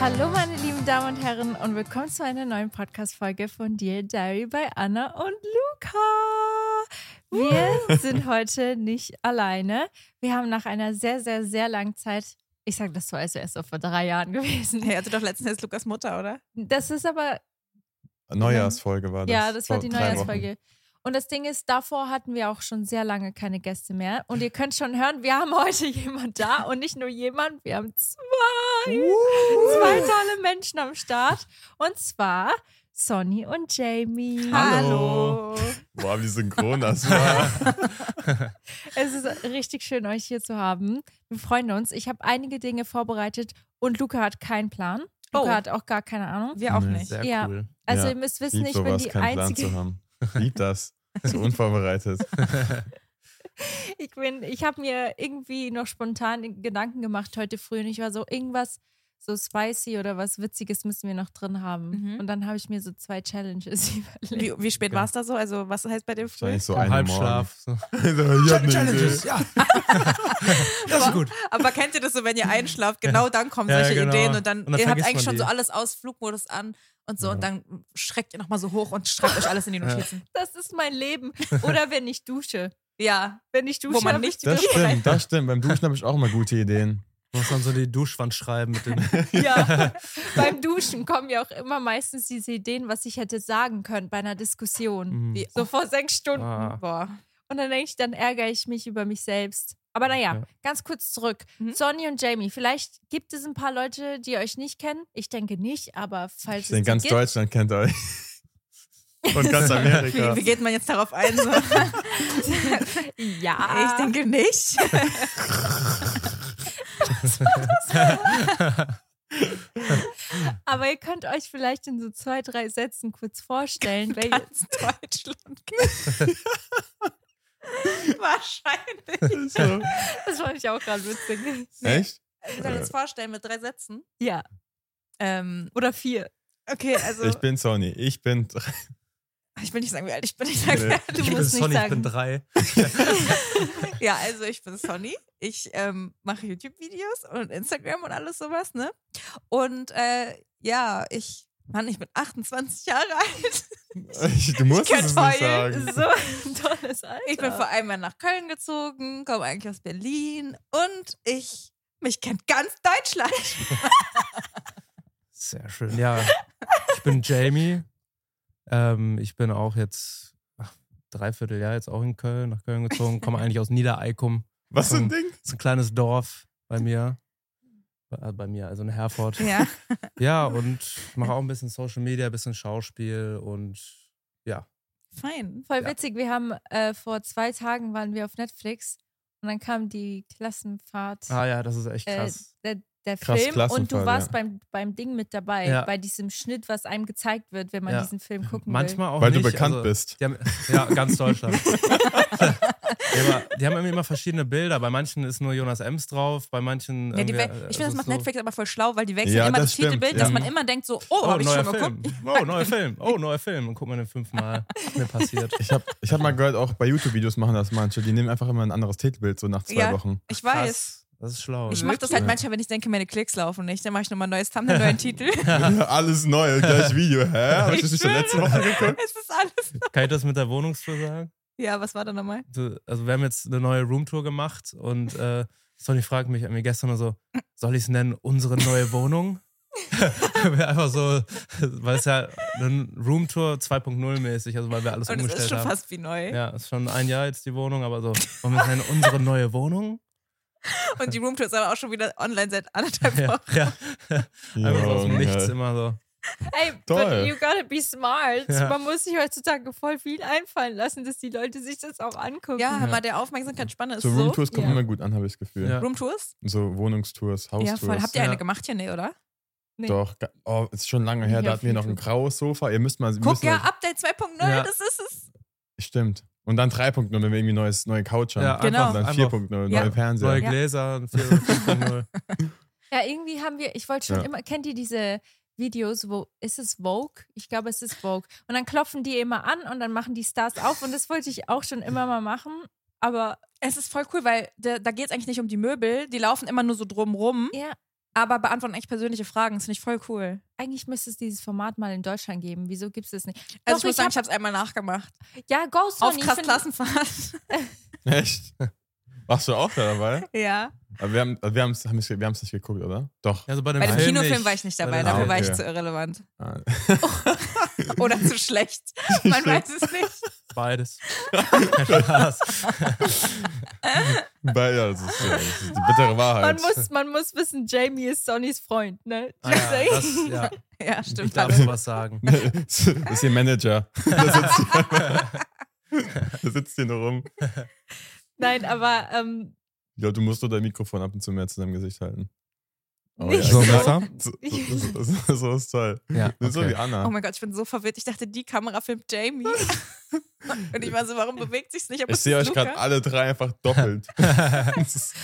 Hallo, meine lieben Damen und Herren, und willkommen zu einer neuen Podcast-Folge von Dear Diary bei Anna und Luca. Wir sind heute nicht alleine. Wir haben nach einer sehr, sehr, sehr langen Zeit, ich sage das so, als wäre es so vor drei Jahren gewesen. Hey, hatte doch letztens jetzt Lukas Mutter, oder? Das ist aber, Neujahrsfolge war das. ja, das war Vor die drei Neujahrsfolge. Und das Ding ist, davor hatten wir auch schon sehr lange keine Gäste mehr. Und ihr könnt schon hören, wir haben heute jemand da und nicht nur jemand, wir haben zwei. zwei tolle Menschen am Start. Und zwar Sonny und Jamie. Hallo. Boah, wie synchron das war. Es ist richtig schön, euch hier zu haben. Wir freuen uns. Ich habe einige Dinge vorbereitet und Luca hat keinen Plan. Luca Oh. hat auch gar keine Ahnung. Wir auch Ne, Nee, nicht. Sehr Ja. cool. Also Ja, ihr müsst wissen, Lieb ich bin sowas, die keinen Plan zu einzige. haben. Lieb das. So unvorbereitet. Ich bin, ich habe mir irgendwie noch spontan Gedanken gemacht heute früh und ich war so irgendwas so spicy oder was Witziges müssen wir noch drin haben. Mhm. Und dann habe ich mir so zwei Challenges überlegt. Wie, wie Genau. spät war es da so? Also, was heißt bei dir früh? Wahrscheinlich so Im ein Halbschlaf. So. Challenges. ja. das ist gut. Aber kennt ihr das so, wenn ihr einschlaft? Genau dann kommen Ja, ja, solche genau. Ideen und dann, Und dann ihr habt vergisst eigentlich man schon so die. alles aus Flugmodus an und so und dann schreckt ihr nochmal so hoch und schreibt euch alles in die Notizen. Das ist mein Leben. Oder wenn ich dusche. Ja. Wenn ich dusche, Wo man hab ich nicht die Das Dusche- stimmt, das stimmt. Beim Duschen habe ich auch mal gute Ideen. Du musst dann so die Duschwand schreiben mit den. Ja, beim Duschen kommen ja auch immer meistens diese Ideen, was ich hätte sagen können bei einer Diskussion. Mhm. Wie, So vor sechs Stunden. Ah. Boah. Und dann denke ich, dann ärgere ich mich über mich selbst. Aber naja, Ja. ganz kurz zurück. Mhm. Sonny und Jamie, vielleicht gibt es ein paar Leute, die euch nicht kennen. Ich denke nicht, aber falls Ich es die denke, ganz gibt, Deutschland kennt euch. Und ganz Amerika. Wie, wie geht man jetzt darauf ein? So? ja, Ich denke nicht. aber ihr könnt euch vielleicht in so zwei, drei Sätzen kurz vorstellen, welche, Ganz Deutschland. Wahrscheinlich. So. das fand ich auch gerade witzig. Echt? Ich kann jetzt vorstellen mit drei Sätzen. Ja, Ähm, oder vier. okay, also Ich bin Sony. Ich bin. Ich will nicht sagen, wie alt ich bin. Ich sage, Du ich bin musst nicht Sonny, ich sagen. bin drei. ja, also ich bin Sonny. Ich ähm, mache YouTube-Videos und Instagram und alles sowas, ne? Und äh, ja, ich, Mann, ich bin 28 Jahre alt. Ich, du musst es Könnt nicht sagen. heulen. So. ein tolles Alter. Ich bin vor allem nach Köln gezogen, komme eigentlich aus Berlin und ich, mich kennt ganz Deutschland. Sehr schön. Ja, ich bin Jamie. Ähm, ich bin auch jetzt ach, dreiviertel Jahr jetzt auch in Köln, nach Köln gezogen. Komme eigentlich aus Niedereikum. Was für ein Ding? ist ein kleines Dorf bei mir. Bei, bei mir, also in Herford. Ja. Ja, und mache auch ein bisschen Social Media, ein bisschen Schauspiel und Fein. Voll Ja. witzig, wir haben äh, vor zwei Tagen waren wir auf Netflix und dann kam die Klassenfahrt, ah ja, das ist echt Äh, krass. der, der Krass, Film und Klassenfahrt, du warst ja. beim, beim Ding mit dabei, Ja. bei diesem Schnitt, was einem gezeigt wird, wenn man Ja. diesen Film gucken will. Manchmal auch Weil nicht. du bekannt also, bist. Die haben, ja, ganz Deutschland. die, haben, die haben irgendwie immer verschiedene Bilder. Bei manchen ist nur Jonas Ems drauf, bei manchen. Ja, die irgendwie, we- äh, ich finde, das ist macht so- Netflix aber voll schlau, weil die wechseln Ja, immer das das, Titelbild, stimmt, dass ja. man immer denkt so, oh, Oh, habe ich neuer schon Film. geguckt. Oh, neuer Film. Oh, neuer Film. Und guck mal den fünfmal. Ist mir passiert. Ich habe ich hab mal gehört, auch bei YouTube-Videos machen das manche. Die nehmen einfach immer ein anderes Titelbild, so nach zwei Ja. Wochen. Ich weiß. Krass. Das ist schlau. Ich mache das halt manchmal, wenn ich denke, meine Klicks laufen nicht. Dann mache ich nochmal ein neues Thumbnail, neuen Titel. Alles neu, gleich Video. Hä? Habe ich das nicht schon letzte Woche geguckt? es ist alles. Kann ich das mit der Wohnungstür sagen? Ja, was war da nochmal? so- also wir haben jetzt eine neue Roomtour gemacht und äh, Sonny fragt mich irgendwie gestern nur so, soll ich es nennen, unsere neue Wohnung? wir einfach so, weil es ja eine Roomtour 2.0 mäßig, also weil wir alles Und es ist umgestellt schon haben. fast wie neu. Ja, ist schon ein Jahr jetzt die Wohnung, aber so, wollen wir es nennen, unsere neue Wohnung? Und die Roomtour ist aber auch schon wieder online seit anderthalb Wochen. Ja, ja. einfach so aus dem Nichts immer so. Ey, Toll. but you gotta be smart. Ja. Man muss sich heutzutage voll viel einfallen lassen, dass die Leute sich das auch angucken. Ja, Ja. aber der Aufmerksamkeitsspanne ist So so. Roomtours kommen Ja. immer gut an, habe ich das Gefühl. Ja. Roomtours? So Wohnungstours, Haustours. Ja, voll. Habt ihr Ja. eine gemacht hier, ne, oder? Nee. Doch, ge- oh, ist schon lange her. Da Ja, hatten wir noch ein viel. graues Sofa. Ihr müsst mal. Guck müsst ja, mal- Update 2.0, Ja. das ist es. Stimmt. Und dann 3.0, wenn wir irgendwie neues, neue Couch haben. Ja, Genau. Und dann einfach- 4.0, Ja. neue Fernseher. Neue Ja. Gläser, 4.0. Ja, irgendwie haben wir, ich wollte schon Ja. immer, kennt ihr diese Videos, wo ist es Vogue? Ich glaube, es ist Vogue. Und dann klopfen die immer an und dann machen die Stars auf und das wollte ich auch schon immer mal machen. Aber Es ist voll cool, weil da, da geht es eigentlich nicht um die Möbel. Die laufen immer nur so drumrum, ja, aber beantworten eigentlich persönliche Fragen. Das finde ich voll cool. eigentlich müsste es dieses Format mal in Deutschland geben. Wieso gibt es das nicht? Also Doch, ich muss ich sagen, hab- ich habe es einmal nachgemacht. Ja, Go Auf Sony. ich krass find- Klassenfahrt. Echt? Warst du auch da dabei? ja. Aber wir haben es wir haben's, haben es- wir haben's nicht geguckt, oder? Doch. Also bei dem, Bei dem Film Kinofilm nicht. war ich nicht Bei dabei, dem- dafür Ah, war ich okay. zu irrelevant. Ah, Oder zu schlecht. Man weiß es nicht. Beides. Spaß. Weil, ja, das, ist, ja, das ist die bittere Man Wahrheit. muss, man muss wissen, Jamie ist Sonnys Freund, ne? Ah, ja, das, ja. Ja, Ich stimmt. darf sowas sagen. das ist ihr Manager. Der sitzt hier, der sitzt hier nur rum. Nein, aber ähm, Ja, du musst nur dein Mikrofon ab und zu mehr zu deinem Gesicht halten. Oh, Nicht so. genau. so, so, so, so ist toll. Ja, Das ist so okay. wie Anna. Oh mein Gott, ich bin so verwirrt. Ich dachte, die Kamera filmt Jamie. Und ich war so, warum bewegt sich's nicht? Aber ich es sehe ist euch gerade Luca. alle drei einfach doppelt. Das ist-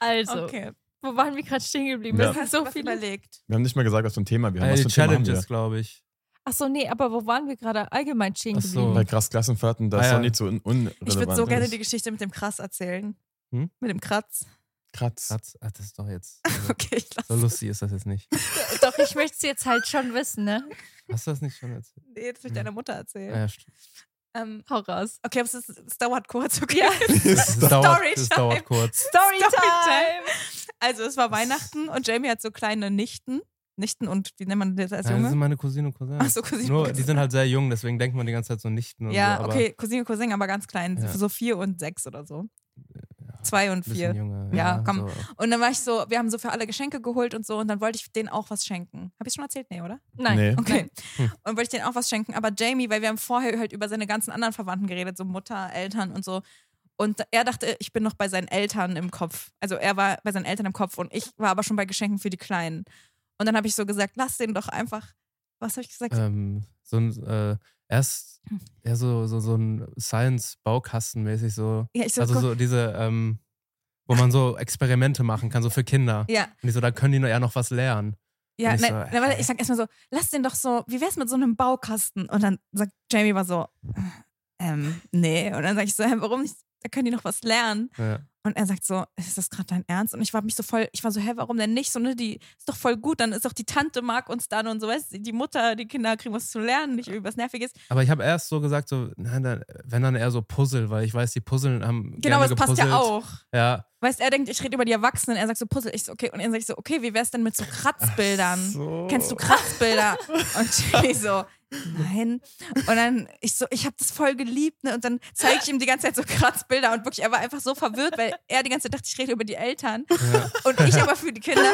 also, Okay, wo waren wir gerade stehen geblieben? Ja. Das sind so was viele. überlegt. wir haben nicht mal gesagt, was für ein Thema wir haben. Äh, Was die für ein Thema haben wir? Challenges, glaube ich. Achso, nee, aber wo waren wir gerade allgemein stehen Ach so. geblieben? Bei krass Klassenfahrten, da Ah, ist ja. auch nicht so un unrelevant. Ich würde so gerne ist. die Geschichte mit dem Krass erzählen. Hm? Mit dem Kratz. Kratz. Kratz, ah, das ist doch jetzt. Also, Okay, ich so lasse lustig ist das jetzt nicht. Doch, ich möchte es jetzt halt schon wissen, ne? Hast du das nicht schon erzählt? Nee, das will ich deiner Mutter erzählen. Ah, ja, stimmt. Ähm, Hau raus. okay, aber es, ist, es dauert kurz, okay? Es dauert, es Storytime. dauert kurz. Storytime. Also es war Weihnachten und Jamie hat so kleine Nichten. Nichten und wie nennt man das als Nein, das sind Junge? meine Cousine und Cousins. Ach so, Cousine. Nur, die sind halt sehr jung, deswegen denkt man die ganze Zeit so Nichten und ja, so. aber okay, Cousine, Cousin, aber ganz klein. Ja. So vier und sechs oder so. Ja, Zwei und ein bisschen vier. Jünger, Ja, komm. So. Und dann war ich so, wir haben so für alle Geschenke geholt und so und dann wollte ich denen auch was schenken. Hab ich schon erzählt? Nee, oder? Nein. Nee. Okay. Hm. Und wollte ich denen auch was schenken. Aber Jamie, weil wir haben vorher halt über seine ganzen anderen Verwandten geredet, so Mutter, Eltern und so. Und er dachte, ich bin noch bei seinen Eltern im Kopf. Also er war bei seinen Eltern im Kopf und ich war aber schon bei Geschenken für die Kleinen. Und dann habe ich so gesagt, lass den doch einfach. Was habe ich gesagt? Ähm, so ein, äh, erst eher so, so, so ein Science-Baukasten-mäßig so. ja, ich so, Also guck- so diese, ähm, wo man so Experimente machen kann, so für Kinder. ja, Und ich so, da können die noch ja noch was lernen. Ja, Und ich nein, so, äh. nein, warte, hä? ich sag erstmal so, lass den doch so, wie wär's mit so einem Baukasten? Und dann sagt Jamie war so, ähm, nee. Und dann sag ich so, hä, warum nicht? Da können die noch was lernen. Ja. Und er sagt so, ist das gerade dein Ernst? Und ich war mich so voll, ich war so, hä, warum denn nicht? So, ne, die ist doch voll gut, dann ist doch die Tante mag uns dann und so, weißt du, die Mutter, die Kinder kriegen was zu lernen, nicht Genau, irgendwas Nerviges. Aber ich habe erst so gesagt, so, nein, dann, wenn dann eher so Puzzle, weil ich weiß, die Puzzle haben. Genau, gerne das passt ja gepuzzelt. auch. Ja. Weißt, er denkt, ich rede über die Erwachsenen, er sagt so Puzzle, ich so, okay. Und er sagt so, okay, wie wär's denn mit so Kratzbildern? So. Kennst du Kratzbilder? Und Jay so, nein. Und dann, ich so, ich habe das voll geliebt, ne? Und dann zeige ich ihm die ganze Zeit so Kratzbilder und wirklich, er war einfach so verwirrt, weil er die ganze Zeit dachte, ich rede über die Eltern ja. und ich aber für die Kinder.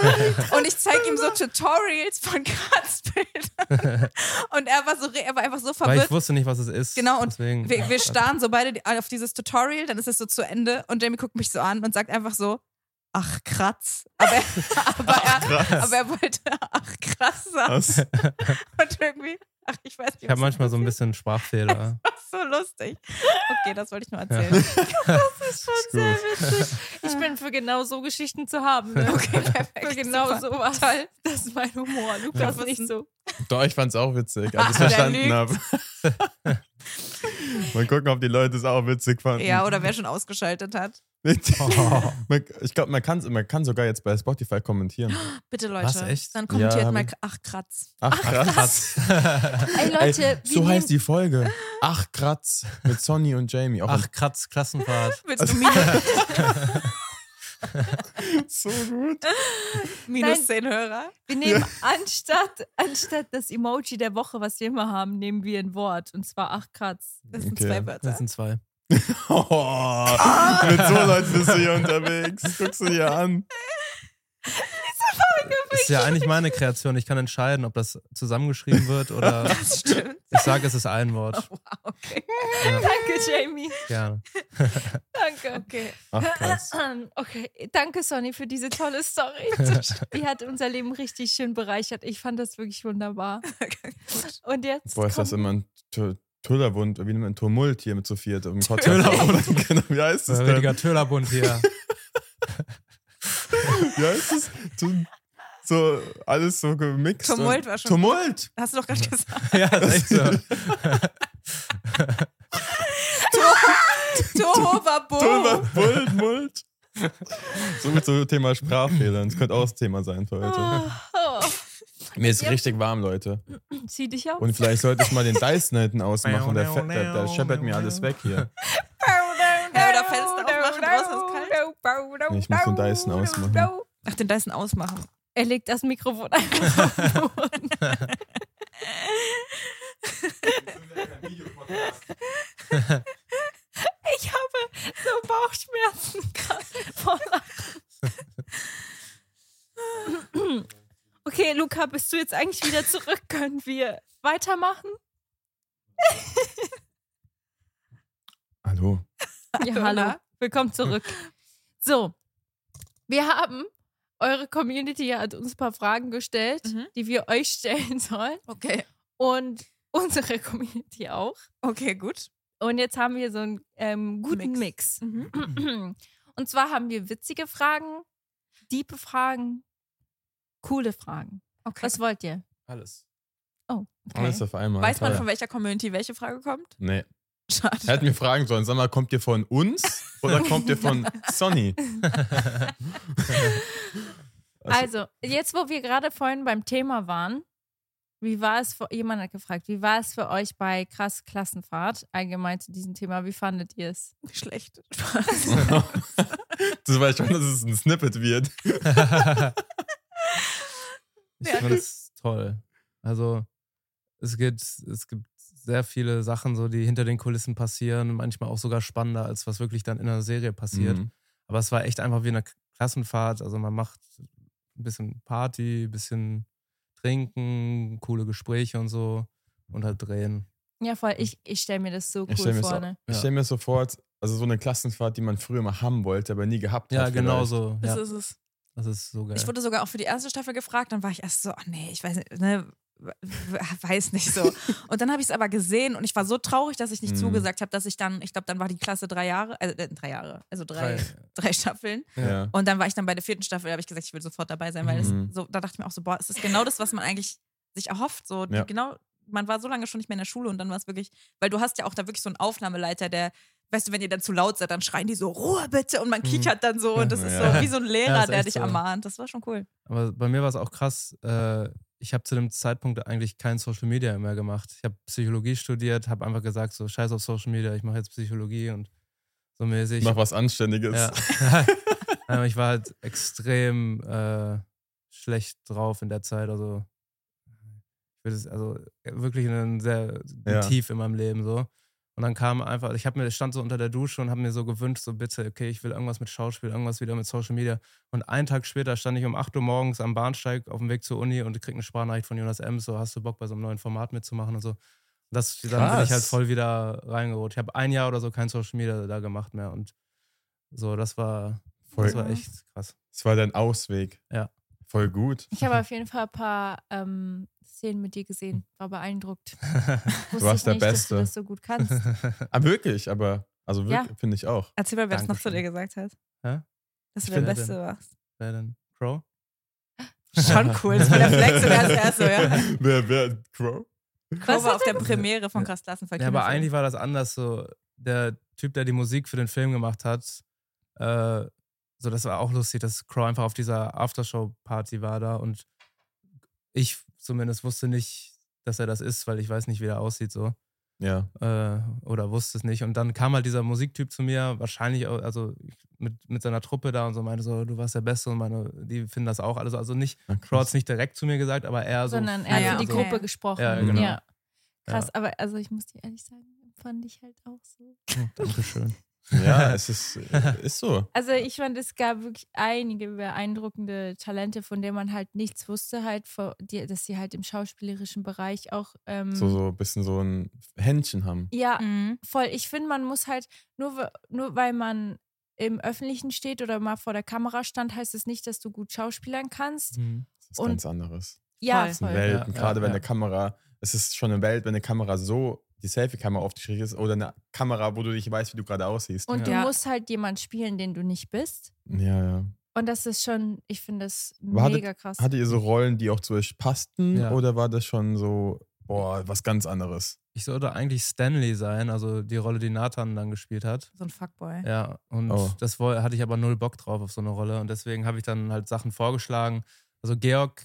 Und ich zeige ihm so Tutorials von Kratzbildern. Und er war so, re- er war einfach so Weil verwirrt. ich wusste nicht, was es ist. Genau, und Deswegen, Wir, wir starren so beide die- auf dieses Tutorial, dann ist es so zu Ende und Jamie guckt mich so an und sagt einfach so, ach kratz. Aber er, aber er, aber er wollte ach krass sagen. Was? Und irgendwie, ach, ich weiß nicht, Ich habe was manchmal so ein bisschen Sprachfehler. das so lustig. Okay, das wollte ich nur erzählen. Ist gut. Ich bin für genau so Geschichten zu haben. Ne? Okay, perfekt. Für genau super. sowas. Toll. Das ist mein Humor. Lukas Ja. nicht so. Doch, ich fand's auch witzig, als ich Ah, der verstanden lügt. habe. Mal gucken, ob die Leute es auch witzig fanden. Ja, oder wer schon ausgeschaltet hat. Oh. Man- Ich glaube, man kann, man kann sogar jetzt bei Spotify kommentieren. Bitte Leute, Was, echt? dann Ja, kommentiert mal, haben- ach kratz. Ach, Kratz. Ey Leute, Ey, wir so heißt die nehmen- Folge. Ach, Kratz. Mit Sonny und Jamie. Auch Ach, Kratz, Klassenfahrt. Willst du minus, so gut. Nein. minus 10 Hörer? wir nehmen anstatt, anstatt das Emoji der Woche, was wir immer haben, nehmen wir ein Wort. Und zwar ach Kratz. Das sind Okay. zwei Das Wörter. sind zwei. Oh, mit so Leuten bist du hier unterwegs. Guckst du dir an. Ist ja eigentlich meine Kreation. Ich kann entscheiden, ob das zusammengeschrieben wird oder Das stimmt. ich sage, es ist ein Wort. Wow, okay. Danke, Jamie. Gerne. Danke. Okay. Ach, Kratz. Okay, danke Sonny für diese tolle Story. Die hat unser Leben richtig schön bereichert. Ich fand das wirklich wunderbar. Und jetzt Boah, ist das kommt immer ein Tu- Tullerwund, wie nennt man Tumult hier mit zu viert im Podcast. Tullerwund. Genau, wie heißt es denn? Richtiger Tölerbund hier. Wie heißt es? Tu- So, alles so gemixt. Tumult und- war schon- Tumult! Hast du doch gerade gesagt. ja, das ist echt so. Tohuwabohu. Mult, Mult. So mit so Thema Sprachfehlern. Das könnte auch das Thema sein für heute. Oh, Mir ist richtig warm, Leute. zieh dich auf. Und vielleicht sollte ich mal den Dice Knighten ausmachen. Der, fe- der, der scheppert mir alles weg hier. Ja, oder Fenster aufmachen, draußen ist kalt. Nee, ich muss den Dyson ausmachen. Ach, den Dyson ausmachen. Er legt das Mikrofon einfach auf den Boden. Ich habe so Bauchschmerzen gerade vor Lachen. Okay, Luca, bist du jetzt eigentlich wieder zurück? Können wir weitermachen? Hallo. Ja, Hallo. hallo. Willkommen zurück. So, wir haben, eure Community hat uns ein paar Fragen gestellt, Mhm. die wir euch stellen sollen Okay. und unsere Community auch. Okay, gut. Und jetzt haben wir so einen ähm, guten Mix. Mhm. Und zwar haben wir witzige Fragen, diepe Fragen, coole Fragen. Okay. Was wollt ihr? Alles. Oh, okay. Alles auf einmal. Weiß man, Toll. von welcher Community welche Frage kommt? Nee. Schade. Hätten wir fragen sollen. Sag mal, kommt ihr von uns oder kommt ihr von Sonny? Also, jetzt, wo wir gerade vorhin beim Thema waren, wie war es für, jemand hat gefragt, wie war es für euch bei krass Klassenfahrt allgemein zu diesem Thema? Wie fandet ihr es? Schlecht. das weiß schon, dass es ein Snippet wird. Ich finde es toll. Also es gibt, es gibt sehr viele Sachen, so, die hinter den Kulissen passieren, manchmal auch sogar spannender, als was wirklich dann in einer Serie passiert. Mhm. Aber es war echt einfach wie eine Klassenfahrt. Also man macht ein bisschen Party, ein bisschen trinken, coole Gespräche und so und halt drehen. Ja, voll, ich, ich stelle mir das so Hm. Ich cool stelle mir, vor. so, Ne? ich stell mir sofort, also so eine Klassenfahrt, die man früher mal haben wollte, aber nie gehabt Ja, hat. genau so. Das Ja, ist es. das ist so geil. "Ah, Ich wurde sogar auch für die erste Staffel gefragt, dann war ich erst so, oh nee, ich weiß nicht, ne, w- weiß nicht so. Und dann habe ich es aber gesehen und ich war so traurig, dass ich nicht Mhm. zugesagt habe, dass ich dann, ich glaube, dann war die Klasse drei Jahre, also äh, drei Jahre, also drei, drei. Staffeln. Ja. ja. Und dann war ich dann bei der vierten Staffel, da habe ich gesagt, ich will sofort dabei sein, weil Mhm. es so, da dachte ich mir auch so, boah, es ist genau das, was man eigentlich sich erhofft. So, die- Ja. genau, man war so lange schon nicht mehr in der Schule und dann war es wirklich, weil du hast ja auch da wirklich so einen Aufnahmeleiter, der, weißt du, wenn ihr dann zu laut seid, dann schreien die so, Ruhe bitte und man kichert dann so und das ist Mhm. Ja. so wie so ein Lehrer, Ja, ist der echt dich so. ermahnt. Das war schon cool. Aber bei mir war es auch krass. Äh, ich habe zu dem Zeitpunkt eigentlich kein Social Media mehr gemacht. Ich habe Psychologie studiert, habe einfach gesagt, so scheiß auf Social Media, ich mache jetzt Psychologie und so mäßig. Mach was Anständiges. ja. Ähm, ich war halt extrem äh, schlecht drauf in der Zeit. Also, ich würde es- also wirklich ein sehr ein Ja. tief in meinem Leben so. Und dann kam einfach, ich habe mir, ich stand so unter der Dusche und habe mir so gewünscht, so bitte, okay, ich will irgendwas mit Schauspiel, irgendwas wieder mit Social Media. Und einen Tag später stand ich um 8 Uhr morgens am Bahnsteig auf dem Weg zur Uni und krieg eine Sprachnachricht von Jonas M. So, hast du Bock, bei so einem neuen Format mitzumachen und so. Das, dann bin Krass. ich halt voll wieder reingerutscht. Ich habe ein Jahr oder so kein Social Media da gemacht mehr. Und so, das war, Voll, das war echt krass. das war dein Ausweg. Ja. Voll gut. Ich habe auf jeden Fall ein paar ähm, Szenen mit dir gesehen. War beeindruckt. Wusste warst ich der nicht, dass Beste. du das so gut kannst. Ah, wirklich, aber, also wirklich, finde ich auch. Erzähl mal, wer das noch zu Dankeschön. dir gesagt hat. Hä? Dass du Wer der denn? Beste warst. Wer denn? Crow? Schon cool. Das war der Flex und der erste, ja. Wer, wer, Crow? Crow war auf der Premiere von Ja. Krass Klassenfall. Ja, aber Kinofilm. eigentlich war das anders. So, der Typ, der die Musik für den Film gemacht hat, äh, so, das war auch lustig, dass Crow einfach auf dieser Aftershow-Party war da und ich zumindest wusste nicht, dass er das ist, weil ich weiß nicht, wie der aussieht, so. Ja. äh, oder wusste es nicht. Und dann kam halt dieser Musiktyp zu mir, wahrscheinlich auch, also ich- mit, mit seiner Truppe da und so meinte so, du warst der Beste und meine, die finden das auch alles. Also nicht, Ah, Crow krass. hat es nicht direkt zu mir gesagt, aber eher so. sondern Ah, er ja, hat für die okay. Gruppe gesprochen. Ja, genau. Krass, Ja. aber also ich muss dir ehrlich sagen, fand ich halt auch so. Oh, Dankeschön. Ja, es ist, äh, ist so. Also ich fand, es gab wirklich einige beeindruckende Talente, von denen man halt nichts wusste, halt, vor- die, dass sie halt im schauspielerischen Bereich auch ähm, So, so ein bisschen so ein Händchen haben. ja Mhm. voll. Ich finde, man muss halt nur, we- nur weil man im Öffentlichen steht oder mal vor der Kamera stand, heißt es nicht, dass du gut schauspielern kannst. Das ist Und- ganz anderes. Voll. Ja, voll. Das sind Welten, Ja, ja, gerade wenn ja. eine Kamera, es ist schon eine Welt, wenn eine Kamera so, die Selfie-Kamera aufgeschrägt ist oder eine Kamera, wo du nicht weißt, wie du gerade aussiehst. Und du Ja. musst halt jemand spielen, den du nicht bist. ja, ja. Und das ist schon, ich finde das Aber hattet- mega krass. Hattet ihr so Rollen, die auch zu euch passten Ja. oder war das schon so, boah, was ganz anderes? Ich sollte eigentlich Stanley sein, also die Rolle, die Nathan dann gespielt hat. So ein Fuckboy. Ja, und Oh. das woll- hatte ich aber null Bock drauf auf so eine Rolle. Und deswegen habe ich dann halt Sachen vorgeschlagen. Also Georg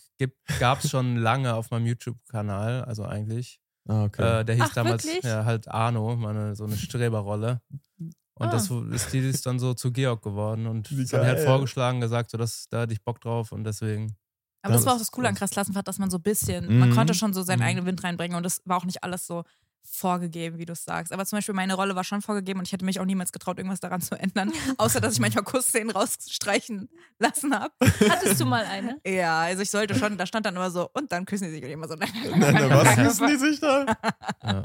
gab es schon lange auf meinem YouTube-Kanal, also eigentlich. Ah, okay. Äh, der hieß Ach, damals wirklich? ja, halt Arno, meine, so eine Streberrolle. Und Ah. das wo- ist die ist dann so zu Georg geworden und Wie das hat er halt geil. vorgeschlagen, gesagt, so dass da hatte ich Bock drauf und deswegen. Aber Ja, das war auch das- das Coole an Krass Klassenfahrt, dass man so ein bisschen, man Mhm. konnte schon so seinen Mhm. eigenen Wind reinbringen und das war auch nicht alles so vorgegeben, wie du es sagst. Aber zum Beispiel meine Rolle war schon vorgegeben und ich hätte mich auch niemals getraut, irgendwas daran zu ändern, außer dass ich manchmal Kussszenen rausstreichen lassen habe. Hattest du mal eine? Ja, also ich sollte schon, da stand dann immer so, und dann küssen die sich und ich immer so. Nein, nein, Nein, nein, na, was nein, müssen die sich da? Ja.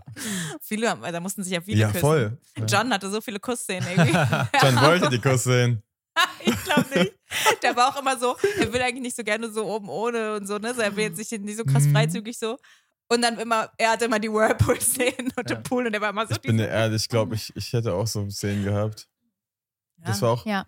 Viele, haben- da mussten sich ja viele Ja, küssen. voll. John hatte so viele Kussszenen irgendwie. John wollte die Kuss sehen. Ich glaube nicht. Der war auch immer so, er will eigentlich nicht so gerne so oben ohne und so, ne? So, er will jetzt nicht, nicht so Mhm. krass freizügig so. Und dann immer, er hatte immer die Whirlpool-Szenen und Ja. den Pool und er war immer so. Ich bin dir ehrlich, ich glaube, ich, ich hätte auch so Szenen gehabt. ja. Das war auch, Ja.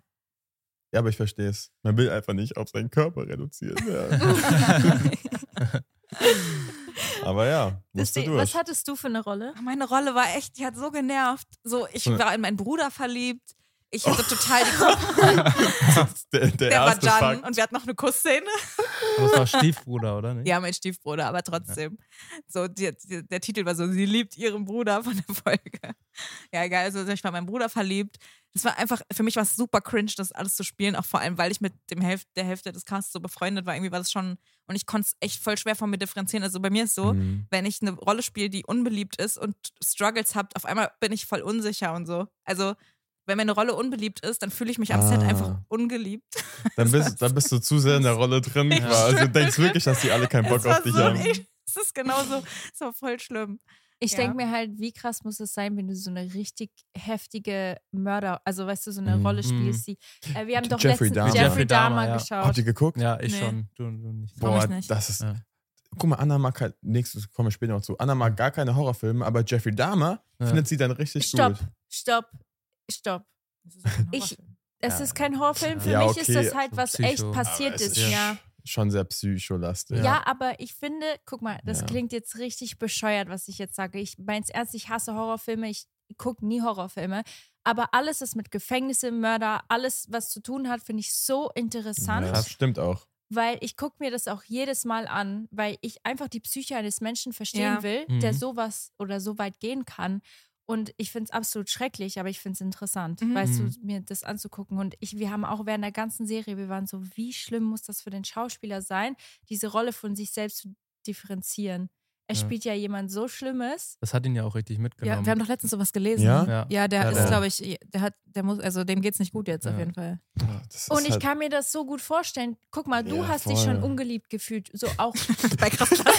ja, aber ich verstehe es. Man will einfach nicht auf seinen Körper reduzieren. Ja. aber ja, musst du Deswegen, durch. was hattest du für eine Rolle? Meine Rolle war echt, die hat so genervt. So, ich Ja. war in meinen Bruder verliebt. Ich hatte Oh. total die Kopf, der, der, der war erste Jan Fakt. und wir hatten noch eine Kussszene. Aber es war Stiefbruder, oder Hm? nicht? Ja, mein Stiefbruder, aber trotzdem. So, die, die, der Titel war so, sie liebt ihren Bruder von der Folge. Ja, egal, also ich war meinem Bruder verliebt. Es war einfach, für mich war es super cringe, das alles zu spielen, auch vor allem, weil ich mit dem Hälfte, der Hälfte des Casts so befreundet war. Irgendwie war das schon, und ich konnte es echt voll schwer von mir differenzieren. Also bei mir ist so, Mhm. wenn ich eine Rolle spiele, die unbeliebt ist und Struggles habt, auf einmal bin ich voll unsicher und so. Also, wenn meine Rolle unbeliebt ist, dann fühle ich mich am Set Ah. einfach ungeliebt. Dann bist, dann bist du zu sehr in der Rolle drin. Ich Also du schwöre. denkst wirklich, dass die alle keinen Bock es war auf dich so, haben. ey, es ist genauso, es war voll schlimm. Ich Ja. denke mir halt, wie krass muss es sein, wenn du so eine richtig heftige Mörder, also weißt du, so eine Mhm. Rolle spielst, die. Äh, wir haben doch Jeffrey letztens Dahmer. Jeffrey Jeffrey Dahmer, Dahmer ja. geschaut. Habt ihr geguckt? Ja, ich Nee. schon. Du, du nicht. Komm ich Boah, nicht. das ist. Ja. guck mal, Anna mag halt, nächstes kommen wir später noch zu, Anna mag gar keine Horrorfilme, aber Jeffrey Dahmer Ja. findet sie dann richtig Stopp, gut. stopp, stopp. Das ist ein Ich- Horrorfilm. Es ist kein Horrorfilm. Für Ja, mich okay. ist das halt, was Psycho. echt Aber passiert es ist. sch- Ja. Schon sehr psycholastisch. Ja. Ja. aber ich finde, guck mal, das Ja. klingt jetzt richtig bescheuert, was ich jetzt sage. Ich mein's ernst, ich hasse Horrorfilme, ich gucke nie Horrorfilme. Aber alles, was mit Gefängnisse, Mörder, alles, was zu tun hat, finde ich so interessant, Ja, das stimmt auch. weil ich gucke mir das auch jedes Mal an, weil ich einfach die Psyche eines Menschen verstehen Ja. will, Mhm. der sowas oder so weit gehen kann. Und ich finde es absolut schrecklich, aber ich finde es interessant, Mhm. weißt du, mir das anzugucken. Und ich, wir haben auch während der ganzen Serie, wir waren so, wie schlimm muss das für den Schauspieler sein, diese Rolle von sich selbst zu differenzieren. Er Ja. spielt ja jemand so Schlimmes. Das hat ihn ja auch richtig mitgenommen. Ja, wir haben doch letztens sowas gelesen. Ja? Ja. Ja, der Ja, ist, der- glaube ich, der hat, der muss, also dem geht's nicht gut jetzt auf Ja. jeden Fall. Ja, das ist Und ich halt- kann mir das so gut vorstellen. Guck mal, du Ja, hast dich schon voll. ungeliebt gefühlt, so auch. Bei Kraftklassen.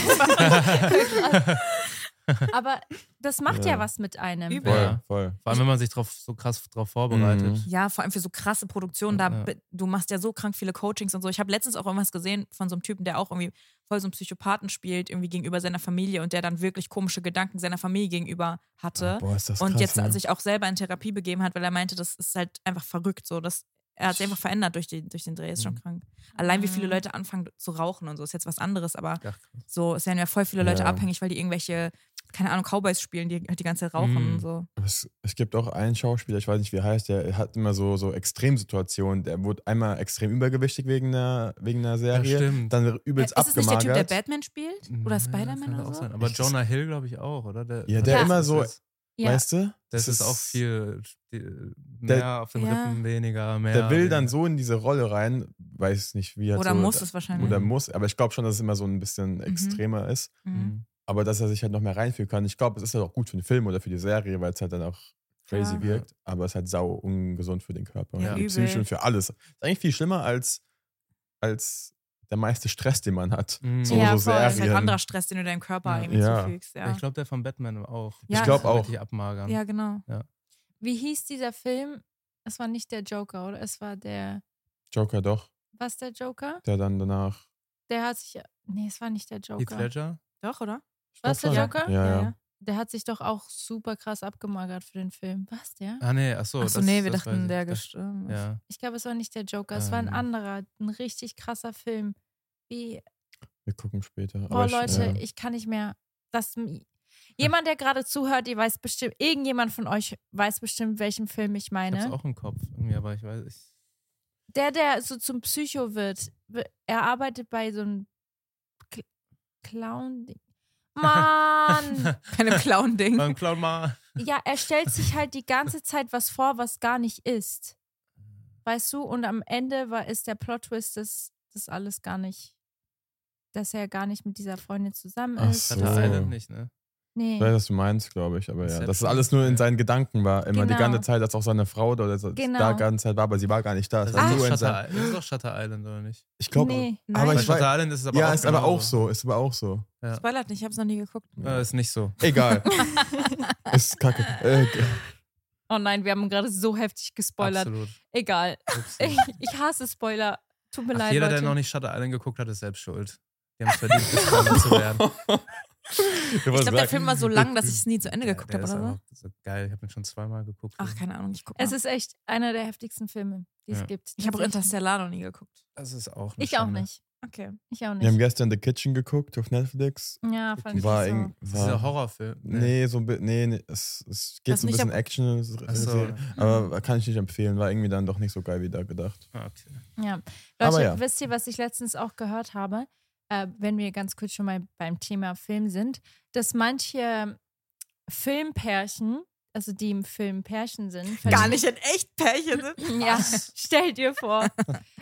aber das macht ja, Ja. was mit einem. Übel. Voll, Ja. voll. Vor allem, wenn man sich drauf, so krass drauf vorbereitet. Mhm. ja, vor allem für so krasse Produktionen, da Ja. be- du machst ja so krank viele Coachings und so. Ich habe letztens auch irgendwas gesehen von so einem Typen, der auch irgendwie voll so einen Psychopathen spielt, irgendwie gegenüber seiner Familie und der dann wirklich komische Gedanken seiner Familie gegenüber hatte. Ah, Boah, ist das und krass, jetzt also ne? sich auch selber in Therapie begeben hat, weil er meinte, das ist halt einfach verrückt so. Das, er hat sich einfach verändert durch, die, durch den Dreh, ist schon Mhm. krank. Allein wie viele Mhm. Leute anfangen zu rauchen und so, ist jetzt was anderes, aber Ach, so, es werden ja voll viele Leute Ja. abhängig, weil die irgendwelche, keine Ahnung, Cowboys spielen, die halt die ganze Zeit rauchen Mhm. und so. Aber Es, es gibt auch einen Schauspieler, ich weiß nicht, wie er heißt, der hat immer so, so Extremsituationen. Der wurde einmal extrem übergewichtig wegen einer, wegen einer ja, Serie. stimmt. Mhm. dann übelst Äh, ist es nicht der Typ, der abgemagert. Batman spielt? Ja, Oder Spider-Man kann oder auch so? sein. Aber Ich- Jonah Hill, glaube ich, auch, oder? Der, Ja, der das immer ist so- jetzt- Ja. Weißt du? Das ist auch viel. Die, mehr Der- auf den Ja. Rippen, weniger, mehr. Der will dann weniger. so in diese Rolle rein, weiß nicht, wie er Oder so, muss es wahrscheinlich. Oder muss, aber ich glaube schon, dass es immer so ein bisschen extremer ist. Mhm. Mhm. Aber dass er sich halt noch mehr reinfühlen kann. Ich glaube, es ist halt auch gut für den Film oder für die Serie, weil es halt dann auch crazy Klar. wirkt. Aber es ist halt sau ungesund für den Körper. Ja, und übel. die Psyche und für alles. Ist eigentlich viel schlimmer als, als der meiste Stress, den man hat. Mhm. So, Ja, so voll. Das ist halt Serien. anderer Stress, den du deinem Körper Ja. irgendwie Ja. zufügst. Ja, Ich glaube, der von Batman auch. Ja, Ich glaub Das wird auch. Richtig abmagern. ja genau. Wie hieß dieser Film? Es war nicht der Joker, oder? Es war der. Joker doch, Was der Joker? der dann danach. Der hat sich. Nee, es war nicht der Heath Joker. Ledger? Doch, oder? Ich Was, glaub der schon. Joker? Ja, ja. Der hat sich doch auch super krass abgemagert für den Film. Was der? Ah, nee, achso. Achso, das- nee, wir das weiß dachten, ich. der Das- gestorben ist. Ja. Ich glaube, es war nicht der Joker. Es war ein Ähm. anderer, ein richtig krasser Film. Wie, Wir gucken später. boah, ich- Leute, ja. ich kann nicht mehr. Das, jemand, der gerade zuhört, ihr weiß bestimmt, irgendjemand von euch weiß bestimmt, welchen Film ich Ich hab's meine. auch im Kopf. Irgendwie, aber ich weiß. Ich, Der, der so zum Psycho wird, w- er arbeitet bei so einem Cl Clown. Mann! Keine Clown-Ding. beim Clown mal. ja, er stellt sich halt die ganze Zeit was vor, was gar nicht ist. Weißt du? Und am Ende war, ist der Plot-Twist, dass das alles gar nicht, dass er gar nicht mit dieser Freundin zusammen Ach ist. so. Hatte Island nicht, ne? Nee. Ich weiß, was du meinst, glaube ich, aber ja. Inception. Dass es alles nur in seinen Gedanken war, immer die Genau. ganze Zeit, dass auch seine Frau da, dass Genau. da die ganze Zeit war, aber sie war gar nicht da. Es Das, war ist, nur doch in seinen, Shutter, das ist doch Shutter Island, oder nicht? ich glaube, Nee, aber Bei ich Shutter weiß, Island ist es aber ja, auch ist aber genauso. auch so, ist aber auch so. Ja. Spoilert nicht, ich hab's noch nie geguckt. Äh, ist nicht so. Egal. ist kacke. Äh, Oh nein, wir haben gerade so heftig gespoilert. Absolut. Egal. Ups. Ich, ich hasse Spoiler. Tut mir Ach, leid. jeder, Leute. der noch nicht Shutter Island geguckt hat, ist selbst schuld. Die haben es verdient, gespoilert zu werden. ich Ich glaube, der Film war so lang, dass ich es nie zu Ende Ja, geguckt der habe ist oder so. einfach so geil. Ich habe ihn schon zweimal geguckt. Ach, keine Ahnung, ich gucke. Es ist echt einer der heftigem Filme, die es Ja. gibt. ich habe auch Tatsächlich. Interstellar noch nie geguckt. Das ist auch Ich auch nicht. Okay. Ich auch Wir haben nicht. gestern The Kitchen geguckt auf Netflix. Ja, fand ich War, so. eng, Das ist ein war Horrorfilm. Nee, so ein bi- nee, nee, es, es geht Das so ein nicht, bisschen aber- Action, es- Ach so. Mhm. aber kann ich nicht empfehlen, war irgendwie dann doch nicht so geil wie da gedacht. Ah, okay. Ja. Aber Leute, ja. wisst ihr, was ich letztens auch gehört habe, äh, wenn wir ganz kurz schon mal beim Thema Film sind, dass manche Filmpärchen, also die im Film Pärchen sind, Gar nicht in echt Pärchen sind. Ja, stell dir vor,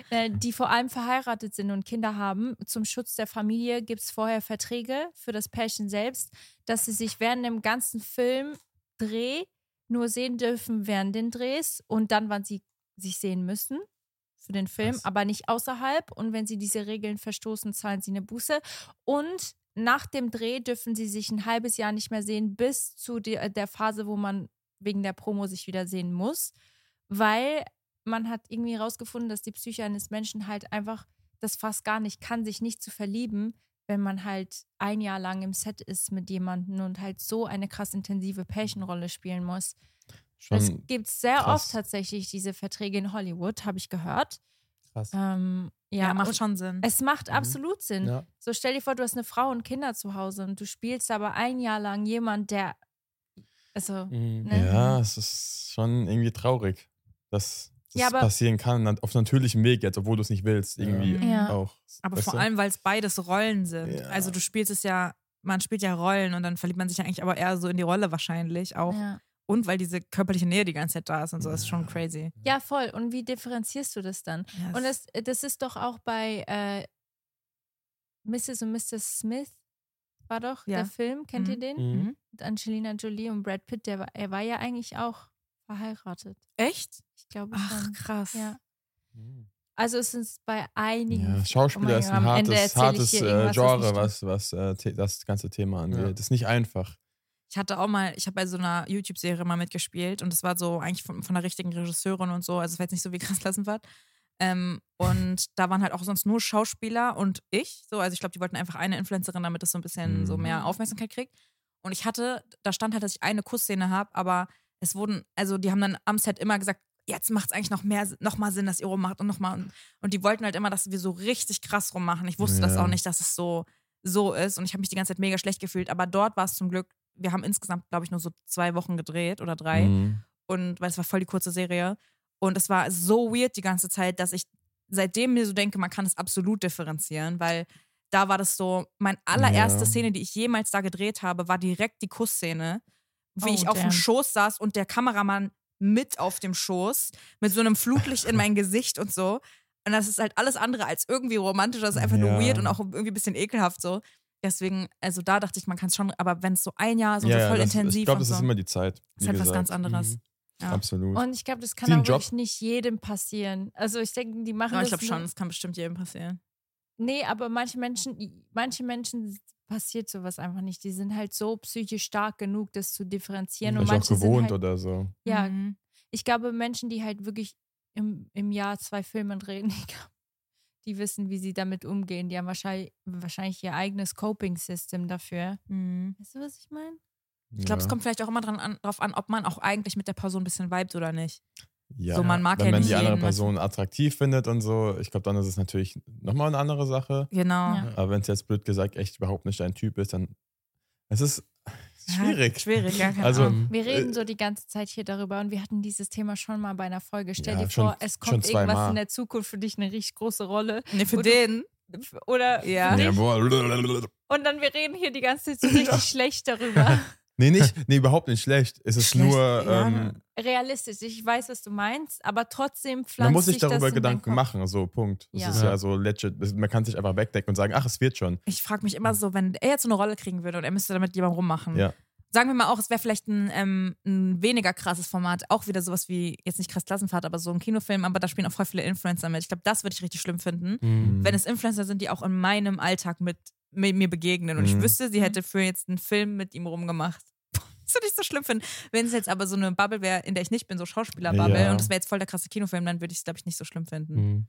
äh, die vor allem verheiratet sind und Kinder haben, zum Schutz der Familie gibt es vorher Verträge für das Pärchen selbst, dass sie sich während dem ganzen Film Dreh nur sehen dürfen während den Drehs und dann, wann sie sich sehen müssen für den Film, Krass. aber nicht außerhalb. Und wenn sie diese Regeln verstoßen, zahlen sie eine Buße. Und nach dem Dreh dürfen sie sich ein halbes Jahr nicht mehr sehen, bis zu der, äh, der Phase, wo man wegen der Promo sich wieder sehen muss, weil man hat irgendwie herausgefunden, dass die Psyche eines Menschen halt einfach das fast gar nicht kann, sich nicht zu verlieben, wenn man halt ein Jahr lang im Set ist mit jemandem und halt so eine krass intensive Pärchenrolle spielen muss. es Schon gibt sehr krass. oft tatsächlich diese Verträge in Hollywood, habe ich gehört. Krass. Ähm, ja, Ja, macht und schon Sinn. Es macht Mhm. absolut Sinn. Ja. So stell dir vor, du hast eine Frau und Kinder zu Hause und du spielst aber ein Jahr lang jemand, der also Mhm. ne? Ja, es ist schon irgendwie traurig, dass das Ja, aber- passieren kann, nat- auf natürlichem Weg jetzt, obwohl du es nicht willst, irgendwie Mhm. Ja. auch. Aber Weißt vor du? allem, weil es beides Rollen sind. Ja. Also du spielst es ja, man spielt ja Rollen und dann verliebt man sich ja eigentlich aber eher so in die Rolle wahrscheinlich auch. ja. Und weil diese körperliche Nähe die ganze Zeit da ist und so, das ist schon crazy. ja, voll. Und wie differenzierst du das dann? Ja, Und das, das ist doch auch bei äh, Mrs. und Mr. Smith, war doch Ja. der Film, kennt ihr Mhm. den? Mhm. Mit Angelina Jolie und Brad Pitt, der, war- er war ja eigentlich auch verheiratet. echt? Ich glaube Ach, schon. krass. Ja. Mhm. Also es ist bei einigen. Ja, Schauspieler Oh mein ist Gott, ein am Ende hartes, erzähle ich hartes hier äh, irgendwas, was Genre, nicht was, was äh, the- das ganze Thema angeht. Ja. Ist nicht einfach. Ich hatte auch mal, ich habe bei so einer YouTube-Serie mal mitgespielt und das war so eigentlich von, von einer richtigen Regisseurin und so, also es war jetzt nicht so wie Chris Lassenfahrt. Ähm, und da waren halt auch sonst nur Schauspieler und ich, so, also ich glaube, die wollten einfach eine Influencerin, damit das so ein bisschen Mhm. so mehr Aufmerksamkeit kriegt. Und ich hatte, da stand halt, dass ich eine Kussszene habe, aber es wurden, also die haben dann am Set immer gesagt, jetzt macht es eigentlich noch mehr, noch mal Sinn, dass ihr rummacht und noch mal und, und die wollten halt immer, dass wir so richtig krass rummachen. Ich wusste das Ja. auch nicht, dass es so so ist und ich habe mich die ganze Zeit mega schlecht gefühlt, aber dort war es zum Glück, wir haben insgesamt, glaube ich, nur so zwei Wochen gedreht oder drei Mhm. und weil es war voll die kurze Serie und es war so weird die ganze Zeit, dass ich seitdem mir so denke, man kann es absolut differenzieren, weil da war das so, meine allererste Ja. Szene, die ich jemals da gedreht habe, war direkt die Kussszene, wie Oh, ich auf damn. dem Schoß saß und der Kameramann mit auf dem Schoß mit so einem Fluglicht in mein Gesicht und so. Und das ist halt alles andere als irgendwie romantisch, das ist einfach nur Ja. weird und auch irgendwie ein bisschen ekelhaft so. Deswegen, also da dachte ich, man kann es schon, aber wenn es so ein Jahr ist und Ja, so ja, voll das, intensiv ich glaube, und das so, ist immer die Zeit. ist wie halt was gesagt. ganz anderes. Mhm. Ja. Absolut. Und ich glaube, das kann Wie ein auch Job. wirklich nicht jedem passieren. Also ich denke, die machen Ja, das ich glaube nur- schon, es kann bestimmt jedem passieren. Nee, aber manche Menschen, manche Menschen passiert sowas einfach nicht. Die sind halt so psychisch stark genug, das zu differenzieren. Und Vielleicht auch manche gewohnt sind halt, oder so. Ja, Mhm. ich glaube, Menschen, die halt wirklich im, im Jahr zwei Filme drehen, ich glaub, die wissen, wie sie damit umgehen. Die haben wahrscheinlich, wahrscheinlich ihr eigenes Coping-System dafür. Mhm. Weißt du, was ich meine? Ich glaube, ja. es kommt vielleicht auch immer dran an, drauf an, ob man auch eigentlich mit der Person ein bisschen vibet oder nicht. Ja. So, man mag Wenn ja man nicht die andere jeden, weißt du. Person attraktiv findet und so, ich glaube, dann ist es natürlich nochmal eine andere Sache. Genau. Ja. Aber wenn es jetzt blöd gesagt echt überhaupt nicht dein Typ ist, dann es ist schwierig. Ja, schwierig, ja. keine Also, Ahnung. Wir reden so die ganze Zeit hier darüber und wir hatten dieses Thema schon mal bei einer Folge. Stell Ja, dir schon- vor, es schon kommt zweimal. irgendwas in der Zukunft für dich eine richtig große Rolle. Nee, für Und- den. Oder Ja. für dich. boah. Und dann, wir reden hier die ganze Zeit so richtig schlecht darüber. Nee, nicht, nee, überhaupt nicht schlecht. Es ist Schlecht, nur, ja. ne? ähm, Realistisch, ich weiß, was du meinst, aber trotzdem pflanzt man muss sich sich das in darüber deinen Gedanken Kopf. machen, so, Punkt. Das Ja. ist Ja. ja so legit. Das- Man kann sich einfach wegdecken und sagen, ach, es wird schon. Ich frage mich immer so, wenn er jetzt so eine Rolle kriegen würde und er müsste damit jemand rummachen. Ja. Sagen wir mal auch, es wäre vielleicht ein, ähm, ein weniger krasses Format. Auch wieder sowas wie, jetzt nicht krass Klassenfahrt, aber so ein Kinofilm, aber da spielen auch voll viele Influencer mit. Ich glaube, das würde ich richtig schlimm finden. Mhm. wenn es Influencer sind, die auch in meinem Alltag mit mi- mir begegnen. Und ich Mhm. wüsste, sie hätte für jetzt einen Film mit ihm rumgemacht. Das würde ich so schlimm finden. Wenn es jetzt aber so eine Bubble wäre, in der ich nicht bin, so Schauspielerbubble, Ja. und es wäre jetzt voll der krasse Kinofilm, dann würde ich es, glaube ich, nicht so schlimm finden. Mhm.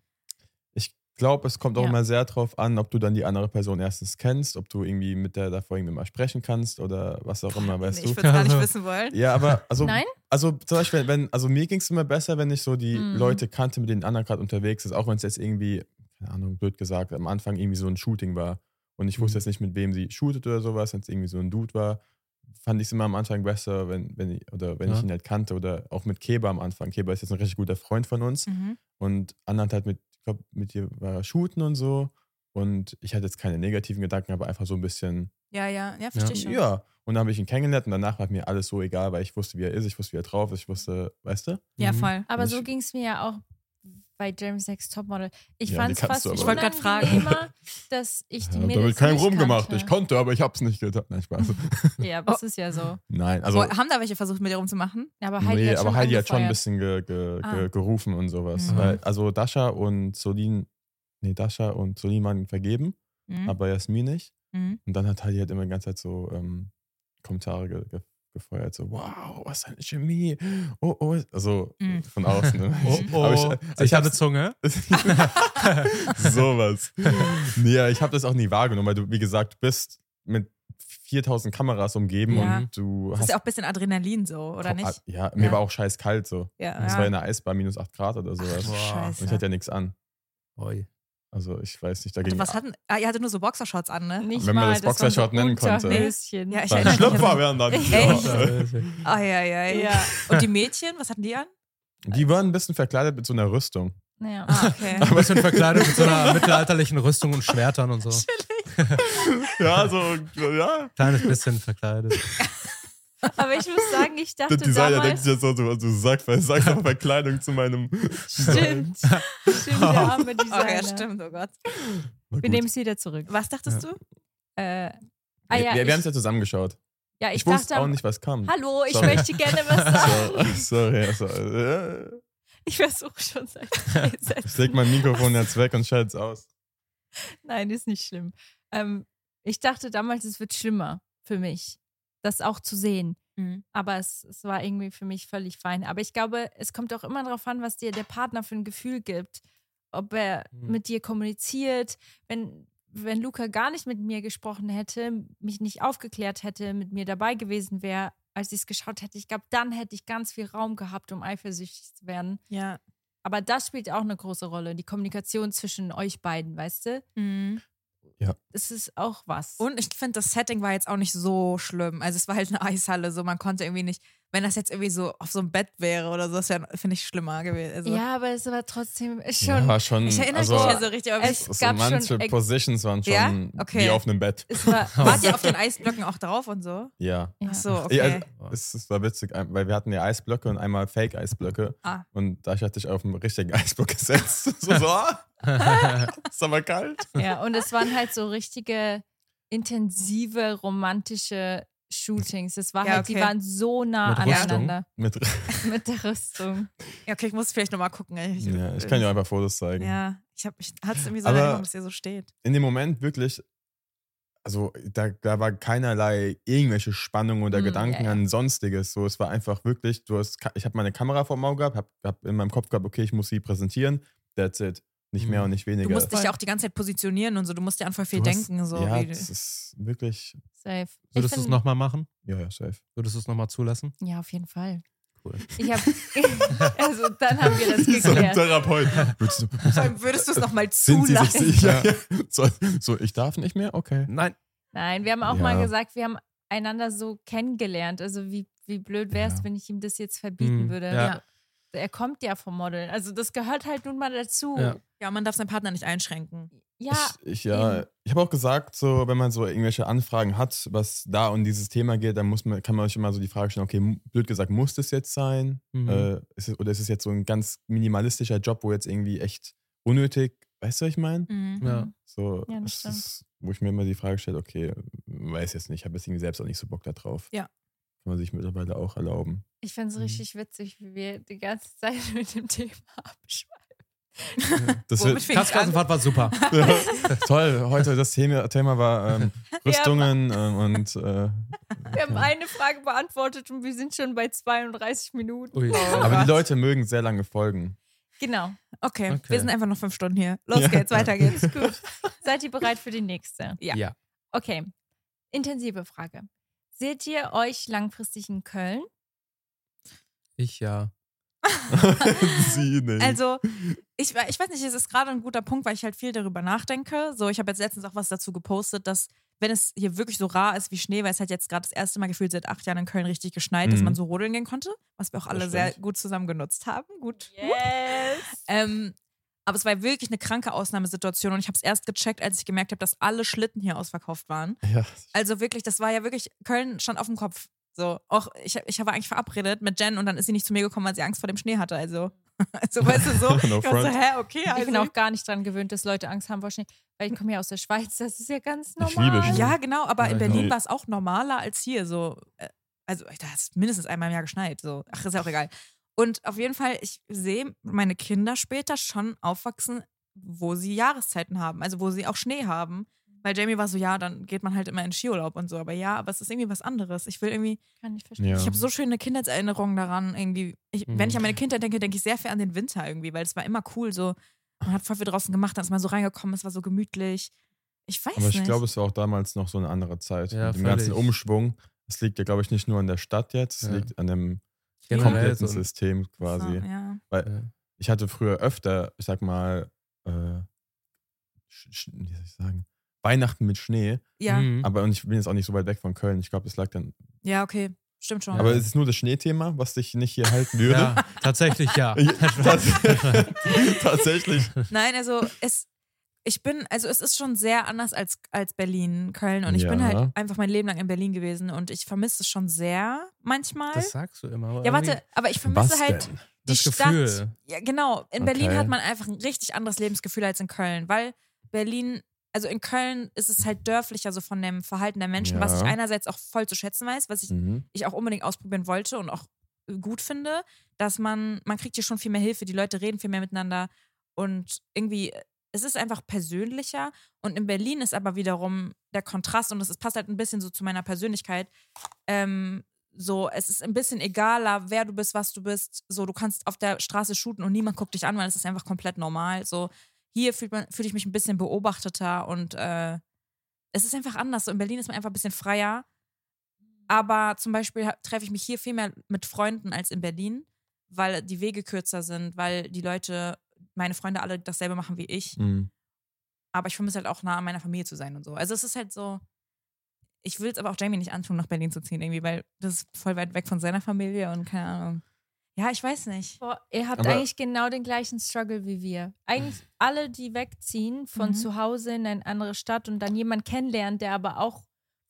Ich glaube, es kommt auch Ja. immer sehr drauf an, ob du dann die andere Person erstens kennst, ob du irgendwie mit der davor irgendwie mal sprechen kannst oder was auch immer, Nee, weißt Also ich du. würde es gar nicht wissen wollen. Ja, aber also, Nein? also zum Beispiel, wenn, also mir ging es immer besser, wenn ich so die Mhm. Leute kannte, mit denen anderen gerade unterwegs ist, auch wenn es jetzt irgendwie, keine Ahnung, blöd gesagt, am Anfang irgendwie so ein Shooting war und ich wusste Mhm. jetzt nicht, mit wem sie shootet oder sowas, wenn es irgendwie so ein Dude war, fand ich es immer am Anfang besser, wenn, wenn ich, oder wenn Ja. ich ihn halt kannte oder auch mit Keba am Anfang. Keba ist jetzt ein richtig guter Freund von uns Mhm. und Anna hat halt mit, ich glaube, mit ihr war shooten und so und ich hatte jetzt keine negativen Gedanken, aber einfach so ein bisschen Ja, ja, ja, verstehe schon. ja, und dann habe ich ihn kennengelernt und danach war mir alles so egal, weil ich wusste, wie er ist, ich wusste, wie er drauf ist, ich wusste, weißt du? Ja, Mhm. voll. Aber Und so ich- ging es mir ja auch bei James Next Topmodel. Ich Ja, die fand es kannst fast du aber Ich wollte gerade fragen. unangenehmer, dass ich die Mädels nicht kannte. konnte, aber ich habe es nicht getan. Nein, Spaß. Ja, aber es ist ja so. Nein, also, Boah, haben da welche versucht, mit ihr rumzumachen? Aber Heidi nee, hat schon aber Heidi hat schon ein bisschen angefeuert. ge, ge, Ah. ge, gerufen und sowas. Mhm. Weil, also Dasha und Solin, nee, Dasha und Solin waren vergeben, Mhm. aber Jasmin nicht. Mhm. Und dann hat Heidi halt immer die ganze Zeit so ähm, Kommentare ge, ge, abgefeuert. So, wow, was eine Chemie. Oh, oh. Also Mhm. von außen. Ne? Oh, oh, Aber ich, also habe hab's- Zunge. Sowas. Nee, ja, ich habe das auch nie wahrgenommen, weil du, wie gesagt, bist mit 4000 Kameras umgeben Ja. und du Das hast. ist ja auch ein bisschen Adrenalin so, oder nicht? Ja, mir Ja. war auch scheiß kalt so. Ja. Es war in der Eisbar minus 8 Grad oder sowas. Boah. und ich hatte ja nichts an. Oi. Also ich weiß nicht, dagegen. Warte, was hatten, ah, ihr hattet nur so Boxershorts an, ne? Nicht Wenn man mal, das waren so Boxershort nennen konnte. Unterhöschen. Ja, ich Dein erinnere mich. Schlüpfer wären dann. Echt? Ja. Ah, ja, ja, ja. Ja. Und die Mädchen, was hatten die an? Die waren ein bisschen verkleidet mit so einer Rüstung. Ja. Ah, okay. Ein bisschen verkleidet mit so einer mittelalterlichen Rüstung und Schwertern und so. Ja, so, ja. Kleines bisschen verkleidet. Aber ich muss sagen, ich dachte Der Designer denkt damals, sich jetzt so, du, du sagst, weil sagst auch Verkleidung zu meinem. stimmt, stimmt, der arme Designer. Okay, stimmt, oh Gott. Na Wir gut. nehmen es wieder zurück. Was dachtest du? Äh, ah, wir ja, wir haben es ich, ja zusammengeschaut. ja, ich, Ich, dachte, wusste auch am- nicht, was kam. hallo, ich Sorry. möchte gerne was sagen. So, sorry, also, äh, Ich versuche schon seit drei Sätzen. ich leg mein Mikrofon jetzt weg und schalte es aus. Nein, ist nicht schlimm. Ähm, ich dachte damals, es wird schlimmer für mich, das auch zu sehen. Mhm. Aber es, es war irgendwie für mich völlig fein. Aber ich glaube, es kommt auch immer darauf an, was dir der Partner für ein Gefühl gibt. Ob er Mhm. mit dir kommuniziert. Wenn, wenn Luca gar nicht mit mir gesprochen hätte, mich nicht aufgeklärt hätte, mit mir dabei gewesen wäre, als ich es geschaut hätte, ich glaube, dann hätte ich ganz viel Raum gehabt, um eifersüchtig zu werden. Ja. Aber das spielt auch eine große Rolle, die Kommunikation zwischen euch beiden, weißt du? Mhm. es ist auch was. Und ich finde, das Setting war jetzt auch nicht so schlimm. Also es war halt eine Eishalle, so man konnte irgendwie nicht, wenn das jetzt irgendwie so auf so einem Bett wäre oder so, das wäre, finde ich, schlimmer gewesen. Also, ja, aber es war trotzdem schon. Ja, war schon. Ich erinnere also, mich ja so richtig, aber Es- ich- so gab schon manche ex- Positions waren schon Ja? Okay. wie auf einem Bett. Es war. wart ihr auf den Eisblöcken auch drauf und so? Ja. Ja. Ach so, okay. Ja, also, es, es war witzig, ein- weil wir hatten ja Eisblöcke und einmal Fake-Eisblöcke. Ah. Und da hatte ich auf einen richtigen Eisblock gesetzt. so, so, ah, ist aber kalt. ja, und es waren halt so richtige intensive romantische Shootings. Es war Ja, halt, die okay. waren so nah Mit Rüstung? aneinander Mit, mit der Rüstung. Ja, okay, ich muss vielleicht nochmal gucken. ey. Ich, ja, ich kann dir einfach Fotos zeigen. Ja, ich habe, ich hatte es irgendwie so Aber- in Erinnerung, dass ihr so steht. In dem Moment wirklich, also da, da war keinerlei irgendwelche Spannung oder Mm, Gedanken ja, ja. an sonstiges. So, es war einfach wirklich, du hast, ka- ich habe meine Kamera vor dem Auge gehabt, habe hab in meinem Kopf gehabt, okay, ich muss sie präsentieren. That's it. Nicht mehr Mm. und nicht weniger. Du musst dich ja auch die ganze Zeit positionieren und so, du musst ja an voll viel Du hast- denken. So, ja, wie, das ist wirklich, Safe. Ich Würdest du es find- nochmal machen? ja, ja, safe. Würdest du es nochmal zulassen? Ja, auf jeden Fall. Cool. Ich habe. also dann haben wir das So ein geklärt. Therapeut. Würdest du, vor allem würdest du es nochmal Sind sie sich zulassen? sicher? So, so, ich darf nicht mehr? Okay. Nein. Nein, wir haben auch Ja. mal gesagt, wir haben einander so kennengelernt. Also wie, wie blöd wäre es, Ja. wenn ich ihm das jetzt verbieten Mhm, würde. ja. Ja. Er kommt ja vom Modeln. Also das gehört halt nun mal dazu. Ja. Ja, man darf seinen Partner nicht einschränken. Ja, Ich, ich, ja, ich habe auch gesagt, so, wenn man so irgendwelche Anfragen hat, was da um dieses Thema geht, dann muss man, kann man sich immer so die Frage stellen, okay, mu- blöd gesagt, muss das jetzt sein? Mhm. Äh, ist es, oder ist es jetzt so ein ganz minimalistischer Job, wo jetzt irgendwie echt unnötig, weißt du, was ich meine? Mhm. Ja. Hm. So, Hm. Ja, es das ist, wo ich mir immer die Frage stelle, okay, weiß jetzt nicht, ich habe jetzt irgendwie selbst auch nicht so Bock da drauf. Ja. Kann man sich mittlerweile auch erlauben. ich finde es Mhm. richtig witzig, wie wir die ganze Zeit mit dem Thema abschweifen. Das Womit wird- fängst du an? Kassenfahrt war super. Ja, Toll, heute das Thema, Thema war ähm, Rüstungen ähm, und äh, Wir haben eine Frage beantwortet und wir sind schon bei 32 Minuten. Oh. Ui. aber die Leute mögen sehr lange Folgen. Genau. Okay, Okay. wir sind einfach noch fünf Stunden hier. Los Ja. geht's, weiter geht's. Gut. Seid ihr bereit für die nächste? Ja. Ja. Okay. Intensive Frage. Seht ihr euch langfristig in Köln? Ich ja. Sie nicht. Also, ich, we- ich weiß nicht, es ist gerade ein guter Punkt, weil ich halt viel darüber nachdenke. So, ich habe jetzt letztens auch was dazu gepostet, dass wenn es hier wirklich so rar ist wie Schnee, weil es halt jetzt gerade das erste Mal gefühlt seit acht Jahren in Köln richtig geschneit, dass Mhm. man so rodeln gehen konnte, was wir auch alle stimmt. sehr gut zusammen genutzt haben. Gut. Yes. Ähm, aber es war wirklich eine kranke Ausnahmesituation und ich habe es erst gecheckt, als ich gemerkt habe, dass alle Schlitten hier ausverkauft waren. ja. Also wirklich, das war ja wirklich, Köln stand auf dem Kopf. So, auch ich, ich war eigentlich verabredet mit Jen und dann ist sie nicht zu mir gekommen, weil sie Angst vor dem Schnee hatte. Also, also weißt du so, No ich war so, front. hä, okay, Ich also. bin auch gar nicht dran gewöhnt, dass Leute Angst haben vor Schnee, weil ich komme ja aus der Schweiz. Das ist ja ganz normal. liebe Schnee. Ja, genau, aber Ja, in genau. Berlin war es auch normaler als hier. So, Äh, also da ist mindestens einmal im Jahr geschneit. So, ach, ist ja auch egal. Und auf jeden Fall, ich sehe meine Kinder später schon aufwachsen, wo sie Jahreszeiten haben, also wo sie auch Schnee haben. Weil Jamie war so, ja, dann geht man halt immer in Skiurlaub und so. Aber ja, aber es ist irgendwie was anderes. Ich will irgendwie, Kann ich verstehen. Ja. ich habe so schöne Kindheitserinnerungen daran. Irgendwie, ich, wenn ich Mhm. an meine Kindheit denke, denke ich sehr viel an den Winter irgendwie, weil es war immer cool. So, man hat voll viel draußen gemacht, dann ist man so reingekommen, es war so gemütlich. Ich weiß Aber ich nicht. glaube, es war auch damals noch so eine andere Zeit. Ja, mit dem ganzen völlig. Umschwung. Es liegt ja, glaube ich, nicht nur an der Stadt jetzt, es Ja. liegt an dem Generell kompletten so ein- äh, System quasi. So, ja. äh, Ja. Ich hatte früher öfter, ich sag mal, äh, Sch- Sch- wie soll ich sagen, Weihnachten mit Schnee, Ja. Mhm. aber und ich bin jetzt auch nicht so weit weg von Köln. Ich glaube, es lag dann. ja, okay. Stimmt schon. Aber es ist nur das Schneethema, was dich nicht hier halten würde. ja, tatsächlich ja. Ich- tats- Tatsächlich. Nein, also es, ich bin, also es ist schon sehr anders als, als Berlin, Köln. Und ich bin Ja. halt einfach mein Leben lang in Berlin gewesen und ich vermisse es schon sehr manchmal. Das sagst du immer. aber ja, irgendwie warte, aber ich vermisse halt denn? die das Stadt. Gefühl. Ja, genau. In Berlin Okay. hat man einfach ein richtig anderes Lebensgefühl als in Köln, weil Berlin, also in Köln ist es halt dörflicher so von dem Verhalten der Menschen, was Ja. ich einerseits auch voll zu schätzen weiß, was ich Mhm. ich auch unbedingt ausprobieren wollte und auch äh, gut finde, dass man, man kriegt hier schon viel mehr Hilfe, die Leute reden viel mehr miteinander und irgendwie, es ist einfach persönlicher und in Berlin ist aber wiederum der Kontrast und es ist- passt halt ein bisschen so zu meiner Persönlichkeit, ähm, so, es ist ein bisschen egaler, wer du bist, was du bist, so, du kannst auf der Straße shooten und niemand guckt dich an, weil es ist einfach komplett normal, so, hier fühlt man, fühle ich mich ein bisschen beobachteter und äh, es ist einfach anders. So in Berlin ist man einfach ein bisschen freier. Aber zum Beispiel ha- treffe ich mich hier viel mehr mit Freunden als in Berlin, weil die Wege kürzer sind, weil die Leute, meine Freunde alle dasselbe machen wie ich. Mhm. Aber ich vermisse halt auch nah an meiner Familie zu sein und so. Also es ist halt so, ich will es aber auch Jamie nicht antun, nach Berlin zu ziehen irgendwie, weil das ist voll weit weg von seiner Familie und keine Ahnung. Ja, ich weiß nicht. Boah, ihr habt Aber- eigentlich genau den gleichen Struggle wie wir. Eigentlich alle, die wegziehen von Mhm. zu Hause in eine andere Stadt und dann jemanden kennenlernen, der aber auch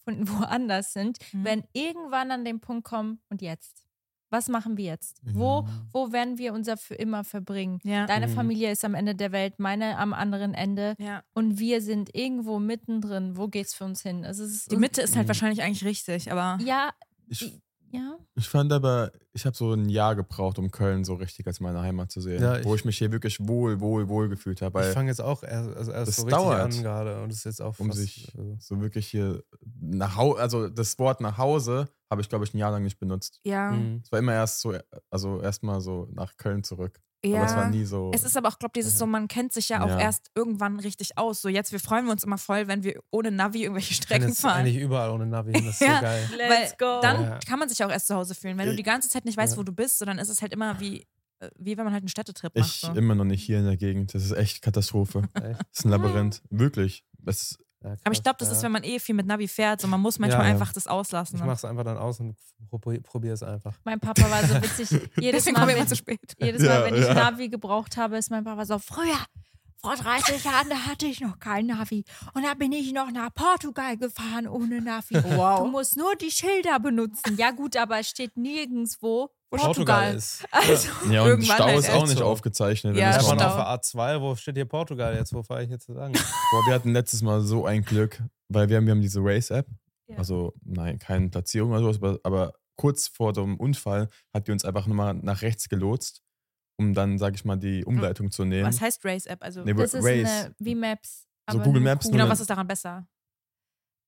von woanders sind, Mhm. werden irgendwann an den Punkt kommen und jetzt. Was machen wir jetzt? Wo, Ja. wo werden wir unser für immer verbringen? Ja. Deine Mhm. Familie ist am Ende der Welt, meine am anderen Ende ja. und wir sind irgendwo mittendrin. Wo geht's für uns hin? Es ist Die Mitte ist halt Mhm. wahrscheinlich eigentlich richtig, aber Ja, Ich, Hm. ja. Ich fand aber, ich habe so ein Jahr gebraucht, um Köln so richtig als meine Heimat zu sehen. Ja, ich- wo ich mich hier wirklich wohl, wohl, wohl gefühlt habe. ich Weil fange jetzt auch erst, also erst Das so richtig dauert. an gerade und das ist jetzt auch Um fast, sich- also, so wirklich hier nach Hause, also das Wort nach Hause habe ich, glaube ich, ein Jahr lang nicht benutzt. ja. mhm. Es war immer erst so, also erstmal so nach Köln zurück. ja. Aber es war nie so. Es ist aber auch, glaube dieses so, man kennt sich ja auch Ja. erst irgendwann richtig aus. So jetzt, wir freuen wir uns immer voll, wenn wir ohne Navi irgendwelche kann Strecken jetzt fahren. eigentlich überall ohne Navi hin, das ist Ja. so geil. Weil go. dann Ja. kann man sich auch erst zu Hause fühlen. Wenn du Ich- die ganze Zeit nicht weißt, Ja. wo du bist, so, dann ist es halt immer wie, äh, wie wenn man halt einen Städtetrip macht. ich So. immer noch nicht hier in der Gegend. Das ist echt Katastrophe. Echt? Das ist ein Labyrinth. Wirklich. Das, Ja, Aber ich krass, glaube, das ja. ist, wenn man eh viel mit Navi fährt, so man muss manchmal äh, Ja. einfach das auslassen. ne? Ich dann. mach's einfach dann aus und probier, probier es einfach. Mein Papa war so witzig. Jedes Deswegen Mal, kommen wir wenn, immer zu spät. Jedes Mal, Ja, wenn ich ja. Navi gebraucht habe, ist mein Papa so, früher, vor 30 Jahren, da hatte ich noch kein Navi. Und da bin ich noch nach Portugal gefahren ohne Navi. Wow. Du musst nur die Schilder benutzen. Ja gut, aber es steht nirgendwo Portugal Portugal. ist. Also, ja, und Irgendwann Stau halt ist echt auch nicht so. aufgezeichnet. wenn Ja, du Da es war mal- man Stau. auf der A2, wo steht hier Portugal jetzt? Wo fahre ich jetzt lang? Boah, wir hatten letztes Mal so ein Glück, weil wir haben, wir haben diese Race-App. Ja. Also, nein, keine Platzierung oder sowas, aber, aber kurz vor dem Unfall hat die uns einfach nochmal nach rechts gelotst, um dann, sag ich mal, die Umleitung zu nehmen. Was heißt Race App? Also, Nee, Ra- Hm. das ist Race. eine, wie Maps. So aber Google nur Maps, cool. nur genau, eine- was ist daran besser?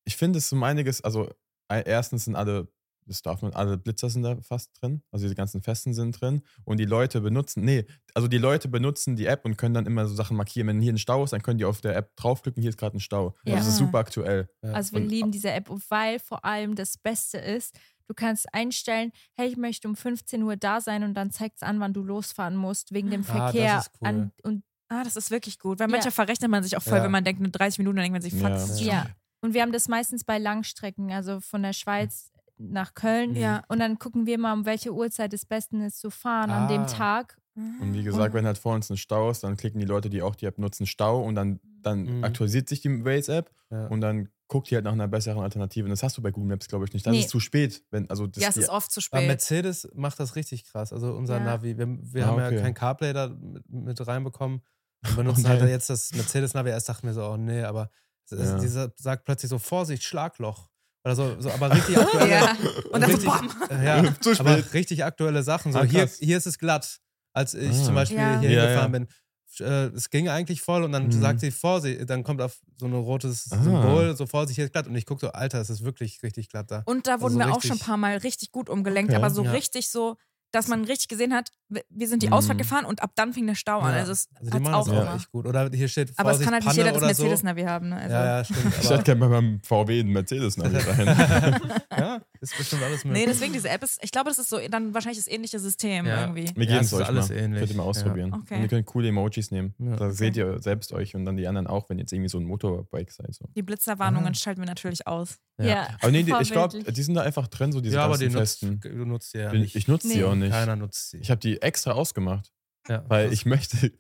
Ich finde es um einiges, also e- erstens sind alle, das darf man, alle Blitzer sind da fast drin, also diese ganzen Festen sind drin und die Leute benutzen, nee, also die Leute benutzen die App und können dann immer so Sachen markieren. Wenn hier ein Stau ist, dann können die auf der App draufklicken, hier ist gerade ein Stau. Ja. Also das ist super aktuell. Also wir Und- lieben diese App, weil vor allem das Beste ist, du kannst einstellen, hey, ich möchte um 15 Uhr da sein und dann zeigt es an, wann du losfahren musst, wegen dem Ah, das Verkehr. ist cool. an, und Ah, das ist wirklich gut. Weil Ja. manchmal verrechnet man sich auch voll, Ja. wenn man denkt, nur 30 Minuten, dann denkt man sich, fuck, Ja. das ist schon- Ja. Und wir haben das meistens bei Langstrecken, also von der Schweiz nach Köln. Ja. Und dann gucken wir mal, um welche Uhrzeit es besten ist zu fahren an dem Ah. Tag. Und wie gesagt, wenn halt vor uns ein Stau ist, dann klicken die Leute, die auch die App nutzen, Stau und dann, dann Mhm. aktualisiert sich die Waze-App Ja. und dann guckt die halt nach einer besseren Alternative. Und das hast du bei Google Maps, glaube ich, nicht. Dann Nee. ist es zu spät. Wenn, also das ja, es die- ist oft zu Aber spät. Mercedes macht das richtig krass. Also unser Ja. Navi, wir, wir Ah, haben okay. ja kein CarPlay da mit, mit reinbekommen. Wir benutzen halt nein. jetzt das Mercedes-Navi. Erst dachten wir so, oh nee, aber es- Ja. dieser sagt plötzlich so, Vorsicht, Schlagloch. Oder so, so aber richtig aktuelle, Ja. Und dann so, richtig, bam. äh, ja, Zu spät. aber richtig aktuelle Sachen. So, Ah, hier, krass. hier ist es glatt. Als ich Ah. zum Beispiel Ja. hier Ja, hingefahren bin, äh, es ging eigentlich voll und dann Mhm. sagt sie vor sie, dann kommt auf so ein rotes Ah. Symbol, so vor sich hier ist glatt und ich gucke so, Alter, es ist wirklich richtig glatt da. Und da wurden Also wir auch richtig- schon ein paar Mal richtig gut umgelenkt, Okay. aber so Ja. richtig so, dass man richtig gesehen hat, wir- wir sind die Mhm. Ausfahrt gefahren und ab dann fing der Stau an. Ja. Also es Also die hat's machen auch das immer. auch echt gut. Oder hier steht Aber es Vorsicht, kann halt nicht Panne jeder das oder so. Mercedes-Navi haben. Ne? Also, Ja, ja, stimmt. Ich Aber, hätte gerne mal beim VW einen Mercedes Navi rein. ja, ist bestimmt alles möglich. Nee, deswegen diese App ist, ich glaube, das ist so dann wahrscheinlich das ähnliche System Ja. irgendwie. Wir Ja, geben es es ist euch alles mal. ähnlich. Könnt ihr mal Ja. ausprobieren. Okay. Und ihr könnt coole Emojis nehmen. Ja. Da seht ihr selbst euch und dann die anderen auch, wenn ihr jetzt irgendwie so ein Motorbike seid. So. Die Blitzerwarnungen Ah. schalten wir natürlich aus. Ja. Aber nee, die, ich glaube, vorbildlich. die sind da einfach drin, so diese ja, aber ganzen die nutzt, Festen. du nutzt die ja Bin- nicht. ich nutze die Nee. auch nicht. Keiner nutzt sie. Ich habe die extra ausgemacht, ja, weil krass. ich möchte.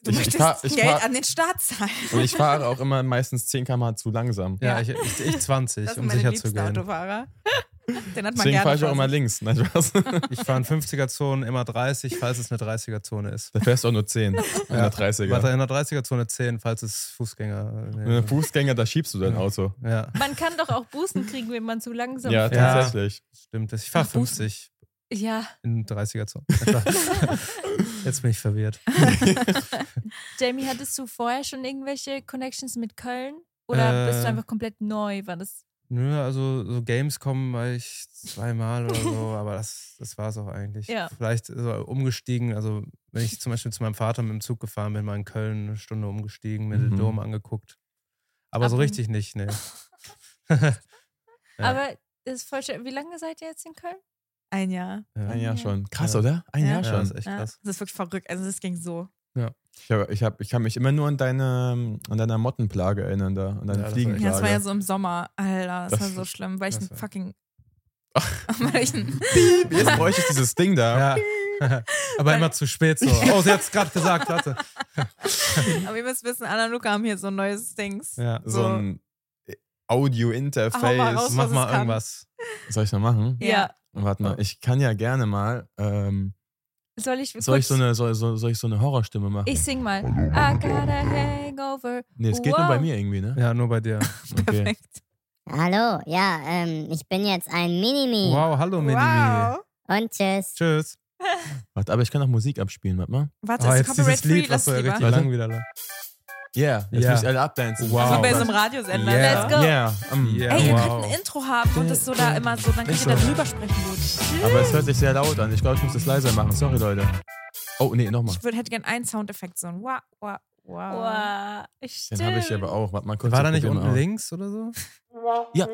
Du ich, ich möchtest fahr, ich Geld fahr, an den Staat zahlen. Und ich fahre auch immer meistens 10 km zu langsam. Ja, ich, ich, ich 20, Das sind um meine sicher zu liebsten gehen. Autofahrer. Den Deswegen hat man fahre gerne. ich auch vor immer sich. links. ne? Nein, Spaß. Ich fahre in 50er-Zonen immer 30, falls es eine 30er-Zone ist. Da fährst du auch nur 10 in der 30er. Warte, in der 30er-Zone 10, falls es Fußgänger. Und der Fußgänger, da schiebst du dein Auto. Ja, Man kann doch auch Bußen kriegen, wenn man zu langsam Ja, fährt. Ja. tatsächlich. stimmt. Ich fahre Ach, Bußen. 50 Ja, in 30er-Zonen. Jetzt bin ich verwirrt. Jamie, hattest du vorher schon irgendwelche Connections mit Köln? Oder bist du Äh. einfach komplett neu? War das Nö, also so Gamescom war ich zweimal oder so, aber das, das war es auch eigentlich. Ja. Vielleicht so umgestiegen, also wenn ich zum Beispiel zu meinem Vater mit dem Zug gefahren bin, mal in Köln eine Stunde umgestiegen, mir Mhm. den Dom angeguckt. Aber so Aber- richtig nicht, ne. Ja. Aber das ist voll schön. Wie lange seid ihr jetzt in Köln? Ein Jahr. Ein Jahr schon. Krass, Ja. oder? Ein Ja. Jahr Ja, das schon. ist echt Ja, krass. das ist wirklich verrückt. Also das ging so. Ich, hab, ich, hab, ich kann mich immer nur an deine, an deiner Mottenplage erinnern, da, an deine Ja, das war- Fliegenplage. Ja, das war ja so im Sommer. Alter, das, Das- war so schlimm, weil ich das ein war- fucking. weil ich ein Jetzt bräuchte ich dieses Ding da. Ja. aber immer zu spät so. Oh, sie hat es gerade gesagt, warte. Aber ihr müsst wissen, Anna und Luca haben hier so ein neues Dings. Ja. So ein Hau mal raus. Audio-Interface. Mach was mal es kann. irgendwas. Soll ich noch machen? Ja. Warte mal, ich kann ja gerne mal. Ähm, Soll ich soll, ich kurz- so eine, soll, soll, soll ich so eine Horrorstimme machen? Ich sing mal. I got a hangover. nee, es geht nur Wow. bei mir irgendwie, ne? Ja, nur bei dir. Okay. Perfekt. Hallo, ja, ähm, ich bin jetzt ein Minimi. Wow, hallo Mini. Wow. Und tschüss. Tschüss. Warte, aber ich kann auch Musik abspielen, warte mal. Warte, Ah, ist jetzt dieses Copyright Free, Lied, was lass so es lieber. richtig Warte. lang wieder läuft. Yeah, jetzt Ja. müssen alle abdancen. Wow. Wie Also bei so Wow. einem Radiosender. Yeah. Let's go. Yeah, mm. Yeah. Ey, ihr Wow. könnt ein Intro haben und das so da immer so, dann könnt ihr da drüber sprechen gut. Aber es hört sich sehr laut an. Ich glaube, ich muss das leiser machen. Sorry, Leute. Oh, nee, nochmal. Ich würd, hätte gern einen Soundeffekt, so ein wow, wow, wow. Ah. Wow. Den habe ich hier aber auch. Warte mal kurz. War ich da nicht probier mal unten aus. links oder so? Ja.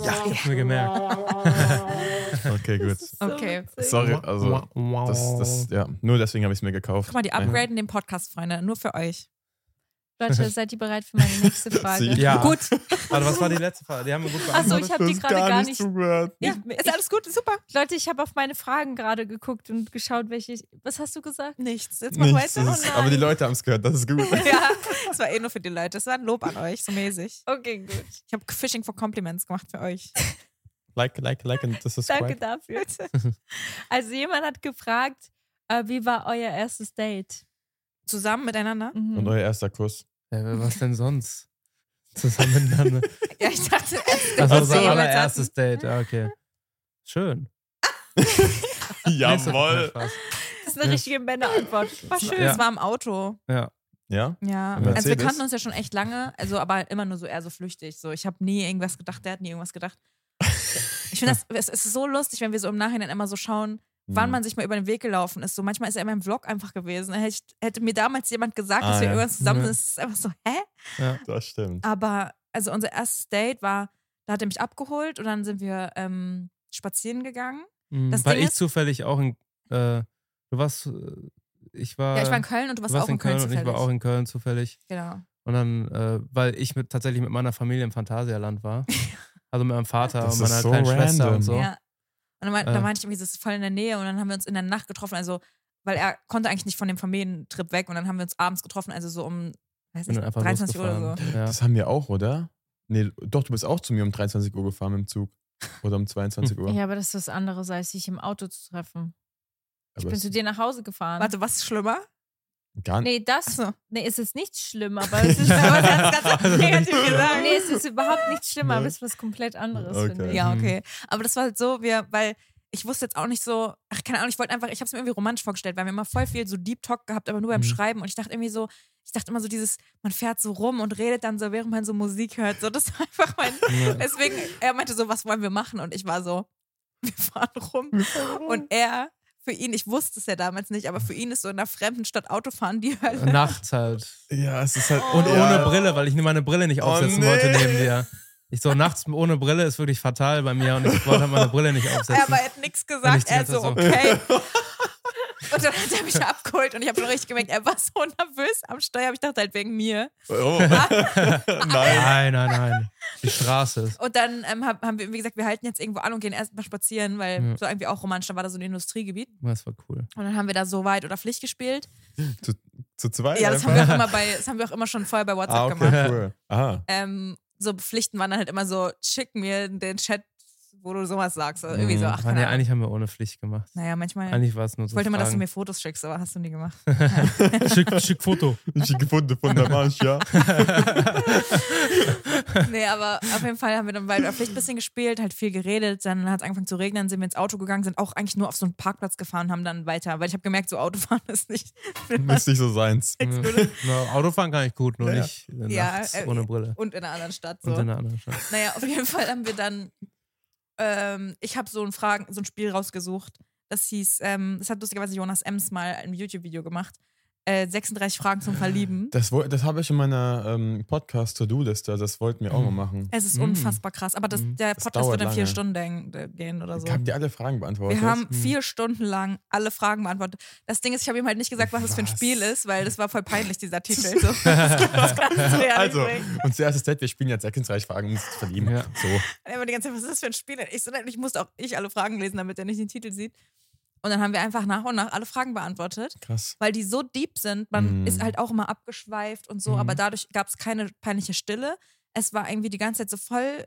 Ja, ich hab mir gemerkt. Okay, gut. Okay. Sorry, also das, das, ja, nur deswegen habe ich es mir gekauft. Guck mal, die upgraden den Podcast, Freunde. Nur für euch. Leute, seid ihr bereit für meine nächste Frage? Sie- Ja. Gut. Warte, was war die letzte Frage? Die haben wir gut Ach so, beantwortet. ich habe die gerade gar nicht. zugehört. Ja, ist alles gut, super. Leute, ich habe auf meine Fragen gerade geguckt und geschaut, welche. Ich, was hast du gesagt? Nichts. Jetzt mach Nichts, weiter. das ist, aber die Leute haben es gehört, das ist gut. ja, das war eh nur für die Leute. Das war ein Lob an euch, so mäßig. Okay, gut. Ich habe Fishing for Compliments gemacht für euch. Like, like, like and das ist Danke quite. dafür. Also jemand hat gefragt, äh, wie war euer erstes Date? Zusammen miteinander? Mhm. Und euer erster Kuss. Ja, was denn sonst? Zusammen miteinander. Ja, ich dachte, erst Das war was wir unser jetzt allererstes Date. Ja, okay. Schön. Nächste Frage. das ist eine Ja. richtige Männerantwort. war schön. Ja. Es war im Auto. Ja? Ja. Im Also wir Mercedes? kannten uns ja schon echt lange, also aber immer nur so eher so flüchtig. So, ich habe nie irgendwas gedacht, der hat nie irgendwas gedacht. Ich finde das, es ist so lustig, wenn wir so im Nachhinein immer so schauen, Hm. Mhm. wann man sich mal über den Weg gelaufen ist. So manchmal ist er immer im Vlog einfach gewesen. Hätte, ich, hätte mir damals jemand gesagt, Ah, dass wir ja. irgendwann zusammen sind, Ja. Mhm. ist es einfach so, hä? Ja. Das stimmt. Aber also unser erstes Date war, da hat er mich abgeholt und dann sind wir ähm, spazieren gegangen. Mhm. Das War Ding ich ist- zufällig auch in. Äh, du warst. äh, Ich war. Ja, ich war in Köln und du du warst Äh, warst auch in Köln, und ich war auch in Köln zufällig. Genau. Und dann, äh, weil ich mit, tatsächlich mit meiner Familie im Phantasialand war. Also mit meinem Vater Das und ist meiner so kleinen Schwester random. und so. Ja. Und dann, mein, Äh. dann meinte ich irgendwie, das ist voll in der Nähe und dann haben wir uns in der Nacht getroffen, also weil er konnte eigentlich nicht von dem Familientrip weg und dann haben wir uns abends getroffen, also so um weiß nicht, Bin dann einfach 23 Uhr oder so. losgefahren. Ja. Das haben wir auch, oder? Nee, doch, du bist auch zu mir um 23 Uhr gefahren im Zug. Oder um 22 Uhr. Ja, aber das ist was anderes, als sich im Auto zu treffen. Ich Aber bin es- zu dir nach Hause gefahren. Warte, was ist schlimmer? Gar nicht. Nee, das Achso. nee, es ist nicht schlimm, aber es ist, Aber du hast ganz negativ gesagt. nee, es ist überhaupt nicht schlimm, aber Nee. es ist was komplett anderes, Okay. finde ich. Ja, Mhm. okay. Aber das war halt so, wir, weil ich wusste jetzt auch nicht so, ach, keine Ahnung, ich wollte einfach, ich habe es mir irgendwie romantisch vorgestellt, weil wir immer voll viel so Deep Talk gehabt, aber nur beim Mhm. Schreiben. Und ich dachte irgendwie so, ich dachte immer so dieses, man fährt so rum und redet dann so, während man so Musik hört. So, das war einfach mein, deswegen, er meinte so, was wollen wir machen? Und ich war so, wir fahren rum. Und er, für ihn, ich wusste es ja damals nicht, aber für ihn ist so in einer fremden Stadt Autofahren die Hölle. Nachts halt. Ja, es ist halt. Oh. Und ja, ohne Brille, weil ich meine Brille nicht Oh, aufsetzen nee. wollte neben dir. Ich so, nachts ohne Brille ist wirklich fatal bei mir und ich wollte halt meine Brille nicht Er aufsetzen. aber er hat nichts Und ich gesagt, die er ganze so, Zeit okay. Und dann hat er mich abgeholt und ich habe schon richtig gemerkt, er war so nervös am Steuer, aber ich dachte halt wegen mir. Oh. Nein. Nein, nein, nein. Die Straße ist. Und dann ähm, hab, haben wir irgendwie gesagt, wir halten jetzt irgendwo an und gehen erstmal spazieren, weil Ja. so irgendwie auch romantisch, da war da so ein Industriegebiet. Das war cool. Und dann haben wir da so weit oder Pflicht gespielt. Zu zweit? Ja, das einfach? haben wir auch immer bei, das haben wir auch immer schon vorher bei WhatsApp Ah, gemacht. okay, cool. Ah, Aha. Ähm, so Pflichten waren dann halt immer so, schick mir den Chat, wo du sowas sagst. Oder irgendwie Mhm. so, ach, Ah, keine nee, Ahnung. eigentlich haben wir ohne Pflicht gemacht. Naja, manchmal. Eigentlich war es nur so. ich wollte immer, dass du Fragen. mir Fotos schickst, aber hast du nie gemacht. schick, schick Foto. Ich gefunden von der Marsch, ja. nee, aber auf jeden Fall haben wir dann bei der Pflicht ein bisschen gespielt, halt viel geredet. Dann hat es angefangen zu regnen, dann sind wir ins Auto gegangen, sind auch eigentlich nur auf so einen Parkplatz gefahren und haben dann weiter. Weil ich habe gemerkt, so Autofahren ist nicht Müsste nicht so seins. Na, Autofahren kann ich gut, nur Ja. nicht Ja, nachts äh, ohne Brille. und in einer anderen Stadt. So. Und in einer anderen Stadt. Naja, auf jeden Fall haben wir dann, ähm, ich habe so ein Fragen, so ein Spiel rausgesucht. Das hieß, ähm, das hat lustigerweise Jonas Ems mal ein YouTube-Video gemacht. Äh, 36 Fragen zum Verlieben. Das, woll- das habe ich in meiner ähm, Podcast-To-Do-Liste. Also Das wollten wir auch mal machen. Es ist Mm. unfassbar krass, aber das, Mm. der hm. Das Podcast dauert wird dann vier lange. Stunden denk- gehen oder so. Ich habe dir alle Fragen beantwortet. Also. Mhm. Wir haben Hm. vier Stunden lang alle Fragen beantwortet. Das Ding ist, ich habe ihm halt nicht gesagt, was es für ein Was? Spiel ist, weil das war voll peinlich, dieser Titel. So, das kannst du ja also, nicht bringen. unser erstes Date, wir spielen jetzt 36 Fragen, um uns zu verlieben. Ja. So. Und er war die ganze Zeit, was ist das für ein Spiel? denn? Ich, so, nein, ich musste auch ich alle Fragen lesen, damit er nicht den Titel sieht. Und dann haben wir einfach nach und nach alle Fragen beantwortet, Krass. weil die so deep sind. Man Mhm. ist halt auch immer abgeschweift und so, Hm. Mhm. aber dadurch gab es keine peinliche Stille. Es war irgendwie die ganze Zeit so voll,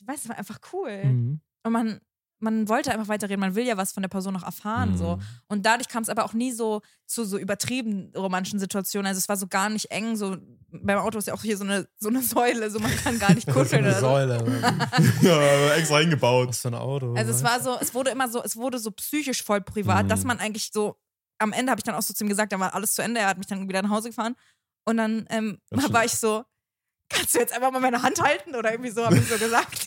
ich weiß, es war einfach cool. Hm. Mhm. Und man, man wollte einfach weiterreden. Man will ja was von der Person noch erfahren. Mhm. So. Und dadurch kam es aber auch nie so zu so übertrieben romantischen Situationen. Also es war so gar nicht eng. So beim Auto ist ja auch hier so eine, so eine Säule, so man kann gar nicht Das ist kuscheln. eine oder so. Säule. oder? ja, extra Was eingebaut. für ein Auto. Also es weißt war so, es wurde immer so, es wurde so psychisch voll privat, Mhm. dass man eigentlich so, am Ende habe ich dann auch so zu ihm gesagt, dann war alles zu Ende, er hat mich dann wieder nach Hause gefahren. Und dann ähm, Das war ich so, kannst du jetzt einfach mal meine Hand halten? Oder irgendwie so, habe ich so gesagt.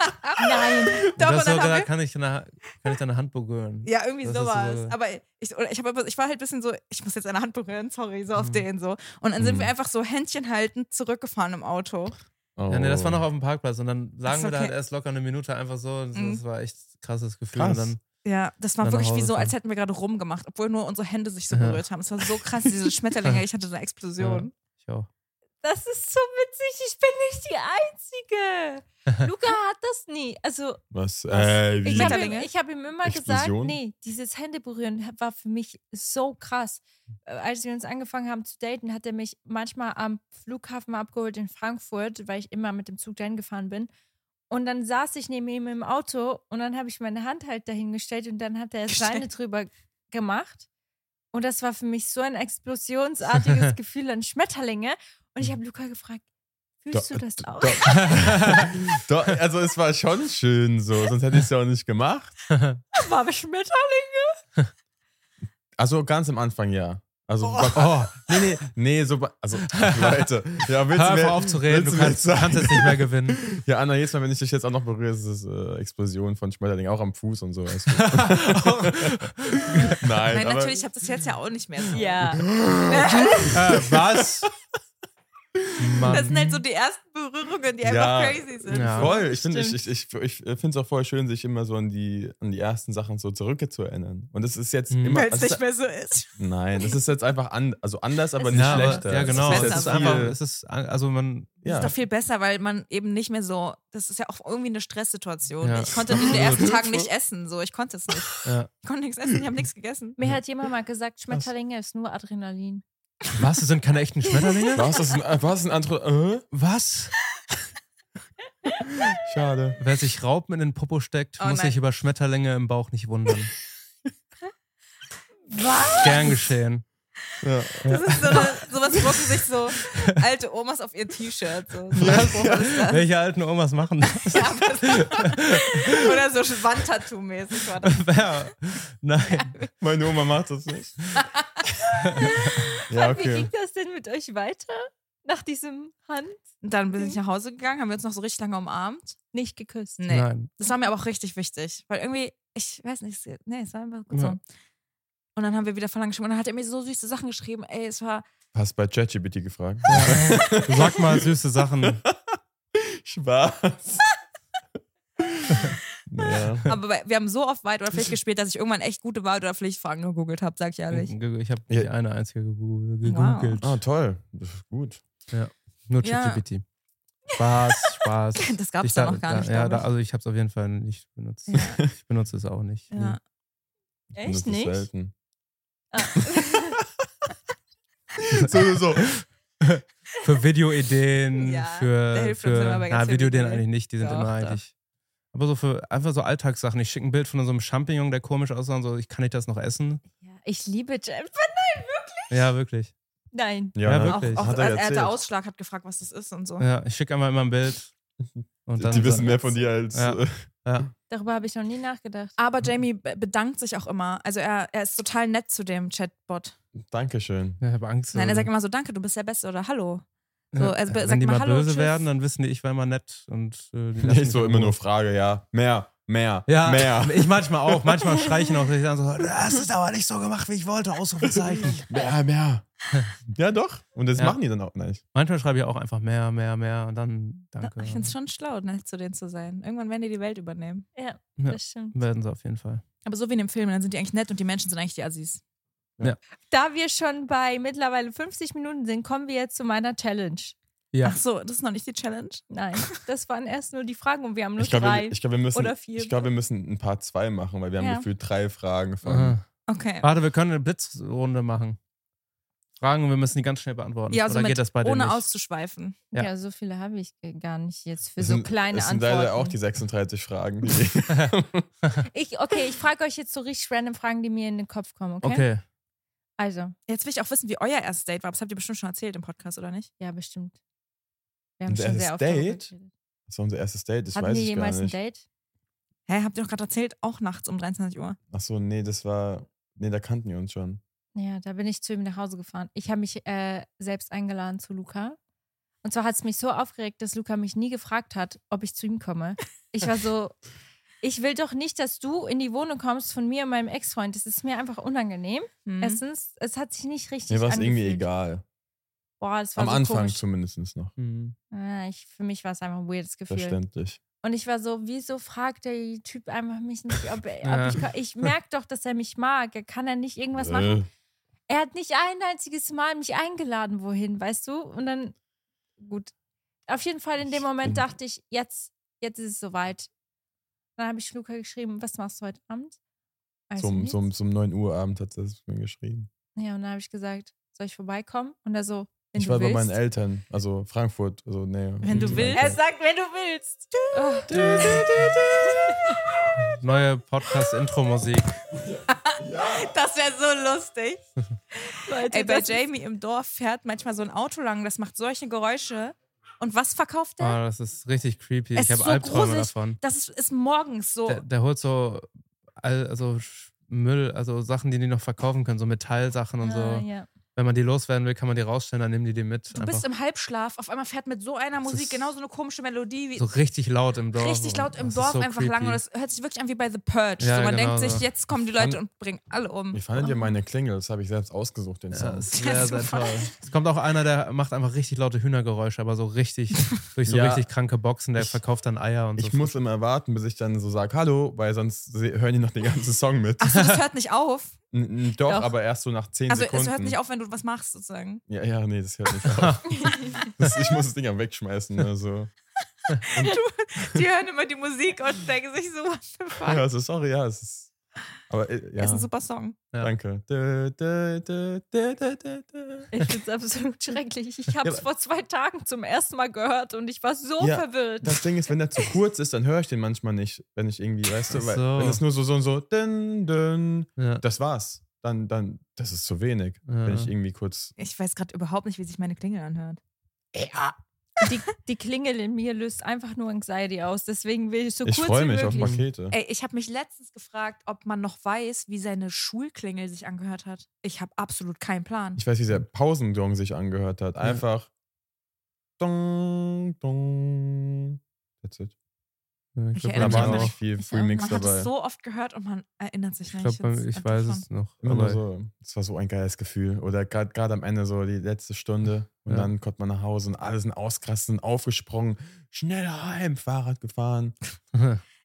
Nein. du? Doch, und das dann sogar, haben wir, kann, ich deine, kann ich deine Hand berühren. Ja, irgendwie Das ist sowas. so- Aber ich, oder ich, hab, immer- ich war halt ein bisschen so, ich muss jetzt eine Hand berühren, sorry, so auf Mhm. den so. Und dann sind Mhm. wir einfach so Händchen haltend zurückgefahren im Auto. Oh. Ja, nee, das war noch auf dem Parkplatz und dann lagen Ist wir da okay. halt erst locker eine Minute einfach so. Das, Mhm. das war echt ein krasses Gefühl. Krass. Und Ja, das war Dann nach wirklich wie Hause so, als fahren. hätten wir gerade rumgemacht, obwohl nur unsere Hände sich so Ja. berührt haben. Es war so krass, diese Schmetterlinge, ich hatte so eine dann, ja, Explosion. ich auch. Das ist so witzig. Ich bin nicht die Einzige. Luca hat das nie. Also, Was? Äh, ich wie? habe ihm, Schmetterlinge? ich hab ihm immer Explosion? gesagt, nee, dieses Händeberühren war für mich so krass. Äh, Als wir uns angefangen haben zu daten, hat er mich manchmal am Flughafen abgeholt in Frankfurt, weil ich immer mit dem Zug dahin gefahren bin. Und dann saß ich neben ihm im Auto und dann habe ich meine Hand halt dahingestellt und dann hat er seine drüber gemacht. Und das war für mich so ein explosionsartiges Gefühl an Schmetterlinge. Und ich Mhm. habe Luca gefragt, fühlst äh, Da- du das auch? Doch, also es war schon schön so, sonst hätte ich es ja auch nicht gemacht. War Schmetterling? Also ganz am Anfang ja. Also Oh. bei- oh, nee, nee, nee, so bei- also Leute, ja, willst Hör du einfach mir, auf zu reden, willst du mir kannst, sagen? kannst jetzt nicht mehr gewinnen. Ja, Anna, jetzt mal, wenn ich dich jetzt auch noch berühre, ist es äh, Explosion von Schmetterling, auch am Fuß und so. weißt du. Nein, Nein, aber, natürlich, ich habe das jetzt ja auch nicht mehr so. Ja. äh, was? Mann. Das sind halt so die ersten Berührungen, die einfach Ja. crazy sind. Ja. Voll, ich finde ich, ich, ich, ich find's auch voll schön, sich immer so an die, an die ersten Sachen so zurückzuerinnern. Und es ist jetzt Mhm. immer. Weil es das ist- nicht mehr so ist. Nein, das ist jetzt einfach an, also anders, aber Es nicht ja, schlechter. aber, ja, genau. Es Es ist ist, jetzt besser viel- einfach, es ist, also man, Das ist ja. doch viel besser, weil man eben nicht mehr so, das ist ja auch irgendwie eine Stresssituation. Ja. Ich konnte in den ersten Tagen nicht essen, so ich konnte es nicht. Ja. Ich konnte nichts essen, ich habe nichts gegessen. Mir hat jemand mal gesagt, Schmetterlinge ist nur Adrenalin. was, das sind keine echten Schmetterlinge? Was ist ein, was ist ein anderer? Äh? Was? Schade. Wer sich Raupen in den Popo steckt, Oh muss nein. sich über Schmetterlinge im Bauch nicht wundern. Was? Gern geschehen. Ja. Das ist so eine, sowas drucken sich so alte Omas auf ihr T-Shirt. So. So ein Spruch ist das. Welche alten Omas machen das? Ja, aber so- Oder so Wandtattoo-mäßig war das. Ja. Nein, Meine Oma macht das nicht. ja, Wie okay. ging das denn mit euch weiter? Nach diesem Hand? Und dann bin ich nach Hause gegangen, haben wir uns noch so richtig lange umarmt. Nicht geküsst. Nee. nein. Das war mir aber auch richtig wichtig, weil irgendwie, ich weiß nicht, es- nee, es war einfach gut so. Ja. Und dann haben wir wieder voll lang geschrieben und dann hat er mir so süße Sachen geschrieben. Ey, es war, Hast bei ChatGPT gefragt? Sag mal süße Sachen. Spaß. ja. aber bei- wir haben so oft weit oder Pflicht gespielt, dass ich irgendwann echt gute Wahl oder Pflichtfragen gegoogelt habe, sag ich ehrlich. Ich habe nicht Ja. eine einzige gegoo- gegoogelt. Ah, toll. Das ist gut. Nur Ja. ChatGPT. Spaß, Spaß. Das gab's Ich da noch gar nicht, Ja, glaub da, ich. also ich habe es auf jeden Fall nicht benutzt. Ich benutze es auch nicht. Ja. Ich benutze es Selten. so, so. für Videoideen, Ja, der für, hilft uns für immer bei ganz na, vielen Videoideen Ideen. eigentlich nicht, die sind Doch, immer doch. eigentlich. Aber so für einfach so Alltagssachen. Ich schicke ein Bild von so einem Champignon, der komisch aussah und so, ich kann nicht das noch essen. Ja, ich liebe Jam. Ja, wirklich. Nein. Ja, Ja, ne? Auch, Wirklich? auch Hat er er, er erzählt. hatte Ausschlag, hat gefragt, was das ist und so. Ja, ich schicke einmal immer ein Bild. Und dann die wissen so, mehr von dir als. Ja. äh, Ja, Darüber habe ich noch nie nachgedacht. Aber Jamie be- bedankt sich auch immer. Also er, er ist total nett zu dem Chatbot. Dankeschön. ja, ich habe Angst. Nein, er Mhm. also. sagt immer so, danke, du bist der Beste oder hallo. so, Ja, also, Wenn sag die mal mal Hallo, böse tschüss. werden, dann wissen die, ich war immer nett. Und, äh, die lassen Nicht mich so in immer Ruhe. nur Frage, ja. Mehr, mehr, Ja, mehr. ich manchmal auch. Manchmal schreichen auch. Ich dann so, das ist aber nicht so gemacht, wie ich wollte. Ausrufezeichen. Mehr, mehr. Ja, doch. Und das Ja. machen die dann auch nicht. Manchmal schreibe ich auch einfach mehr, mehr, mehr und dann danke. Ich finde es schon schlau, nett zu denen zu sein. Irgendwann werden die die Welt übernehmen. Ja. Das stimmt. Werden sie auf jeden Fall. Aber so wie in dem Film, dann sind die eigentlich nett und die Menschen sind eigentlich die Assis. Da wir schon bei mittlerweile 50 Minuten sind, kommen wir jetzt zu meiner Challenge. Ja. Ach so, das ist noch nicht die Challenge. Nein, das waren erst nur die Fragen und wir haben nur Ich glaube, drei. wir, ich glaube, wir müssen. oder vier. Ich glaube, wir müssen ein paar zwei machen, weil wir haben Ja. gefühlt drei Fragen von. Aha. Okay. Warte, wir können eine Blitzrunde machen. Fragen und wir müssen die ganz schnell beantworten. Ja, also Oder mit- geht das bei dir Ohne nicht? auszuschweifen. Ja. ja. so viele habe ich äh, gar nicht jetzt für Es so sind- kleine es sind Antworten. leider auch die 36 Fragen. Die ich, okay, ich frage euch jetzt so richtig random Fragen, die mir in den Kopf kommen, okay? Okay. Also, Jetzt will ich auch wissen, wie euer erstes Date war. Das habt ihr bestimmt schon erzählt im Podcast, oder nicht? ja, bestimmt. Wir haben Unser schon erstes sehr oft darüber Date? geredet. das war unser erstes Date, das Hatten weiß wir ich jemals gar ein nicht. Date? Hä, habt ihr doch gerade erzählt, auch nachts um 23 Uhr. Ach so, nee, das war. Nee, da kannten die uns schon. Ja, da bin ich zu ihm nach Hause gefahren. Ich habe mich äh, selbst eingeladen zu Luca. Und zwar hat es mich so aufgeregt, dass Luca mich nie gefragt hat, ob ich zu ihm komme. Ich war so, ich will doch nicht, dass du in die Wohnung kommst von mir und meinem Ex-Freund. Das ist mir einfach unangenehm. Hm. Erstens, es hat sich nicht richtig Mhm. Mir war es irgendwie angefühlt. egal. Boah, das war Am so Anfang komisch. zumindest noch. Mhm. Ja, ich, für mich war es einfach ein weirdes Gefühl. Verständlich. Und ich war so, wieso fragt der Typ einfach mich nicht, ob, er- Ja. ob ich, ko- ich merke doch, dass er mich mag. Kann er nicht irgendwas machen? Äh, er hat nicht ein einziges Mal mich eingeladen, wohin, weißt du? Und dann, gut. Auf jeden Fall in Ich dem Moment bin- dachte ich, jetzt, jetzt ist es soweit. Dann habe ich Luca geschrieben, was machst du heute Abend? Also Zum, nichts. zum, zum 9 Uhr Abend hat sie es mir geschrieben. Ja, und dann habe ich gesagt, soll ich vorbeikommen? Und er so, wenn ich du war willst. bei meinen Eltern, also Frankfurt. Also, nee, Wenn du Mhm. Frankfurt. willst. Er sagt, wenn du willst. Oh, Neue Podcast-Intro-Musik. Das wäre so lustig. Leute, Ey, bei das- Jamie im Dorf fährt manchmal so ein Auto lang, das macht solche Geräusche. Und was verkauft er? Ah, das ist richtig creepy. Es ist ich habe so Albträume gruselig. davon. Das ist, ist morgens so. Der, der holt so all- also Sch- Müll, also Sachen, die die noch verkaufen können, so Metallsachen und Ah, so. ja. Wenn man die loswerden will, kann man die rausstellen, dann nehmen die die mit. Du bist im Halbschlaf, auf einmal fährt mit so einer Das Musik ist genauso eine komische Melodie wie so richtig laut im Dorf. richtig laut im Das ist Dorf so einfach creepy. lang und es hört sich wirklich an wie bei The Purge. Ja, so, man genau denkt so. sich, jetzt kommen die Fand- Leute und bringen alle um. Wie fandet ihr meine Klingel? Das habe ich selbst ausgesucht, den Ja, Song. ist Das sehr, ist sehr super. toll. Es kommt auch einer, der macht einfach richtig laute Hühnergeräusche, aber so richtig, durch so Ja. richtig kranke Boxen, der Ich- verkauft dann Eier und Ich so. muss immer warten, bis ich dann so sage Hallo, weil sonst se- hören die noch den ganzen Song mit. Achso, das hört nicht auf. N- n- Doch, Doch. aber erst so nach 10 Also Sekunden. es hört nicht auf, wenn du was machst, sozusagen. Ja, ja, nee, das hört nicht auf. das, ich muss das Ding am wegschmeißen. Also. Die hören immer die Musik und denken sich so, what the fuck. Ja, also sorry, ja, es ist. Aber äh, ja, Ist ein super Song. Ja. danke. Dö, dö, dö, dö, dö, dö, dö. Ich finde es absolut schrecklich. Ich habe es aber- vor zwei Tagen zum ersten Mal gehört und ich war so Ja, verwirrt. Das Ding ist, wenn der zu kurz ist, dann höre ich den manchmal nicht, wenn ich irgendwie, weißt du, Ach weil so. wenn es nur so so und so, dünn, dünn, Ja. das war's. dann, dann, das ist zu wenig. Ja. Wenn ich irgendwie kurz. Ich weiß gerade überhaupt nicht, wie sich meine Klingel anhört. Die, die Klingel in mir löst einfach nur Anxiety aus. Deswegen will ich so ich kurz freue wie mich auf möglich. Pakete. Ey, ich habe mich letztens gefragt, ob man noch weiß, wie seine Schulklingel sich angehört hat. Ich habe absolut keinen Plan. Ich weiß, wie der Pausengong sich angehört hat. Einfach. Dong, dong. That's it. Ja, Ich glaub, Da erinnere bei mich mir war auch. nicht auch. viel auch. Remix man hat dabei. es so oft gehört und man erinnert sich Ich nicht. glaube, jetzt ich einfach weiß von. es noch. Immer nur Aber so, das war so ein geiles Gefühl. Oder gerade am Ende so die letzte Stunde. Und Ja. dann kommt man nach Hause und alle sind ausgerastet, sind aufgesprungen, schnell heim, Fahrrad gefahren.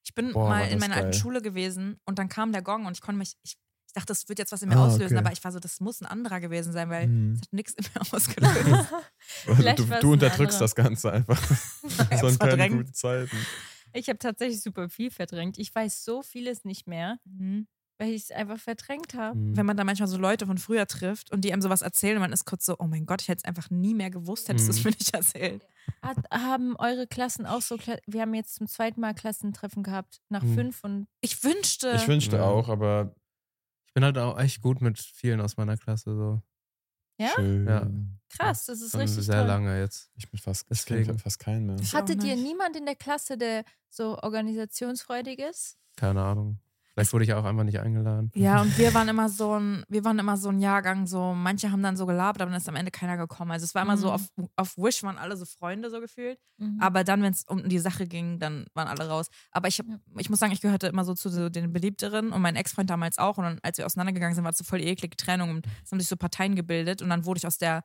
Ich bin Boah, war mal das in meiner alten geil. Schule gewesen und dann kam der Gong und ich konnte mich. Ich, ich dachte, das wird jetzt was in mir Ah, auslösen, okay. aber ich war so, das muss ein anderer gewesen sein, weil Mhm. es hat nichts in mir ausgelöst. Also Vielleicht du, war's du ein unterdrückst anderer. das Ganze einfach. hab's Sonst keine verdrängt. guten Zeiten. Ich habe tatsächlich super viel verdrängt. Ich weiß so vieles nicht mehr, Mhm. weil ich es einfach verdrängt habe. Mhm. Wenn man da manchmal so Leute von früher trifft und die einem sowas erzählen, und man ist kurz so, oh mein Gott, ich hätte es einfach nie mehr gewusst, hättest du es Mhm. mir nicht erzählt. Hat, haben eure Klassen auch so, Kla wir haben jetzt zum zweiten Mal Klassentreffen gehabt, nach Mhm. fünf und Ich wünschte. Ich wünschte Ja. auch, aber Ich bin halt auch echt gut mit vielen aus meiner Klasse. So. Ja? schön. Ja. krass, das ist Schon richtig sehr toll. lange jetzt. Ich bin fast, ich Deswegen. kenn fast keinen mehr. Ich auch Hattet ihr nicht. niemand in der Klasse, der so organisationsfreudig ist? Keine Ahnung. Vielleicht wurde ich auch einfach nicht eingeladen. Ja, und wir waren immer so ein, wir waren immer so ein Jahrgang, so manche haben dann so gelabert, aber dann ist am Ende keiner gekommen. Also es war immer so, Mhm. auf, auf Wish waren alle so Freunde so gefühlt. Aber dann, wenn es um die Sache ging, dann waren alle raus. Aber ich, hab, Ja. ich muss sagen, ich gehörte immer so zu so den Beliebteren und mein Ex-Freund damals auch. Und dann, als wir auseinandergegangen sind, war es so voll die eklige Trennung und es haben sich so Parteien gebildet und dann wurde ich aus der,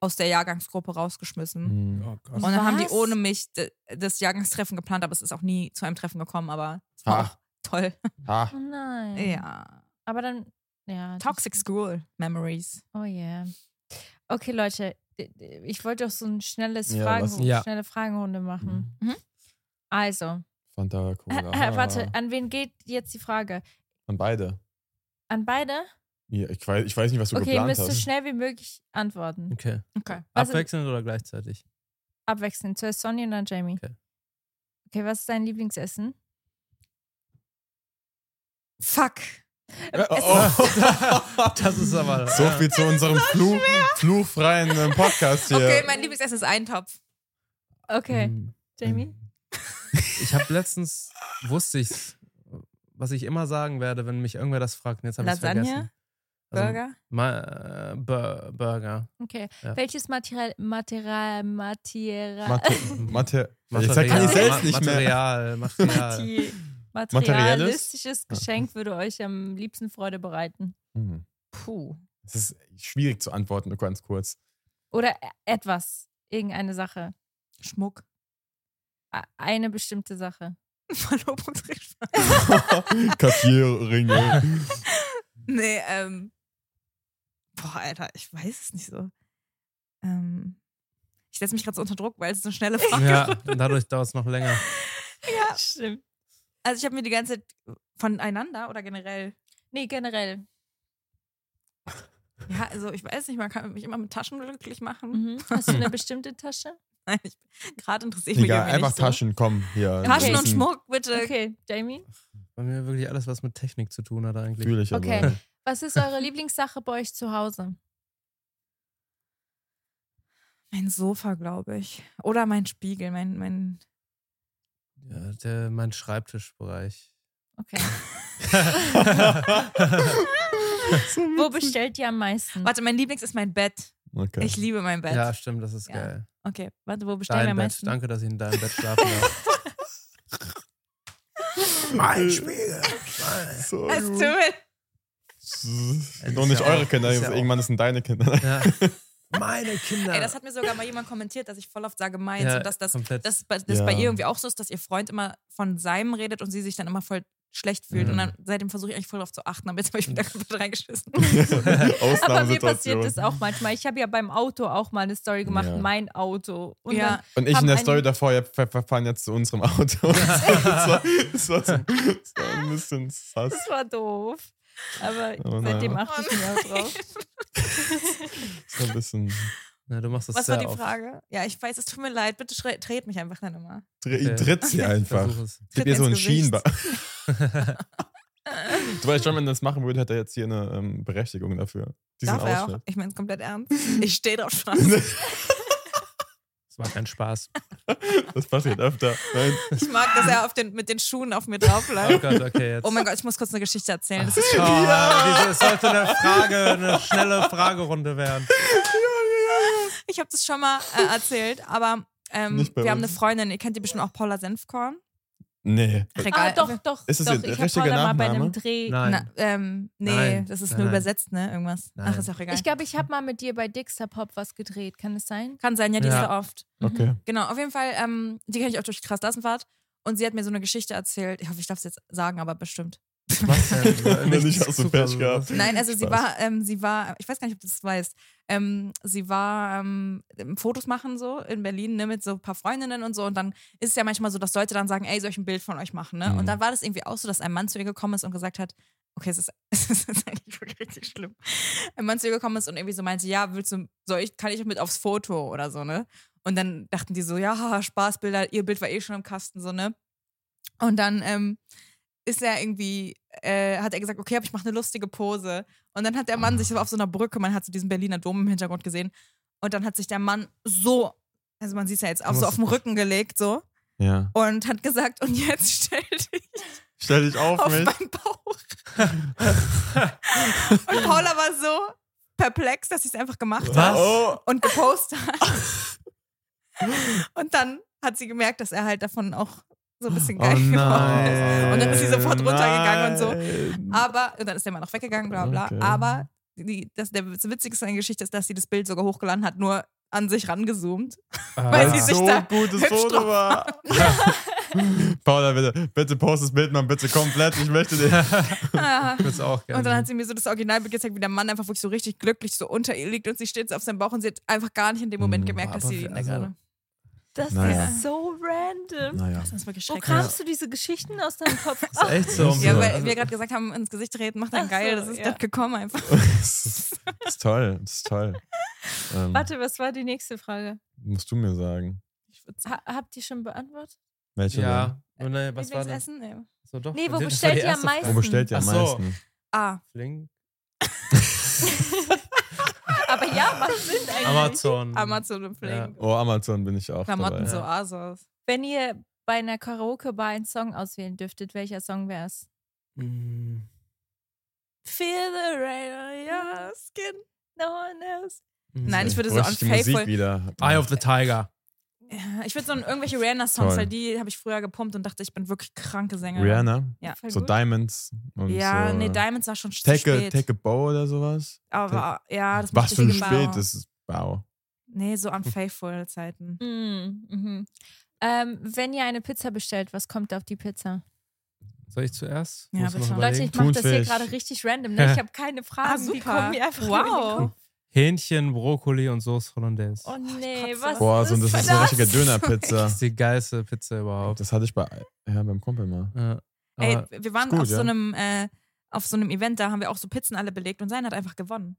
aus der Jahrgangsgruppe Hm, rausgeschmissen. Mhm. Gott. Und dann haben die Was? ohne mich d- das Jahrgangstreffen geplant, aber es ist auch nie zu einem Treffen gekommen, aber es war Ha. auch toll. Ha. Oh nein. Ja. Aber dann, ja. Toxic School Memories. Oh yeah. Okay, Leute, ich wollte doch so ein schnelles Ja, Fragen lass- Mhm. Ja. schnelle Fragenrunde machen. Also, Ah. äh, Fanta Cola. warte, an wen geht jetzt die Frage? An beide. An beide? Ja, ich, weiß, ich weiß nicht, was du okay, ihr geplant müsst so hast. schnell wie möglich antworten. Okay. Okay. Was- Abwechselnd oder gleichzeitig? Abwechselnd. Zuerst Sonny und dann Jamie. Okay. Okay, was ist dein Lieblingsessen? Fuck. Ja, das ist aber. oh, So viel zu unserem Fluch, fluchfreien äh, Podcast hier. Okay, mein Lieblingsessen ist Eintopf. Okay, Mhm. Jamie? Hm. Ich habe letztens, wusste ich was ich immer sagen werde, wenn mich irgendwer das fragt. Und jetzt habe ich Lasagne? vergessen. Also, Burger. Ma äh, Bur Burger. Okay. Ja. Welches Material, Material, Material, Hm. Mathe, Mathe, Jetzt kann ich selbst nicht mehr. Material, Material. Mati- materialistisches Ah. Geschenk würde euch am liebsten Freude bereiten? Hm. Puh. Es ist schwierig zu antworten, nur ganz kurz. Oder e- etwas, irgendeine Sache, Schmuck. A- eine bestimmte Sache. Verlobungsring. Kaffeeringe. Nee, ähm. Boah, Alter, ich weiß es nicht so. Ähm. Ich setze mich gerade so unter Druck, weil es eine schnelle Frage Ja, ist. und dadurch dauert es noch länger. Ja. Stimmt. Also ich habe mir die ganze Zeit voneinander oder generell. Nee, generell. Ja, also ich weiß nicht, man kann mich immer mit Taschen glücklich machen. Mhm. Äh, Hast du eine bestimmte Tasche? Nein, ich- Gerade interessiere ich mich Egal, irgendwie einfach nicht so. Taschen, komm. Hier, Taschen ein und bisschen Schmuck, bitte. Okay, Jamie. Bei mir wirklich alles, was mit Technik zu tun hat, eigentlich. Natürlicher Okay. sein. Was ist eure Lieblingssache bei euch zu Hause? Mein Sofa, glaube ich. Oder mein Spiegel, mein, mein Ja, der, mein Schreibtischbereich. Okay. Wo bestellt ihr am meisten? Warte, mein Lieblings ist mein Bett. Okay. Ich liebe mein Bett. ja, stimmt, das ist Ja. geil. Okay, warte, wo bestellen wir Dein am Bett. meisten? Danke, dass ich in deinem Bett schlafen darf. mein Spiegel. So Let's gut. do it. Noch nicht ja eure auch- Kinder, ist ja auch- irgendwann sind deine Kinder. Ja. Meine Kinder. Ey, das hat mir sogar mal jemand kommentiert, dass ich voll oft sage meins Ja, und dass das, komplett. dass bei- das Ja. bei ihr irgendwie auch so ist, dass ihr Freund immer von seinem redet und sie sich dann immer voll schlecht fühlt. Mhm. Und dann seitdem versuche ich eigentlich voll drauf zu achten, aber jetzt habe ich wieder komplett reingeschissen. Aber mir passiert Also, Ausnahmesituation. das auch manchmal. Ich habe ja beim Auto auch mal eine Story gemacht, Ja. mein Auto. Und ja, dann, Und ich in Haben der einen- Story davor, ja, wir wir fahren jetzt zu unserem Auto. das, war, das, war so, das war ein bisschen sass. das war doof. Aber Oh nein. seitdem achte ich mir auch drauf. Das war ein bisschen. Ja, du machst das was sehr war die oft. Frage? Ja, ich weiß, es tut mir leid, bitte schrei- dreht mich einfach dann immer. Dre- Tritt sie Ich einfach. versuch es. Gib Tritt ihr so ins ein Gesicht. Schienbein. Du weißt schon, wenn er das machen würde, hätte er jetzt hier eine ähm, Berechtigung dafür. Diesen Darf er auch? Ausschnitt. Ich meine es komplett ernst. Ich stehe drauf Spaß. Das war kein Spaß. Das passiert öfter. Nein. Ich mag, dass er auf den, mit den Schuhen auf mir drauf Oh bleibt. Gott, okay, jetzt. Oh mein Gott, ich muss kurz eine Geschichte erzählen. Das ist Oh, diese, es sollte eine Frage, eine schnelle Fragerunde werden. Ich habe das schon mal äh, erzählt, aber ähm, Nicht bei wir haben eine uns. Freundin, ihr kennt die bestimmt auch Paula Senfkorn. Nee. Ach, Ah, egal. doch, doch. Ist das doch. ihr Ich habe richtiger Paula mal bei Nachname? einem Dreh. Nein. Na, ähm, nee, Nein. das ist Nein, nur nein. übersetzt, ne? Irgendwas. Nein. Ach, ist auch egal. Ich glaube, ich habe mal mit dir bei Dixter Pop was gedreht. Kann es sein? Kann sein, ja, die Ja. ist da oft. Okay. Genau, auf jeden Fall, ähm, die kenne ich auch durch die Krasdasenfahrt. Und sie hat mir so eine Geschichte erzählt. Ich hoffe, ich darf es jetzt sagen, aber bestimmt. Was Wenn denn? nicht, Nichts hast du zu- Pech also, gehabt. was- Nein, also sie Spaß. war, ähm, sie war, ich weiß gar nicht, ob du das weißt. Ähm, sie war ähm, im Fotos machen so in Berlin ne, mit so ein paar Freundinnen und so. Und dann ist es ja manchmal so, dass Leute dann sagen, ey, soll ich ein Bild von euch machen? Ne? Mhm. Und dann war das irgendwie auch so, dass ein Mann zu ihr gekommen ist und gesagt hat, okay, es ist, es ist eigentlich wirklich richtig schlimm. Ein Mann zu ihr gekommen ist und irgendwie so meinte, ja, willst du, soll ich, kann ich mit aufs Foto oder so, ne? Und dann dachten die so, ja, haha, Spaßbilder, ihr Bild war eh schon im Kasten, so, ne? Und dann ähm, ist er irgendwie, äh, hat er gesagt, okay, aber ich mache eine lustige Pose. Und dann hat der Ah. Mann sich so auf so einer Brücke, man hat so diesen Berliner Dom im Hintergrund gesehen. Und dann hat sich der Mann so, also man sieht es ja jetzt auch so auf den Rücken gelegt, so. Ja. Und hat gesagt, und jetzt stell dich Stell dich auf, auf mich. meinen Bauch. und Paula war so perplex, dass sie es einfach gemacht hat Was? Oh. und gepostet hat. und dann hat sie gemerkt, dass er halt davon auch so ein Oh bisschen geil geworden ist. Und dann ist sie sofort runtergegangen und so. und Aber, und dann ist der Mann auch weggegangen, bla bla. Okay. Aber die, das, der, das Witzigste an der Geschichte ist, dass sie das Bild sogar hochgeladen hat, nur an sich rangezoomt. Ah, Weil sie Weil es sich so da ein gutes hübsch Foto drauf war. Paula, bitte, bitte post das Bild mal bitte komplett. Ich möchte den. Ah. Ich würd's auch gerne. Und dann hat sie mir so das Originalbild gezeigt, wie der Mann einfach wirklich so richtig glücklich so unter ihr liegt und sie steht so auf seinem Bauch und sie hat einfach gar nicht in dem Moment Mm, gemerkt, dass aber sie ihn da also- gerade. Das Naja. ist so random. Naja. Das ist wirklich Wo schrecklich. kramst du diese Geschichten aus deinem Kopf? ist echt so. Ja, Oh. Ja, So. weil Also wir gerade gesagt haben, ins Gesicht reden macht dann Ach geil. so, das ist ja. dann gekommen einfach. das ist das ist toll, das ist toll. Ähm, Warte, was war die nächste Frage? Musst du mir sagen. Ha habt ihr schon beantwortet? Welche ja. Und, äh, was war das? Lieblingsessen? Nee. So, doch, Nee, wo das war die bestellt ihr am erste meisten? denn? Wo Frage. bestellt ihr am Ach so. meisten? Ah, Flink. Aber ja, macht Sinn eigentlich. Amazon. Amazon und Flink. Ja. Oh, Amazon bin ich auch Klamotten dabei. so Asos. Wenn ihr bei einer Karaoke-Bar einen Song auswählen dürftet, welcher Song wäre es? Mm. Feel the rain on your skin. No one else. Nein, ich würde so Bräuchte ich die Musik unfaithful. wieder. Eye of the Tiger. Ja, Ich würde so ein- irgendwelche Rihanna-Songs, Toll. weil die habe ich früher gepumpt und dachte, ich bin wirklich kranke Sängerin. Rihanna. Ja. Voll So gut. Diamonds. Und Ja, so, nee, äh, Diamonds war schon zu Take a, spät. take a Bow oder sowas. aber ja, das Was mochte für ich ein lieber. Spät, das ist wow. Nee, so unfaithful Zeiten. Mm, mhm. ähm, wenn ihr eine Pizza bestellt, was kommt auf die Pizza? Soll ich zuerst? Ja, Muss noch bitte. Leute, überlegen. ich mache das hier Thunfisch. gerade richtig random. Ne? Ich habe keine Fragen. Ah, Die super. kommen mir einfach über den wow. Kopf. Hähnchen, Brokkoli und Soße Hollandaise. Oh nee, kotze. was Boah, ist so, das ist so eine das? richtige Dönerpizza. Das ist die geilste Pizza überhaupt. Das hatte ich bei ja, beim Kumpel mal. Ja. Ey, Aber wir waren ist gut, auf, so ja. einem, äh, auf so einem Event, da haben wir auch so Pizzen alle belegt und sein hat einfach gewonnen.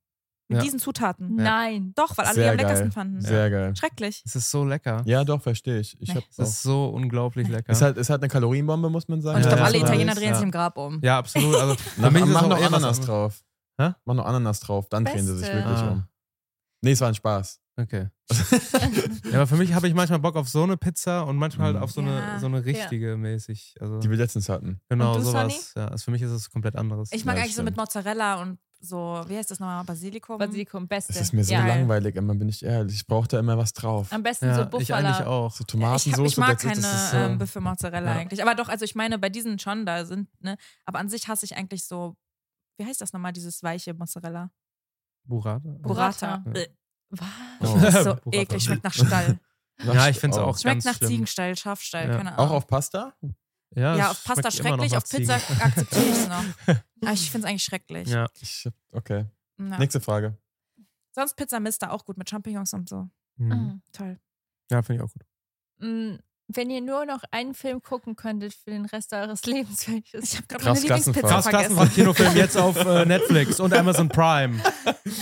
Mit Ja. diesen Zutaten. Nein. Doch, weil alle die Sehr am geil. leckersten fanden. Sehr geil. Schrecklich. es ist so lecker. Ja, doch, verstehe ich. Ich Mhm. Nee. hab Es auch. ist so unglaublich lecker. Ist halt, ist halt eine Kalorienbombe, muss man sagen. Und ich Ja, glaube, ja, alle so Italiener eh ist, drehen ja. sich im Grab um. ja, absolut. Also, Na, mich ist es mach auch noch eher was Ananas anderes. drauf. Hä? Mach noch Ananas drauf, dann drehen sie sich Beste. wirklich Ah. um. Nee, es war ein Spaß. okay. ja, aber für mich habe ich manchmal Bock auf so eine Pizza und manchmal halt auf so eine, Ja, so eine richtige mäßig. Also, Mhm. Die wir letztens hatten. genau, Und du, sowas. Ja, also für mich ist es komplett anderes. Ich mag Ja, eigentlich so stimmt. mit Mozzarella und so, wie heißt das nochmal? Basilikum? Basilikum, beste. Es ist mir so ja. langweilig, immer bin ich ehrlich. Ich brauchte immer was drauf. Am besten so ja, ich eigentlich Buffala. auch. So Ich, hab, Tomatensauce. ich mag that's it, keine das ist so- ähm, Büffe Mozzarella Ja. eigentlich. Aber doch, also ich meine, bei diesen schon da sind, ne? Aber an sich hasse ich eigentlich so, wie heißt das nochmal, dieses weiche Mozzarella? Burrata. Burrata. Burrata. Äh, Was? Oh. Das ist so Burrata. eklig, schmeckt nach Stall. Ja, ich finde es Oh. auch Schmeckt ganz nach schlimm. Ziegenstall, Schafstall, Ja. keine Ahnung. Auch auf Pasta? Ja, ja, es auf Pasta schmeckt immer noch schrecklich, nach auf Pizza Ziegen. akzeptiere ich es noch. Aber ich finde es eigentlich schrecklich. Ja. Ich, okay. Ja. Nächste Frage. Sonst Pizza Mister auch gut mit Champignons und so. Mhm. Mhm. Toll. Ja, finde ich auch gut. Mm, Wenn ihr nur noch einen Film gucken könntet für den Rest eures Lebens, welches? Ich habe gerade meine Krass, Lieblingspizza Klassenfahrt. Krass, vergessen. Klassenfahrt-Kinofilm jetzt auf äh, Netflix und Amazon Prime.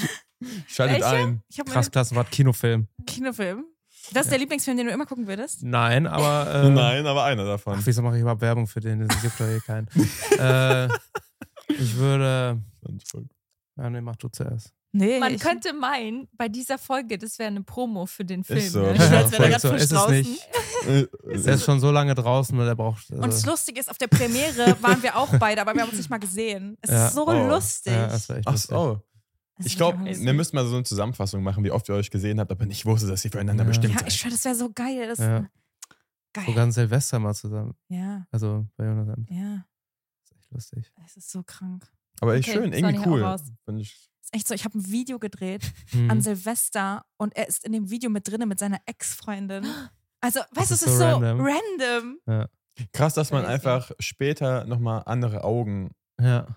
Schaltet Welche? ein. Ich habe Krass, meinen Klassenfahrt-Kinofilm. Kinofilm. Das ist der Lieblingsfilm, den du immer gucken würdest? Nein, aber. Äh, Nein, aber einer davon. Ach, wieso mache ich überhaupt Werbung für den? Es gibt doch hier keinen. eh äh, Ich würde. Ganz voll. Ja, nee, mach du zuerst. Nee, Man ich- könnte meinen, bei dieser Folge, das wäre eine Promo für den Film. so. ne? Ich weiß, Ja, wer da voll grad so. frisch Ist es draußen- nicht. Äh, Der ist schon so lange draußen, weil der braucht. Und das also- Lustige ist, auf der Premiere waren wir auch beide, aber wir haben uns nicht mal gesehen. Es Ja. ist so Oh. lustig. ja, das wär echt Ach lustig. so. Das Ich ist glaube, wirklich- wir müssen mal so eine Zusammenfassung machen, wie oft ihr euch gesehen habt, aber nicht wusste, dass ihr füreinander Ja. bestimmt Ja, seid. ich schwöre, das wäre so geil. Das Ja. Geil. Sogar ein Silvester mal zusammen. ja, Also bei Jonathan. ja. Das ist echt lustig. Es ist so krank. aber echt Okay, schön, das war irgendwie nicht auch cool. raus. Find ich, Es ist echt so, ich habe ein Video gedreht Mhm. an Silvester und er ist in dem Video mit drinne mit seiner Ex-Freundin. Also, weißt du, es ist ist, so so random. random. krass, dass man Crazy. einfach später nochmal andere Augen Ja.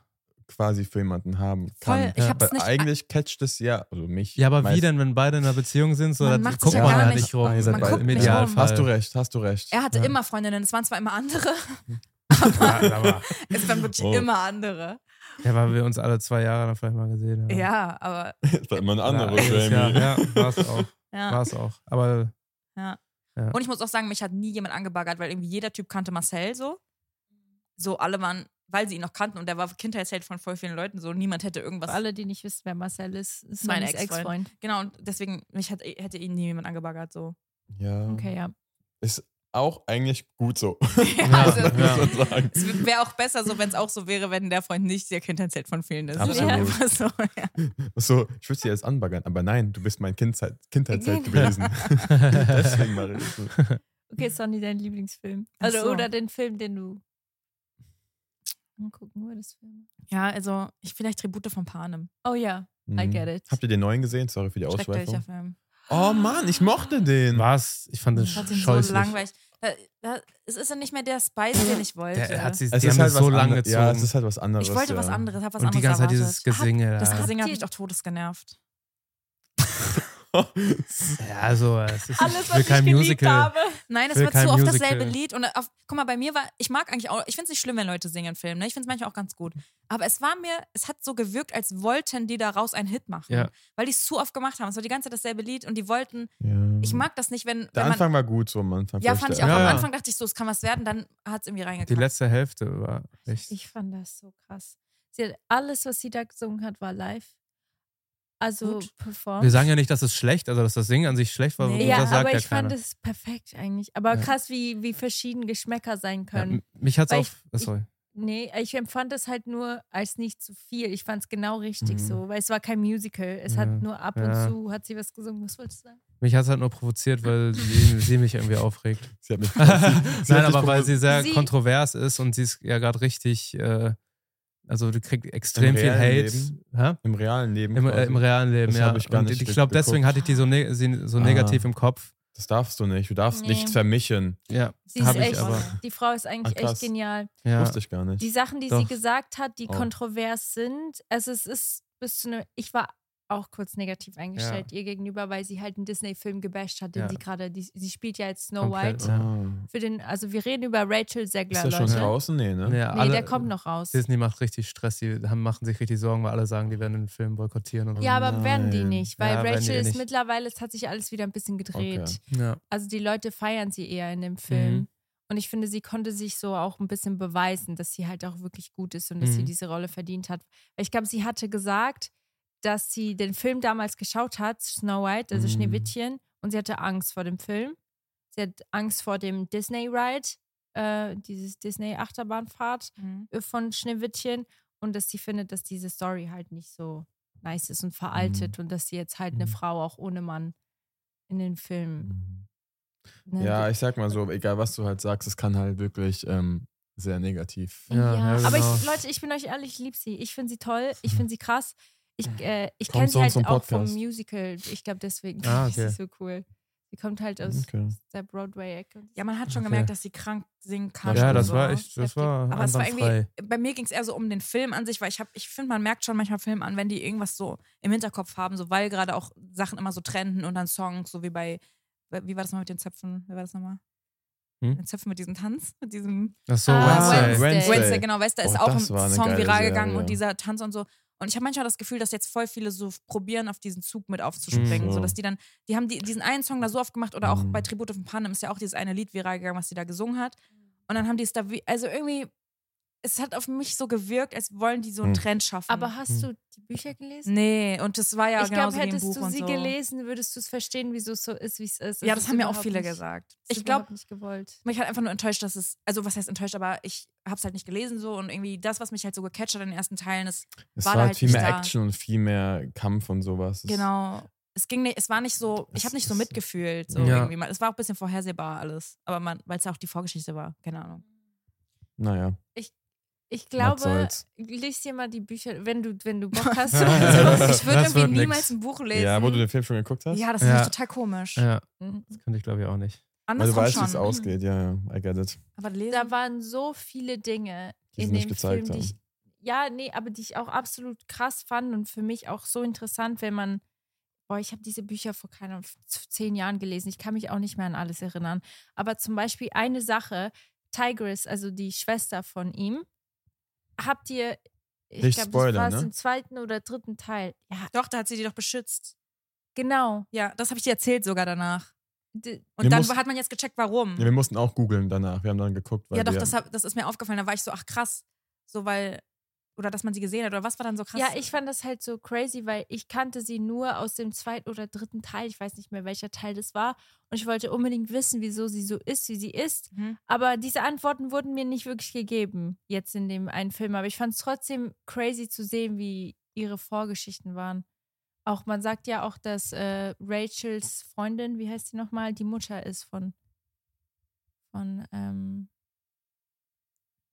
quasi für jemanden haben Voll, kann. ich Ja. hab's Weil nicht- eigentlich catcht es ja, also mich. Ja, aber wie meist- denn, wenn beide in einer Beziehung sind? So, Man dann macht sich guckt ja man gar ja nicht- nicht rum. man Im guckt nicht Idealfall. rum. Hast du recht, hast du recht. Er hatte Ja. immer Freundinnen, es waren zwar immer andere, Ja, es waren wirklich Oh. immer andere. weil wir uns alle zwei Jahre dann vielleicht mal gesehen haben. Ja, aber Das war immer ein anderer ja, Jamie. Ja, ja war es auch. ja. War's auch. Aber Ja. Und ich muss auch sagen, mich hat nie jemand angebaggert, weil irgendwie jeder Typ kannte Marcel so. So alle waren, weil sie ihn noch kannten und der war Kindheitsheld von voll vielen Leuten so. Niemand hätte irgendwas. Für alle, die nicht wissen, wer Marcel ist, ist Mein mein Ex-Freund. Genau, und deswegen mich hat, hätte ihn nie jemand angebaggert so. Ja. Okay, ja. Ist auch eigentlich gut so. ja, also- also, Ja. Muss man sagen. Es wäre auch besser so, wenn es auch so wäre, wenn der Freund nicht der Kindheitsheld von vielen ist. Absolut. Ja, einfach so, ja. So, ich würde sie jetzt anbaggern, aber nein, du bist mein Kindzeit, Kindheitszeit Genau. gewesen. Deswegen mache ich es. Okay, Sonny, dein Lieblingsfilm. Ach Also, so. Oder den Film, den du angucken würdest. ja, also ich vielleicht Tribute von Panem. Oh ja, I Mhm. get it. Habt ihr den neuen gesehen? Sorry für die Schrecklicher Ausschweifung. Film. Oh Mann, ich mochte den. War's, ich fand den Ich fand ihn so scheußlich. langweilig. Da, da, es ist ja nicht mehr der Spice, den ich wollte. Der, er hat sie, Es die haben ist halt so was lange andere- gezogen. Ja, es ist halt was anderes. ich wollte ja. was anderes, habe was und die anderes ganze Zeit erwartet. dieses Gesinge Das da. Gesinge hat mich ihr- doch todesgenervt. Ja, also, es ist, Alles, ich will was kein ich geliebt Musical. habe. Nein, es will war kein zu oft Musical. dasselbe Lied. Und auf, guck mal, bei mir war, ich mag eigentlich auch, ich find's nicht schlimm, wenn Leute singen in Filmen. Ne? Ich find's manchmal auch ganz gut. Aber es war mir, es hat so gewirkt, als wollten die daraus einen Hit machen. Ja. Weil die es zu oft gemacht haben. Es war die ganze Zeit dasselbe Lied und die wollten, Ja. ich mag das nicht, wenn, Der wenn man. Anfang war gut so am Anfang. Ja, fand ich auch. Ja, ja. Am Anfang dachte ich so, es kann was werden, dann hat's irgendwie Die reingekriegt. letzte Hälfte war echt. Ich fand das so krass. Sie hat, alles, was sie da gesungen hat, war live. Also Gut. performt. wir sagen ja nicht, dass es schlecht, also dass das Singen an sich schlecht war. Nee. das ja, sagt aber ja ich keiner. fand es perfekt eigentlich. Aber Ja. krass, wie, wie verschieden Geschmäcker Ja, sein können. m- mich hat's Weil auf. ich- sorry. Nee, ich empfand es halt nur als nicht zu viel. Ich fand es genau richtig Mhm. so, weil es war kein Musical. Es hat Ja, nur ab ja. und zu, hat sie was gesungen. Was wolltest du sagen? Mich hat's halt nur provoziert, weil sie, sie mich irgendwie aufregt. Sie hat mich sie Nein, hat dich aber weil sie sehr Sie- kontrovers ist und sie ist ja gerade richtig, äh, also du kriegst extrem Im viel realen Hate. Leben? Hä? Im realen Leben. Im, äh, quasi. Im realen Leben, Das ja. hab ich gar und nicht ich glaube, geguckt. deswegen hatte ich die so, ne sie so Ah. negativ im Kopf. das darfst du nicht. Du darfst Nee. nichts vermischen. Ja, Sie ist habe ich echt, aber. die Frau ist eigentlich Ah, krass. echt genial. Ja. Wusste ich gar nicht. Die Sachen, die sie Doch. gesagt hat, die Oh. kontrovers sind, also es ist bis zu einem, ich war auch kurz negativ eingestellt ihr gegenüber, weil sie halt einen Disney-Film gebasht hat, den Ja. sie gerade, die- sie spielt ja jetzt Snow Komplett, White. ja. Ah. Für den, also wir reden über Rachel Ist Zegler, der schon Leute. draußen? Nee, ne? Ja, Nee, alle- der kommt noch raus. Disney macht richtig Stress, die haben, machen sich richtig Sorgen, weil alle sagen, die werden den Film boykottieren und so. ne? Ja, aber werden die Nein. nicht, weil Ja, werden die Rachel ist nicht. mittlerweile, es hat sich alles wieder ein bisschen gedreht. Okay. Ja. Also die Leute feiern sie eher in dem Film. Mhm. Und ich finde, sie konnte sich so auch ein bisschen beweisen, dass sie halt auch wirklich gut ist und dass sie Mhm. diese Rolle verdient hat. Weil Ich glaube, sie hatte gesagt, dass sie den Film damals geschaut hat, Snow White, also Mhm. Schneewittchen, und sie hatte Angst vor dem Film. Sie hat Angst vor dem Disney-Ride, äh, dieses Disney-Achterbahnfahrt Mhm. von Schneewittchen und dass sie findet, dass diese Story halt nicht so nice ist und veraltet und dass sie jetzt halt eine Mhm. Frau auch ohne Mann in den Film. Ne, Ja, ich sag mal so, egal was du halt sagst, es kann halt wirklich ähm, sehr negativ. Ja, ja, aber genau. ich, Leute, ich bin euch ehrlich, ich liebe sie. Ich finde sie toll, ich finde sie krass. Ich, äh, ich Mhm. Kommt kenne zu sie uns halt zum auch vom Podcast. Musical. Ich glaube, deswegen Ah, ist sie okay. so cool. Sie kommt halt aus Okay. der Broadway-Ecke. Ja, man hat schon Okay. gemerkt, dass sie krank singen kann. ja, und das so. war echt, das heftig. war Aber es war irgendwie, einwandfrei. bei mir ging es eher so um den Film an sich, weil ich habe, ich finde, man merkt schon manchmal Filme an, wenn die irgendwas so im Hinterkopf haben, so weil gerade auch Sachen immer so trenden und dann Songs, so wie bei, wie war das mal mit den Zöpfen? Wie war das nochmal? Hm? Den Zöpfen mit diesem Tanz, mit diesem Ach so, Ah, Wednesday. Wednesday. Wednesday, genau, weißt du, da ist Oh, auch ein das war eine Song geile viral Serie. gegangen und dieser Tanz und so. Und ich habe manchmal das Gefühl, dass jetzt voll viele so probieren, auf diesen Zug mit aufzuspringen, Mhm. sodass die dann, die haben die, diesen einen Song da so oft gemacht oder auch Mhm. bei Tribute von Panem ist ja auch dieses eine Lied viral gegangen, was sie da gesungen hat. Und dann haben die es da, wie, also irgendwie es hat auf mich so gewirkt, als wollen die so einen Hm. Trend schaffen. Aber hast Hm. du die Bücher gelesen? nee, und das war ja ich genau glaube, so wie im hättest Buch du und sie so. gelesen, würdest du es verstehen, wieso es so ist, wie es ist. Ja, Es das ist haben mir auch überhaupt viele nicht, gesagt. es ist Ich glaube, überhaupt nicht gewollt. mich hat einfach nur enttäuscht, dass es, also was heißt enttäuscht, aber ich hab's halt nicht gelesen so und irgendwie das, was mich halt so gecatcht hat in den ersten Teilen, ist Es War war, da halt halt viel nicht mehr da. Action und viel mehr Kampf und sowas. Es- genau. Es ging nicht, es war nicht so, ich Es habe nicht so ist- mitgefühlt. So Ja. irgendwie. Man- Es war auch ein bisschen vorhersehbar alles. Aber man, weil es ja auch die Vorgeschichte war, keine Ahnung. Naja. Ich Was glaube, soll's. lies dir mal die Bücher, wenn du, wenn du Bock hast. Also, ich würde das wird irgendwie niemals nix. ein Buch lesen. Ja, wo du den Film schon geguckt hast? Ja, das Ja. ist total komisch. Ja, Mhm. das könnte ich glaube ich auch nicht. Weil du Andersrum weißt, wie es schon. ausgeht. Ja, ja, I get it. Aber lesen. Da waren so viele Dinge Die sie in nicht dem gezeigt Film, die ich, ja, nee, aber die ich auch absolut krass fand und für mich auch so interessant, wenn man, boah, ich habe diese Bücher vor keinem zehn Jahren gelesen. Ich kann mich auch nicht mehr an alles erinnern. Aber zum Beispiel eine Sache, Tigress, also die Schwester von ihm, habt ihr, ich Nicht glaube, das spoilern, war es ne? im zweiten oder dritten Teil. Ja, doch, da hat sie die doch beschützt. genau. Ja, das habe ich dir erzählt sogar danach. D- Und Wir dann mussten- hat man jetzt gecheckt, warum. Ja, wir mussten auch googeln danach. Wir haben dann geguckt. Weil Ja, doch, wir, das, hab, das ist mir aufgefallen. Da war ich so, ach krass. So, weil. Oder dass man sie gesehen hat. Oder was war dann so krass? Ja, ich fand das halt so crazy, weil ich kannte sie nur aus dem zweiten oder dritten Teil. Ich weiß nicht mehr, welcher Teil das war. Und ich wollte unbedingt wissen, wieso sie so ist, wie sie ist. Mhm. Aber diese Antworten wurden mir nicht wirklich gegeben, jetzt in dem einen Film. Aber ich fand es trotzdem crazy zu sehen, wie ihre Vorgeschichten waren. Auch man sagt ja auch, dass äh, Rachels Freundin, wie heißt sie nochmal, die Mutter ist von, von ähm,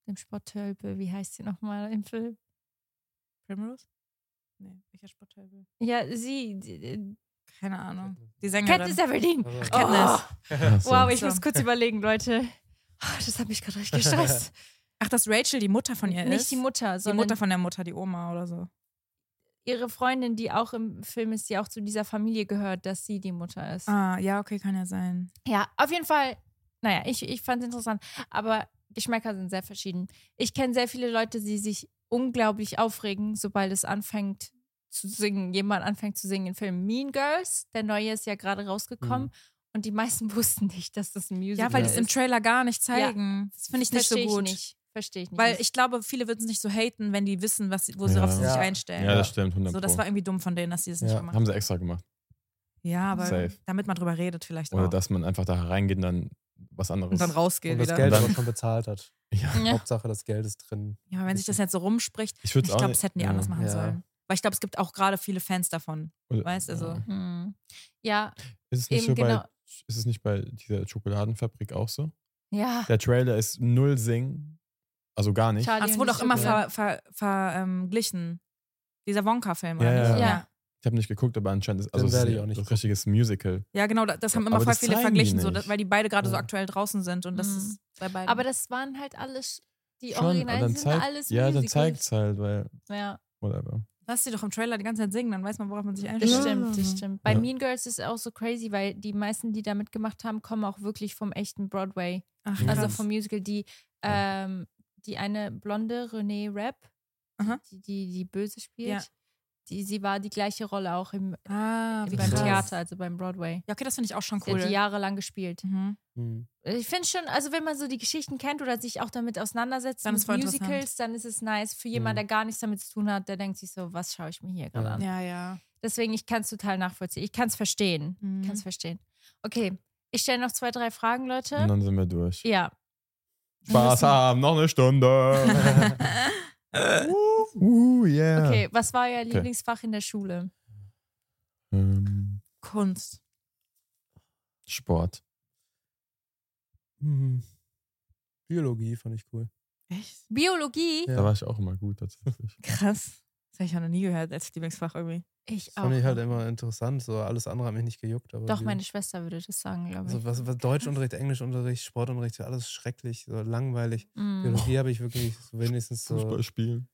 dem Sporttölpe. Wie heißt sie nochmal im Film? Primrose? Nee, welcher Sportteil? Ja, sie. die- die- Keine Ahnung. Die Sängerin. Katniss Everdeen. Katniss. Also- Ach Oh, so. wow, ich So. muss kurz überlegen, Leute. Ah, Das hat mich gerade richtig gestresst. Ach, dass Rachel die Mutter von ihr Nicht ist? die Mutter, Die sondern Mutter von der Mutter, die Oma oder so. ihre Freundin, die auch im Film ist, die auch zu dieser Familie gehört, dass sie die Mutter ist. Ah, ja, okay, kann ja sein. Ja, auf jeden Fall. Naja, ich, ich fand es interessant. Aber Geschmäcker sind sehr verschieden. Ich kenne sehr viele Leute, die sich unglaublich aufregen, sobald es anfängt zu singen, jemand anfängt zu singen in Filmen. Mean Girls, der neue ist ja gerade rausgekommen. Mhm. Und die meisten wussten nicht, dass das ein Musical Ja, ist. weil Ja. die es im Trailer gar nicht zeigen. Das finde ich nicht Versteh so gut. Ich nicht. Verstehe ich nicht. Weil ich glaube, viele würden es nicht so haten, wenn die wissen, was, sie- wo sie Ja. auf sie sich Ja. einstellen. ja, das stimmt. 100 so, das Pro. war irgendwie dumm von denen, dass sie es nicht Ja. gemacht Haben sie extra gemacht. Ja, aber Safe. damit man drüber redet vielleicht Oder auch. dass man einfach da reingeht und dann was anderes. und dann rausgeht Und das wieder. Geld, Dann- was man bezahlt hat. Ja. Ja. Hauptsache, das Geld ist drin. Ja, aber wenn sich das jetzt so rumspricht, Ich würde ich es auch glaube, nicht- das hätten die ja. anders machen Ja. sollen. Weil ich glaube, es gibt auch gerade viele Fans davon. Oder- Weißt, also- Ja. Hm. Ja, Ist es nicht Eben so bei, genau. ist es nicht bei dieser Schokoladenfabrik auch so? ja. Der Trailer ist null Singen, also gar nicht. Charlie Aber es und wurde die auch immer Schokolade. ver, ver, verglichen. Dieser Wonka-Film, Ja, oder ja, nicht? ja. ja. Ich habe nicht geguckt, aber anscheinend ist also Dann es ist werde ich ein auch nicht gucken. richtiges Musical. Ja, genau, da- das haben immer Aber voll das viele zeigen die verglichen, so, nicht. weil die beide gerade so Ja. aktuell draußen sind und das Mhm. ist bei beiden. Aber das waren halt alles, die Schon, aber Originalen dann sind zeigt, alles Ja, dann Musicals. zeigt es halt, weil, Ja, whatever. Lass sie doch im Trailer die ganze Zeit singen, dann weiß man, worauf man sich das einstellt. stimmt, das stimmt. Bei Ja. Mean Girls ist es auch so crazy, weil die meisten, die da mitgemacht haben, kommen auch wirklich vom echten Broadway. Ach, Mhm. Also krass. vom Musical. Die, ähm, die eine blonde Renee Rapp, Aha. die, die die Böse spielt, Ja. die, sie war die gleiche Rolle auch im, ah, wie beim krass. Theater, also beim Broadway. Ja, okay, das finde ich auch schon Sie cool. hat die jahrelang gespielt. Mhm. Hm. Ich finde schon, also wenn man so die Geschichten kennt oder sich auch damit auseinandersetzt, Dann ist voll mit Musicals, dann ist es nice. Für jemanden, Mhm. der gar nichts damit zu tun hat, der denkt sich so, was schaue ich mir hier gerade Ja. an? Ja, ja. Deswegen, ich kann es total nachvollziehen. Ich kann es verstehen. Ich kann es Mhm. verstehen. Okay, ich stelle noch zwei, drei Fragen, Und Leute. dann sind wir durch. Ja, Spaß haben, noch eine Stunde. uh, yeah. okay. Was war euer Lieblingsfach in der Schule? Ähm, Kunst. Sport. Hm. Biologie fand ich cool. Echt? Biologie? Ja. Da war ich auch immer gut tatsächlich. Krass. Das habe ich auch noch nie gehört als Lieblingsfach irgendwie. Ich Das auch. fand ich halt immer interessant. So alles andere hat mich nicht gejuckt. Aber Doch, die- meine Schwester würde das sagen, glaube ich. also was, was Deutschunterricht, Englischunterricht, Sportunterricht, alles schrecklich, so langweilig. Mm. Biologie habe ich wirklich so wenigstens so, Fußball spielen.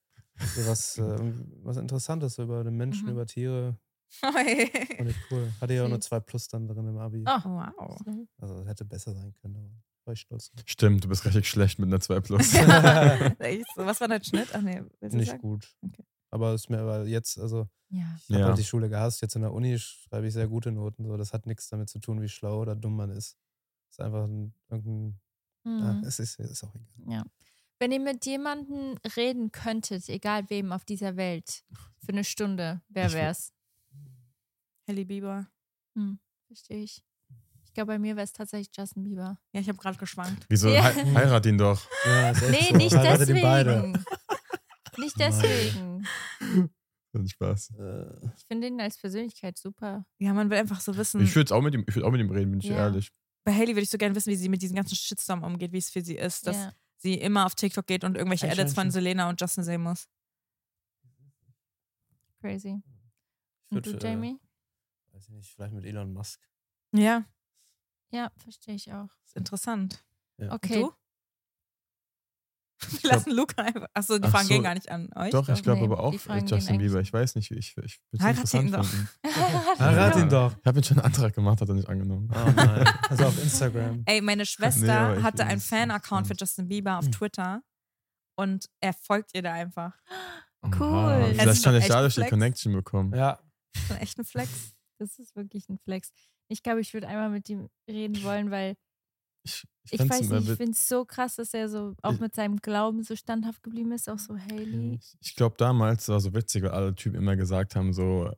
so was, äh, was Interessantes so über den Menschen, Mhm. über Tiere. Oh. Fand ich cool. Hatte ja auch nur Süß. zwei Plus dann drin im Abi. Ah. Oh, wow. Also das hätte besser sein können, aber war ich stolz. drauf. Stimmt, du bist richtig schlecht mit einer 2 Plus. Echt so, was war dein Schnitt? Ach nee, willst du Nicht sagen? gut. Okay. Aber es ist mir aber jetzt, also Ja. Ich habe Ja. halt die Schule gehasst. Jetzt in der Uni schreibe ich sehr gute Noten. So. Das hat nichts damit zu tun, wie schlau oder dumm man ist. Es ist einfach ein, irgendein. Mm. Ah, es ist, es ist auch egal. Ja. Wenn ihr mit jemandem reden könntet, egal wem auf dieser Welt, für eine Stunde, wer Ich wür- wär's? Hailey Bieber. Verstehe ich. Ich glaube, bei mir wäre es tatsächlich Justin Bieber. Ja, ich habe gerade geschwankt. Wieso? Ja. Hei- Heirat ihn doch. Ja, ist echt Nee, Äh, so. Halt nicht Heiratet die deswegen. Nicht Nein. deswegen. Hat Spaß. Beide. Äh, Ich finde ihn als Persönlichkeit super. Ja, man will einfach so wissen. Ich würde auch mit ihm, ich würde auch mit ihm reden, bin ich Hm. Ja. ehrlich. Bei Hailey würde ich so gerne wissen, wie sie mit diesen ganzen Shitstorm umgeht, wie es für sie ist, dass Ja. sie immer auf TikTok geht und irgendwelche Edits von Eichhörnchen. Selena und Justin sehen muss. Crazy. ich Und würd, du, äh, Jamie? Weiß ich nicht, vielleicht mit Elon Musk. Ja, Ja, verstehe ich auch. ist interessant. Und Okay. du? Wir lassen Luca einfach. Achso, die Ach Fragen so. gehen gar nicht an euch. doch, ich glaube Nee, aber auch äh, die Fragen gehen Justin eigentlich- Bieber. Ich weiß nicht, wie ich, ich würde Heirat es interessant ihn doch. finden. Heirat ihn doch. Ich habe ihn schon einen Antrag gemacht, hat er nicht angenommen. Oh nein. Also auf Instagram. Ey, meine Nee, Schwester aber ich hatte will einen das Fan-Account für nicht. Justin Bieber auf Hm. Twitter und er folgt ihr da einfach. Cool. Oha, Das Vielleicht ist kann doch ich echt dadurch die Flex. Connection bekommen. Ja. Schon echt ein Flex. Das ist wirklich ein Flex. Ich glaube, ich würde einmal mit ihm reden wollen, weil Ich, ich fand's weiß immer nicht, ich wit- finde es so krass, dass er so auch Ich- mit seinem Glauben so standhaft geblieben ist. Auch so, Haley. Hm, Ich glaube, damals war so witzig, weil alle Typen immer gesagt haben, so,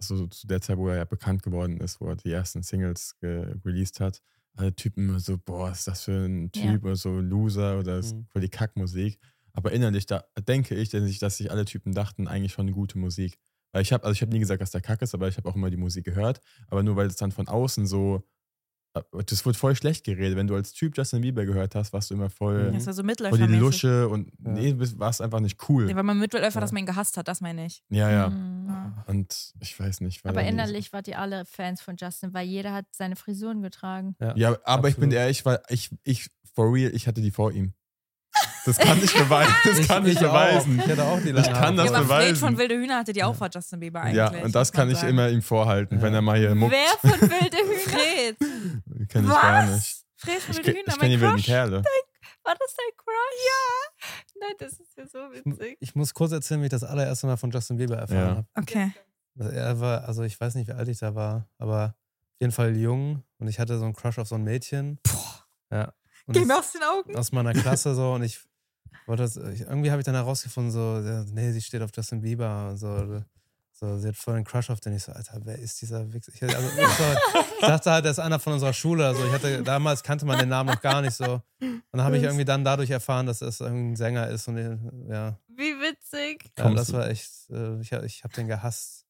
so, so zu der Zeit, wo er ja bekannt geworden ist, wo er die ersten Singles ge- released hat, alle Typen immer so, boah, ist das für ein Ja. Typ oder so ein Loser oder ist Mhm. voll die Kackmusik. Aber innerlich da denke ich, dass sich, dass sich alle Typen dachten, eigentlich schon gute Musik. Weil ich habe, also ich habe nie gesagt, dass der Kack ist, aber ich habe auch immer die Musik gehört. Aber nur weil es dann von außen so, äh, das wird voll schlecht geredet. Wenn du als Typ Justin Bieber gehört hast, warst du immer voll, Mhm. Das war so voll die Mitläufermäßig. Lusche und Ja. nee, du bist- warst einfach nicht cool. Ja, weil man Mitläufer, Ja. dass man ihn gehasst hat, das meine ich. Ja, ja. Mm. mhm. Und ich weiß nicht. weil Aber dann- innerlich wart ihr alle Fans von Justin, weil jeder hat seine Frisuren getragen. Ja, aber ich bin Absolut. ehrlich, weil ich, ich, for real, ich hatte die vor ihm. Das kann ich beweisen. Das kann ich, beweisen. Auch. Ich hätte auch die Ich lange kann Haare. das ja, aber Fred beweisen. von Wilde Hühner hatte die auch vor Justin Bieber eigentlich. ja, und das muss man kann ich sagen. immer ihm vorhalten, wenn er mal hier muckt. Wer von Wilde Hühner? Fred! Kenn ich gar Was? nicht. Fred von Ich, Wilde ke- Hühner, ich kenne mein die wilden Crush. Kerle. War das dein Crush? Ja. Nein, das ist ja so witzig. Ich muss kurz erzählen, wie ich das allererste Mal von Justin Bieber erfahren Ja. habe. Okay. Also Er war, also ich weiß nicht, wie alt ich da war, aber auf jeden Fall jung und ich hatte so einen Crush auf so ein Mädchen. Ja. Und Geh mir das- aus den Augen. aus meiner Klasse so und ich wollte das, ich, irgendwie habe ich dann herausgefunden, so, ja, nee, sie steht auf Justin Bieber und so. oder- So, sie hat voll einen Crush auf den. Ich so, Alter, wer ist dieser Wichser? Ich, hatte- also, ich, so, ich dachte halt, der ist einer von unserer Schule. Also ich hatte, damals kannte man den Namen noch gar nicht so. Und dann habe ich irgendwie dann dadurch erfahren, dass es irgendein Sänger ist. Und den- ja, Wie witzig. ja Kommst das du- war echt, äh, ich, hab- ich habe den gehasst.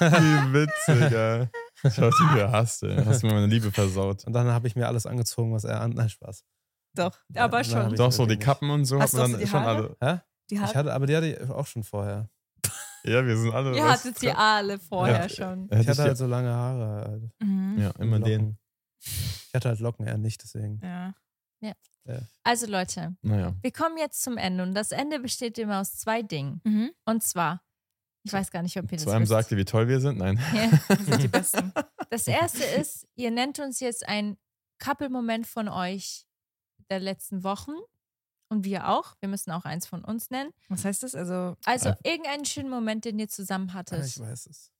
Wie witzig, ja. Ich weiß nicht, wer hasst, ey. Hast mir meine Liebe versaut. Und dann habe ich mir alles angezogen, was er an. Nein, Spaß. Doch, Ja, aber nein, hab schon. ich Doch, so die wirklich Kappen und so. Hast hat man du auch dann so die schon Haare? alle. Die nicht. Ich hat, hatte, aber die hatte ich auch schon vorher. Ja, wir sind alle. Ihr was- hattet die alle vorher Ja. schon. Hätte ich hatte ich halt so lange Haare. Alter. mhm. die- ja, immer den. Locken. Ich hatte halt Locken, er nicht, deswegen. ja. Also Leute, Naja. wir kommen jetzt zum Ende und das Ende besteht immer aus zwei Dingen. Mhm. Und zwar, ich weiß gar nicht, ob ihr das Zu einem wisst. sagte, wie toll wir sind. Nein. Ja. Das sind die besten. Das erste ist, ihr nennt uns jetzt einen Couple-Moment von euch der letzten Wochen und wir auch. Wir müssen auch eins von uns nennen. Was heißt das? Also, Also irgendeinen schönen Moment, den ihr zusammen Ja, hattet. ich weiß es.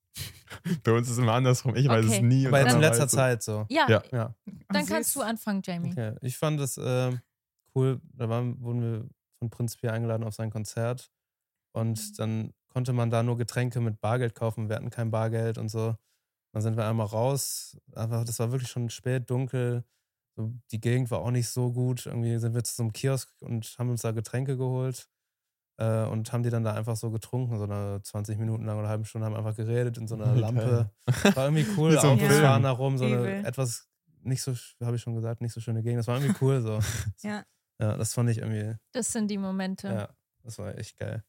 Bei uns ist es immer andersrum. Ich weiß es Okay. nie. und Aber jetzt einer in letzter weiß es. Zeit so. Ja, Ja. Ja. dann süß. kannst du anfangen, Jamie. Okay. Ich fand das ähm, cool. Da waren, wurden wir von Prinz P eingeladen auf sein Konzert. Und dann konnte man da nur Getränke mit Bargeld kaufen. Wir hatten kein Bargeld und so. Dann sind wir einmal raus. Aber das war wirklich schon spät, dunkel. So, die Gegend war auch nicht so gut. Irgendwie sind wir zu so einem Kiosk und haben uns da Getränke geholt. Äh, und haben die dann da einfach so getrunken, so eine 20 Minuten lang oder eine halbe Stunde, haben einfach geredet in so einer Wie Lampe. War irgendwie cool. Mit so einem Autos Film. fahren da rum, so Übel. eine etwas nicht so, habe ich schon gesagt, nicht so schöne Gegend. Das war irgendwie cool so. Ja. Ja, das fand ich irgendwie, Das sind die Momente. ja, das war echt geil.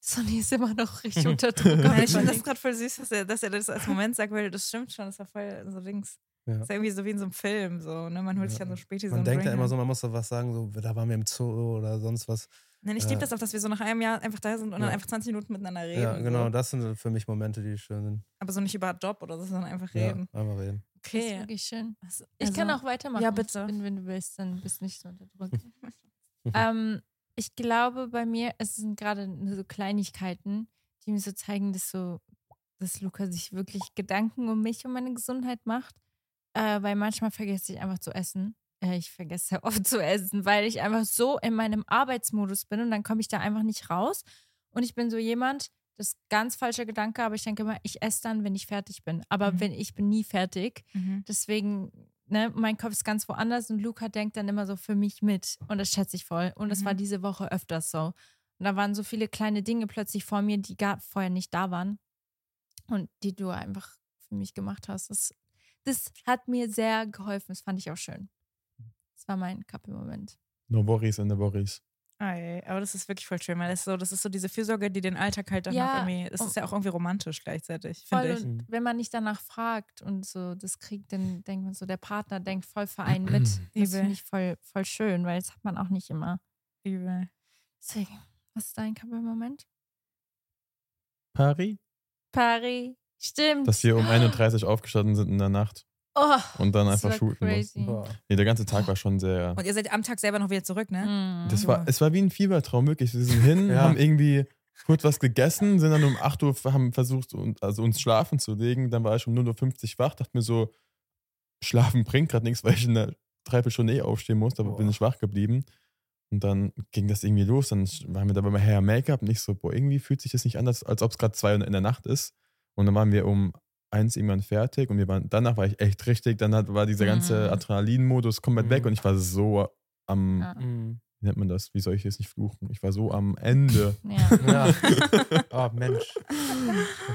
Sonny ist immer noch richtig unter Druck. Nein, ich finde das gerade voll süß, dass er, dass er das als Moment sagt, weil das stimmt schon, das war voll so Dings. Ja. Das ist irgendwie so wie in so einem Film, so, ne? Man holt sich Ja. dann so Späti so Man einen denkt ja Drink immer an. so, man muss so was sagen, so, da waren wir im Zoo oder sonst was. Nein, ich liebe äh, das auch, dass wir so nach einem Jahr einfach da sind und dann Ja. einfach 20 Minuten miteinander reden. Ja, genau, So. das sind für mich Momente, die schön sind. Aber so nicht über Job oder so, sondern einfach Ja, reden. einmal reden. Das ist Okay. wirklich schön. Also, Ich kann auch weitermachen. Ja, bitte. Wenn, wenn du willst, dann bist du nicht so unter Druck. ähm, ich glaube, bei mir, es sind gerade nur so Kleinigkeiten, die mir so zeigen, dass so, dass Luca sich wirklich Gedanken um mich und meine Gesundheit macht. Äh, weil manchmal vergesse ich einfach zu essen. äh, ich vergesse sehr oft zu essen, weil ich einfach so in meinem Arbeitsmodus bin und dann komme ich da einfach nicht raus. Und ich bin so jemand, das ist ganz falscher Gedanke, aber ich denke immer, ich esse dann, wenn ich fertig bin. Aber Mhm. wenn ich bin nie fertig, Mhm. deswegen, ne, mein Kopf ist ganz woanders und Luca denkt dann immer so für mich mit. Und das schätze ich voll. Und das Mhm. war diese Woche öfters so. Und da waren so viele kleine Dinge plötzlich vor mir, die gar vorher nicht da waren. Und die du einfach für mich gemacht hast. Das, das hat mir sehr geholfen. Das fand ich auch schön. Das war mein Kappe-Moment. No worries in the worries. Ei, Ah, aber das ist wirklich voll schön, weil das ist so, das ist so diese Fürsorge, die den Alltag halt dann Ja, Oh. noch irgendwie, das ist ja auch irgendwie romantisch gleichzeitig, Voll. finde ich. Und wenn man nicht danach fragt und so das kriegt, dann denkt man so, der Partner denkt voll vereint mit. Das Übel. finde ich voll, voll schön, weil das hat man auch nicht immer. Übel. Deswegen, was ist dein Kappe-Moment? Paris? Paris. Stimmt. Dass wir um 31 aufgestanden sind in der Nacht oh, und dann Ah. das einfach war shooten mussten. crazy. Boah. Nee, der ganze Tag war schon sehr. Und ihr seid am Tag selber noch wieder zurück, ne? Mm. Das war, es war wie ein Fiebertraum, wirklich. Wir sind hin, Ja. haben irgendwie kurz was gegessen, sind dann um 8 Uhr, haben versucht, un- also uns schlafen zu legen. Dann war ich um 0.50 Uhr wach, dachte mir so, schlafen bringt gerade nichts, weil ich in der Dreiviertelstunde eh aufstehen muss, aber bin Boah. ich wach geblieben. Und dann ging das irgendwie los, dann waren wir dabei mal Hair Make-up und ich so, boah, irgendwie fühlt sich das nicht anders, als ob es gerade zwei in der Nacht ist. Und dann waren wir um eins irgendwann fertig und wir waren, danach war ich echt richtig, dann hat, war dieser ganze Mhm. Adrenalin-Modus komplett weg Mhm. und ich war so am, Ja. Mhm. wie nennt man das? Wie soll ich jetzt nicht fluchen? Ich war so am Ende. Ja. Ja. Oh, Mensch.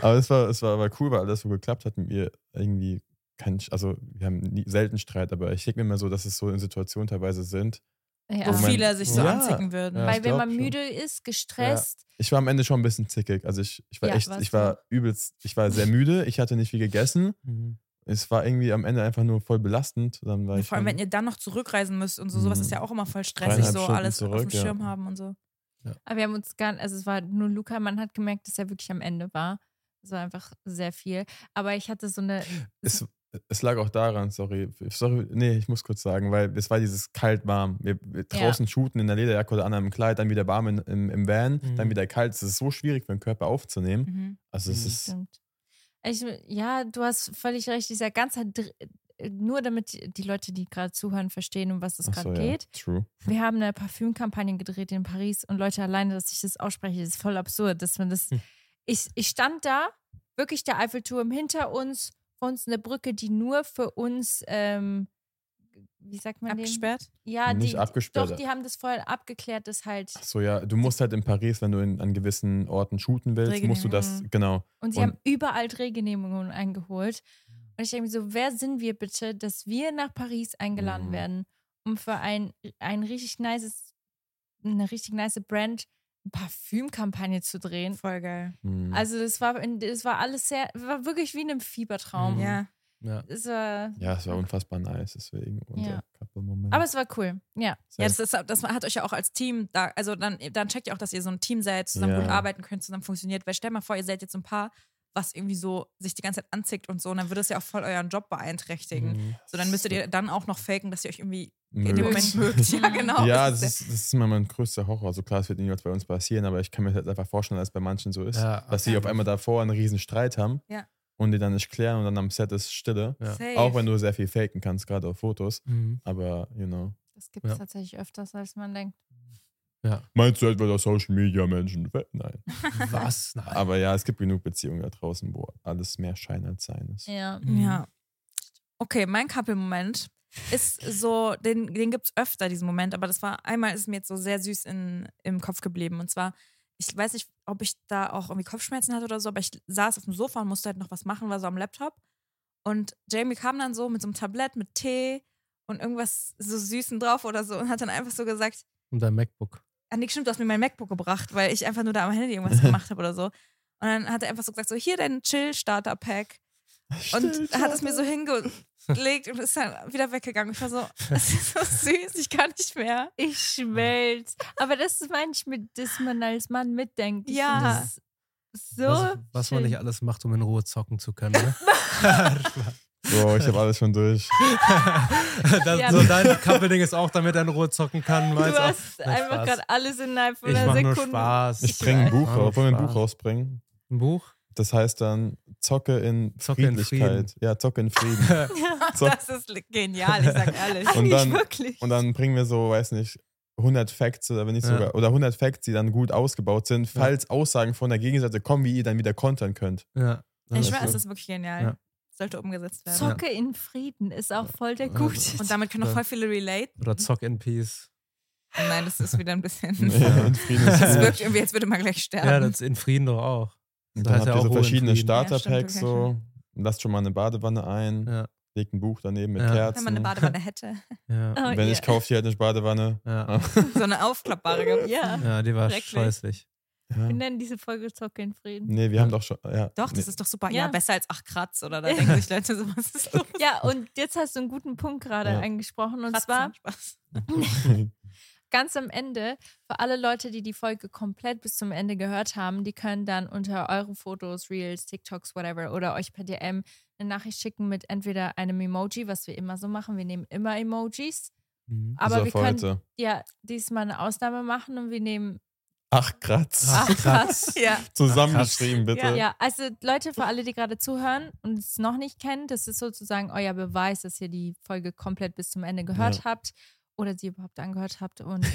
aber es war, es war aber cool, weil alles so geklappt hat und wir irgendwie keinen, Sch- also wir haben nie, selten Streit, aber ich denke mir immer so, dass es so in Situationen teilweise sind. ja. Wo Moment. viele sich so Ja. anzicken würden. Ja. Weil ich wenn glaub man schon. müde ist, gestresst, Ich war am Ende schon ein bisschen zickig. Also ich, ich war Ja, echt, warst ich war übelst, ich war sehr müde, ich hatte nicht viel gegessen. Es war irgendwie am Ende einfach nur voll belastend. Dann war Und ich Vor allem, dann- wenn ihr dann noch zurückreisen müsst und so, sowas Mhm. ist ja auch immer voll stressig, Dreieinhalb so Stunden alles auf dem zurück, ja. Schirm haben und so. aber wir haben uns gar also es war nur Luca, man hat gemerkt, dass er wirklich am Ende war. Es war einfach sehr viel. Aber ich hatte so eine, es, es lag auch daran, sorry, sorry, nee, ich muss kurz sagen, weil es war dieses kalt-warm. Wir, wir draußen shooten in der Lederjacke oder anderem Kleid, dann wieder warm in, im, im Van, Mhm. dann wieder kalt. Es ist so schwierig für den Körper aufzunehmen. Mhm. Also es Mhm. ist, stimmt. Ich, ja, du hast völlig recht, dieser ganze, Dr- äh, nur damit die Leute, die gerade zuhören, verstehen, um was es ach gerade so, ja, geht. true. Wir haben eine Parfümkampagne gedreht in Paris und Leute, alleine, dass ich das ausspreche, ist voll absurd, dass man das. Hm. Ich, ich stand da, wirklich der Eiffelturm hinter uns, vor uns eine Brücke, die nur für uns, ähm, wie sagt man Abgesperrt? Dem? Ja, Nicht Ah, die, abgesperrt. Doch, die haben das vorher abgeklärt, dass halt. Ach so, ja, du musst halt in Paris, wenn du in, an gewissen Orten shooten willst, musst du das, Regeln. genau. Und sie Und- haben überall Drehgenehmigungen eingeholt. Mhm. Und ich denke mir so, wer sind wir bitte, dass wir nach Paris eingeladen Mhm. werden, um für ein, ein richtig nices, eine richtig nice Brand eine Parfümkampagne zu drehen. Voll geil. Hm. Also es war, es war alles sehr, war wirklich wie in einem Fiebertraum. Mhm. Ja. Ja. Es war, ja, es war unfassbar nice, deswegen unser Ja. Couple-Moment. aber es war cool. Ja. Ja, das, ist, das hat euch ja auch als Team da. Also dann, dann checkt ihr auch, dass ihr so ein Team seid, zusammen Ja. gut arbeiten könnt, zusammen funktioniert. Weil stell mal vor, ihr seid jetzt ein Paar, was irgendwie so sich die ganze Zeit anzickt und so, und dann würde es ja auch voll euren Job beeinträchtigen. Mhm. So, dann müsstet ihr dann auch noch faken, dass ihr euch irgendwie in Mögt. dem Moment mögt. Ja, genau. Ja, Das das ist, das ist immer mein größter Horror. Also klar, es wird niemals bei uns passieren, aber ich kann mir das einfach vorstellen, dass es bei manchen so ist, Ja, dass sie auf einmal davor einen riesen Streit haben Ja. und die dann nicht klären und dann am Set ist Stille. Ja. Safe. Auch wenn du sehr viel faken kannst, gerade auf Fotos. Mhm. Aber, you know. Das gibt es Ja. tatsächlich öfters, als man denkt. Meinst du etwa, dass Social Media Menschen? fe- Nein. Was? Nein. Aber ja, es gibt genug Beziehungen da draußen, wo alles mehr Schein als Sein ist. Ja. Mm. Ja. Okay, mein Couple-Moment ist so, den, den gibt es öfter, diesen Moment, aber das war einmal ist mir jetzt so sehr süß in, im Kopf geblieben. Und zwar, ich weiß nicht, ob ich da auch irgendwie Kopfschmerzen hatte oder so, aber ich saß auf dem Sofa und musste halt noch was machen, war so am Laptop. Und Jamie kam dann so mit so einem Tablett, mit Tee und irgendwas so Süßen drauf oder so und hat dann einfach so gesagt, Und dein MacBook. Ah, nee, stimmt, du hast mir mein MacBook gebracht, weil ich einfach nur da am Handy irgendwas gemacht habe oder so. Und dann hat er einfach so gesagt, so hier dein Chill-Starter-Pack. Und hat es mir so hingelegt und ist dann wieder weggegangen. Ich war so, es ist so süß, ich kann nicht mehr. Ich schmelz. Aber das meine ich mit, dass man als Mann mitdenkt. Ich Ja. find Das so. was was man schön. nicht alles macht, um in Ruhe zocken zu können. Ne? So, ich habe alles schon durch. das, Ja. So dein Couple-Ding ist auch, damit er in Ruhe zocken kann. Du meinst auch. hast Nein, einfach Spaß. gerade alles innerhalb von ich einer mach nur Sekunde. Spaß. Ich bringe ein Buch Mann, raus. Wollen wir ein Spaß. Buch rausbringen? Ein Buch? Das heißt dann Zocke in Zocke in Friedlichkeit. ja, Zocke in Frieden. Zock- Das ist genial, ich sag ehrlich. Und dann- wirklich. Und dann bringen wir so, weiß nicht, 100 Facts oder wenn nicht Ja. sogar, oder 100 Facts, die dann gut ausgebaut sind, falls Aussagen von der Gegenseite kommen, wie ihr dann wieder kontern könnt. Ja. ich schwör, es ist wirklich genial. Ja. Sollte umgesetzt werden. Zocke in Frieden ist auch voll der Ja. gute. Und damit können auch Ja. voll viele relate. Oder Zock in Peace. Nein, das ist wieder ein bisschen. Ja, in Frieden ist Das gut. wirkt irgendwie, jetzt würde man gleich sterben. Ja, das in Frieden doch auch. Und Da dann hat habt ihr er so auch Ruhe in verschiedene Frieden. Ja, Starter-Packs stimmt, okay, so. Lasst schon mal eine Badewanne ein, Ja. legt ein Buch daneben mit Ja. Wenn Kerzen. man eine Badewanne hätte. Ja. Oh, Wenn ich yeah. kaufe, hier halt eine Badewanne. Ja. So eine aufklappbare. gibt's. Ja, ja, die war Schrecklich. scheußlich. Ja. wir nennen diese Folge Zocke in Frieden. Nee, wir haben doch schon. Ja, Doch, nee. das ist doch super. Ja, Ja. besser als ach Kratz oder da denken sich Leute so, was ist los? Ja, und jetzt hast du einen guten Punkt gerade Ja. angesprochen. Und Kratzen, zwar Spaß. ganz am Ende, für alle Leute, die die Folge komplett bis zum Ende gehört haben, die können dann unter eure Fotos, Reels, TikToks, whatever oder euch per DM eine Nachricht schicken mit entweder einem Emoji, was wir immer so machen. Wir nehmen immer Emojis. Mhm. Aber Außer wir für können heute. ja diesmal eine Ausnahme machen und wir nehmen. Ach, Kratz. Ach, krass. Ja. Zusammengeschrieben, bitte. Ja. also Leute, für alle, die gerade zuhören und es noch nicht kennen, das ist sozusagen euer Beweis, dass ihr die Folge komplett bis zum Ende gehört Ja. habt oder sie überhaupt angehört habt und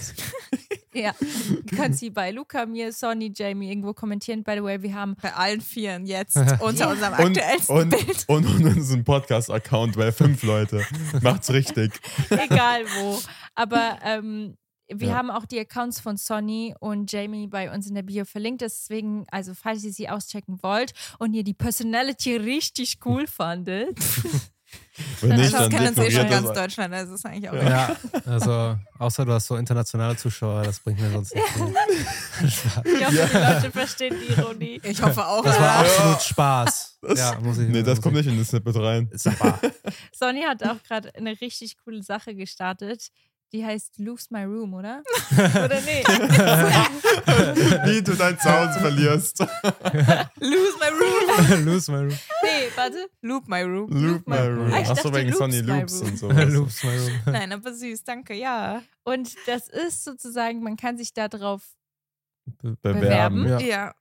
ja, ihr könnt sie bei Luca, mir, Sonny, Jamie irgendwo kommentieren. By the way, wir haben Bei allen Vieren jetzt unter unserem Und, aktuellsten Bild. und, und, und unseren Podcast-Account, weil fünf Leute. Macht's richtig. egal wo. Aber ähm, wir Ja. haben auch die Accounts von Sonny und Jamie bei uns in der Bio verlinkt. Deswegen, also falls ihr sie auschecken wollt und ihr die Personality richtig cool fandet, Wenn nicht, Also das dann kennen uns eh schon ignoriert ganz das. Deutschland, also das ist eigentlich auch Ja, also außer du hast so internationale Zuschauer, das bringt mir sonst nicht viel. ich hoffe, die Leute verstehen die Ironie. Ich hoffe auch. Das war ja. absolut Spaß. ja, muss ich Nee, das muss kommt ich- nicht in das Snippet rein. Ist aber. Sonny hat auch gerade eine richtig coole Sache gestartet. Die heißt Lose My Room, oder? oder nee? Wie du deinen Sound verlierst. Lose my room. Lose my room. Nee, warte. Loop my room. Loop my room. Ah, ich Achso, dachte, wegen Loops Sonny my Loops room. und so. Lose my room. Nein, aber süß, danke, ja. Und das ist sozusagen, man kann sich da drauf Bewerben. Bewerben. Ja. Ja.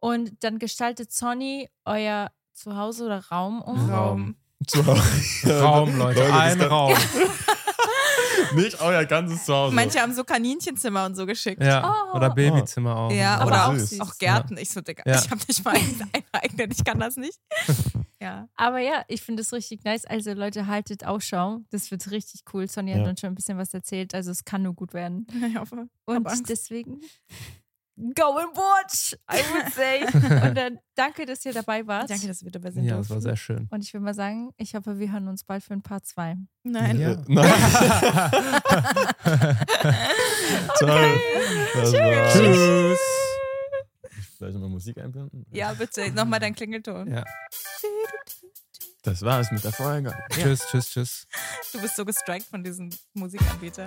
und dann gestaltet Sonny euer Zuhause oder Raum um. Raum. Zuhause. Raum, Leute. das Ein kann- Raum. Nicht euer ganzes Zuhause. Manche haben so Kaninchenzimmer und so geschickt. Ja. Oh. Oder Babyzimmer auch. Ja, Aber oder auch, süß. auch Gärten. Ich so, Digga, Ja. ich habe nicht mal einen eigenen, ich kann das nicht. Ja. Aber ja, ich finde es richtig nice. Also Leute, haltet Ausschau. Das wird richtig cool. Sonny Ja. hat uns schon ein bisschen was erzählt. Also es kann nur gut werden. Ich hoffe. Und Hab Angst. deswegen go and watch, I would say. Und dann danke, dass ihr dabei wart. Danke, dass wir dabei sind. Ja, das war sehr schön. Und ich will mal sagen, ich hoffe, wir hören uns bald für ein paar zwei. Nein. Ja. Nein. Sorry. Das war- Tschüss. Vielleicht nochmal Musik einblenden? Ja, bitte, nochmal dein Klingelton. Ja. Das war es mit der Folge. Tschüss, tschüss, tschüss. Du bist so gestrikt von diesem Musikanbieter.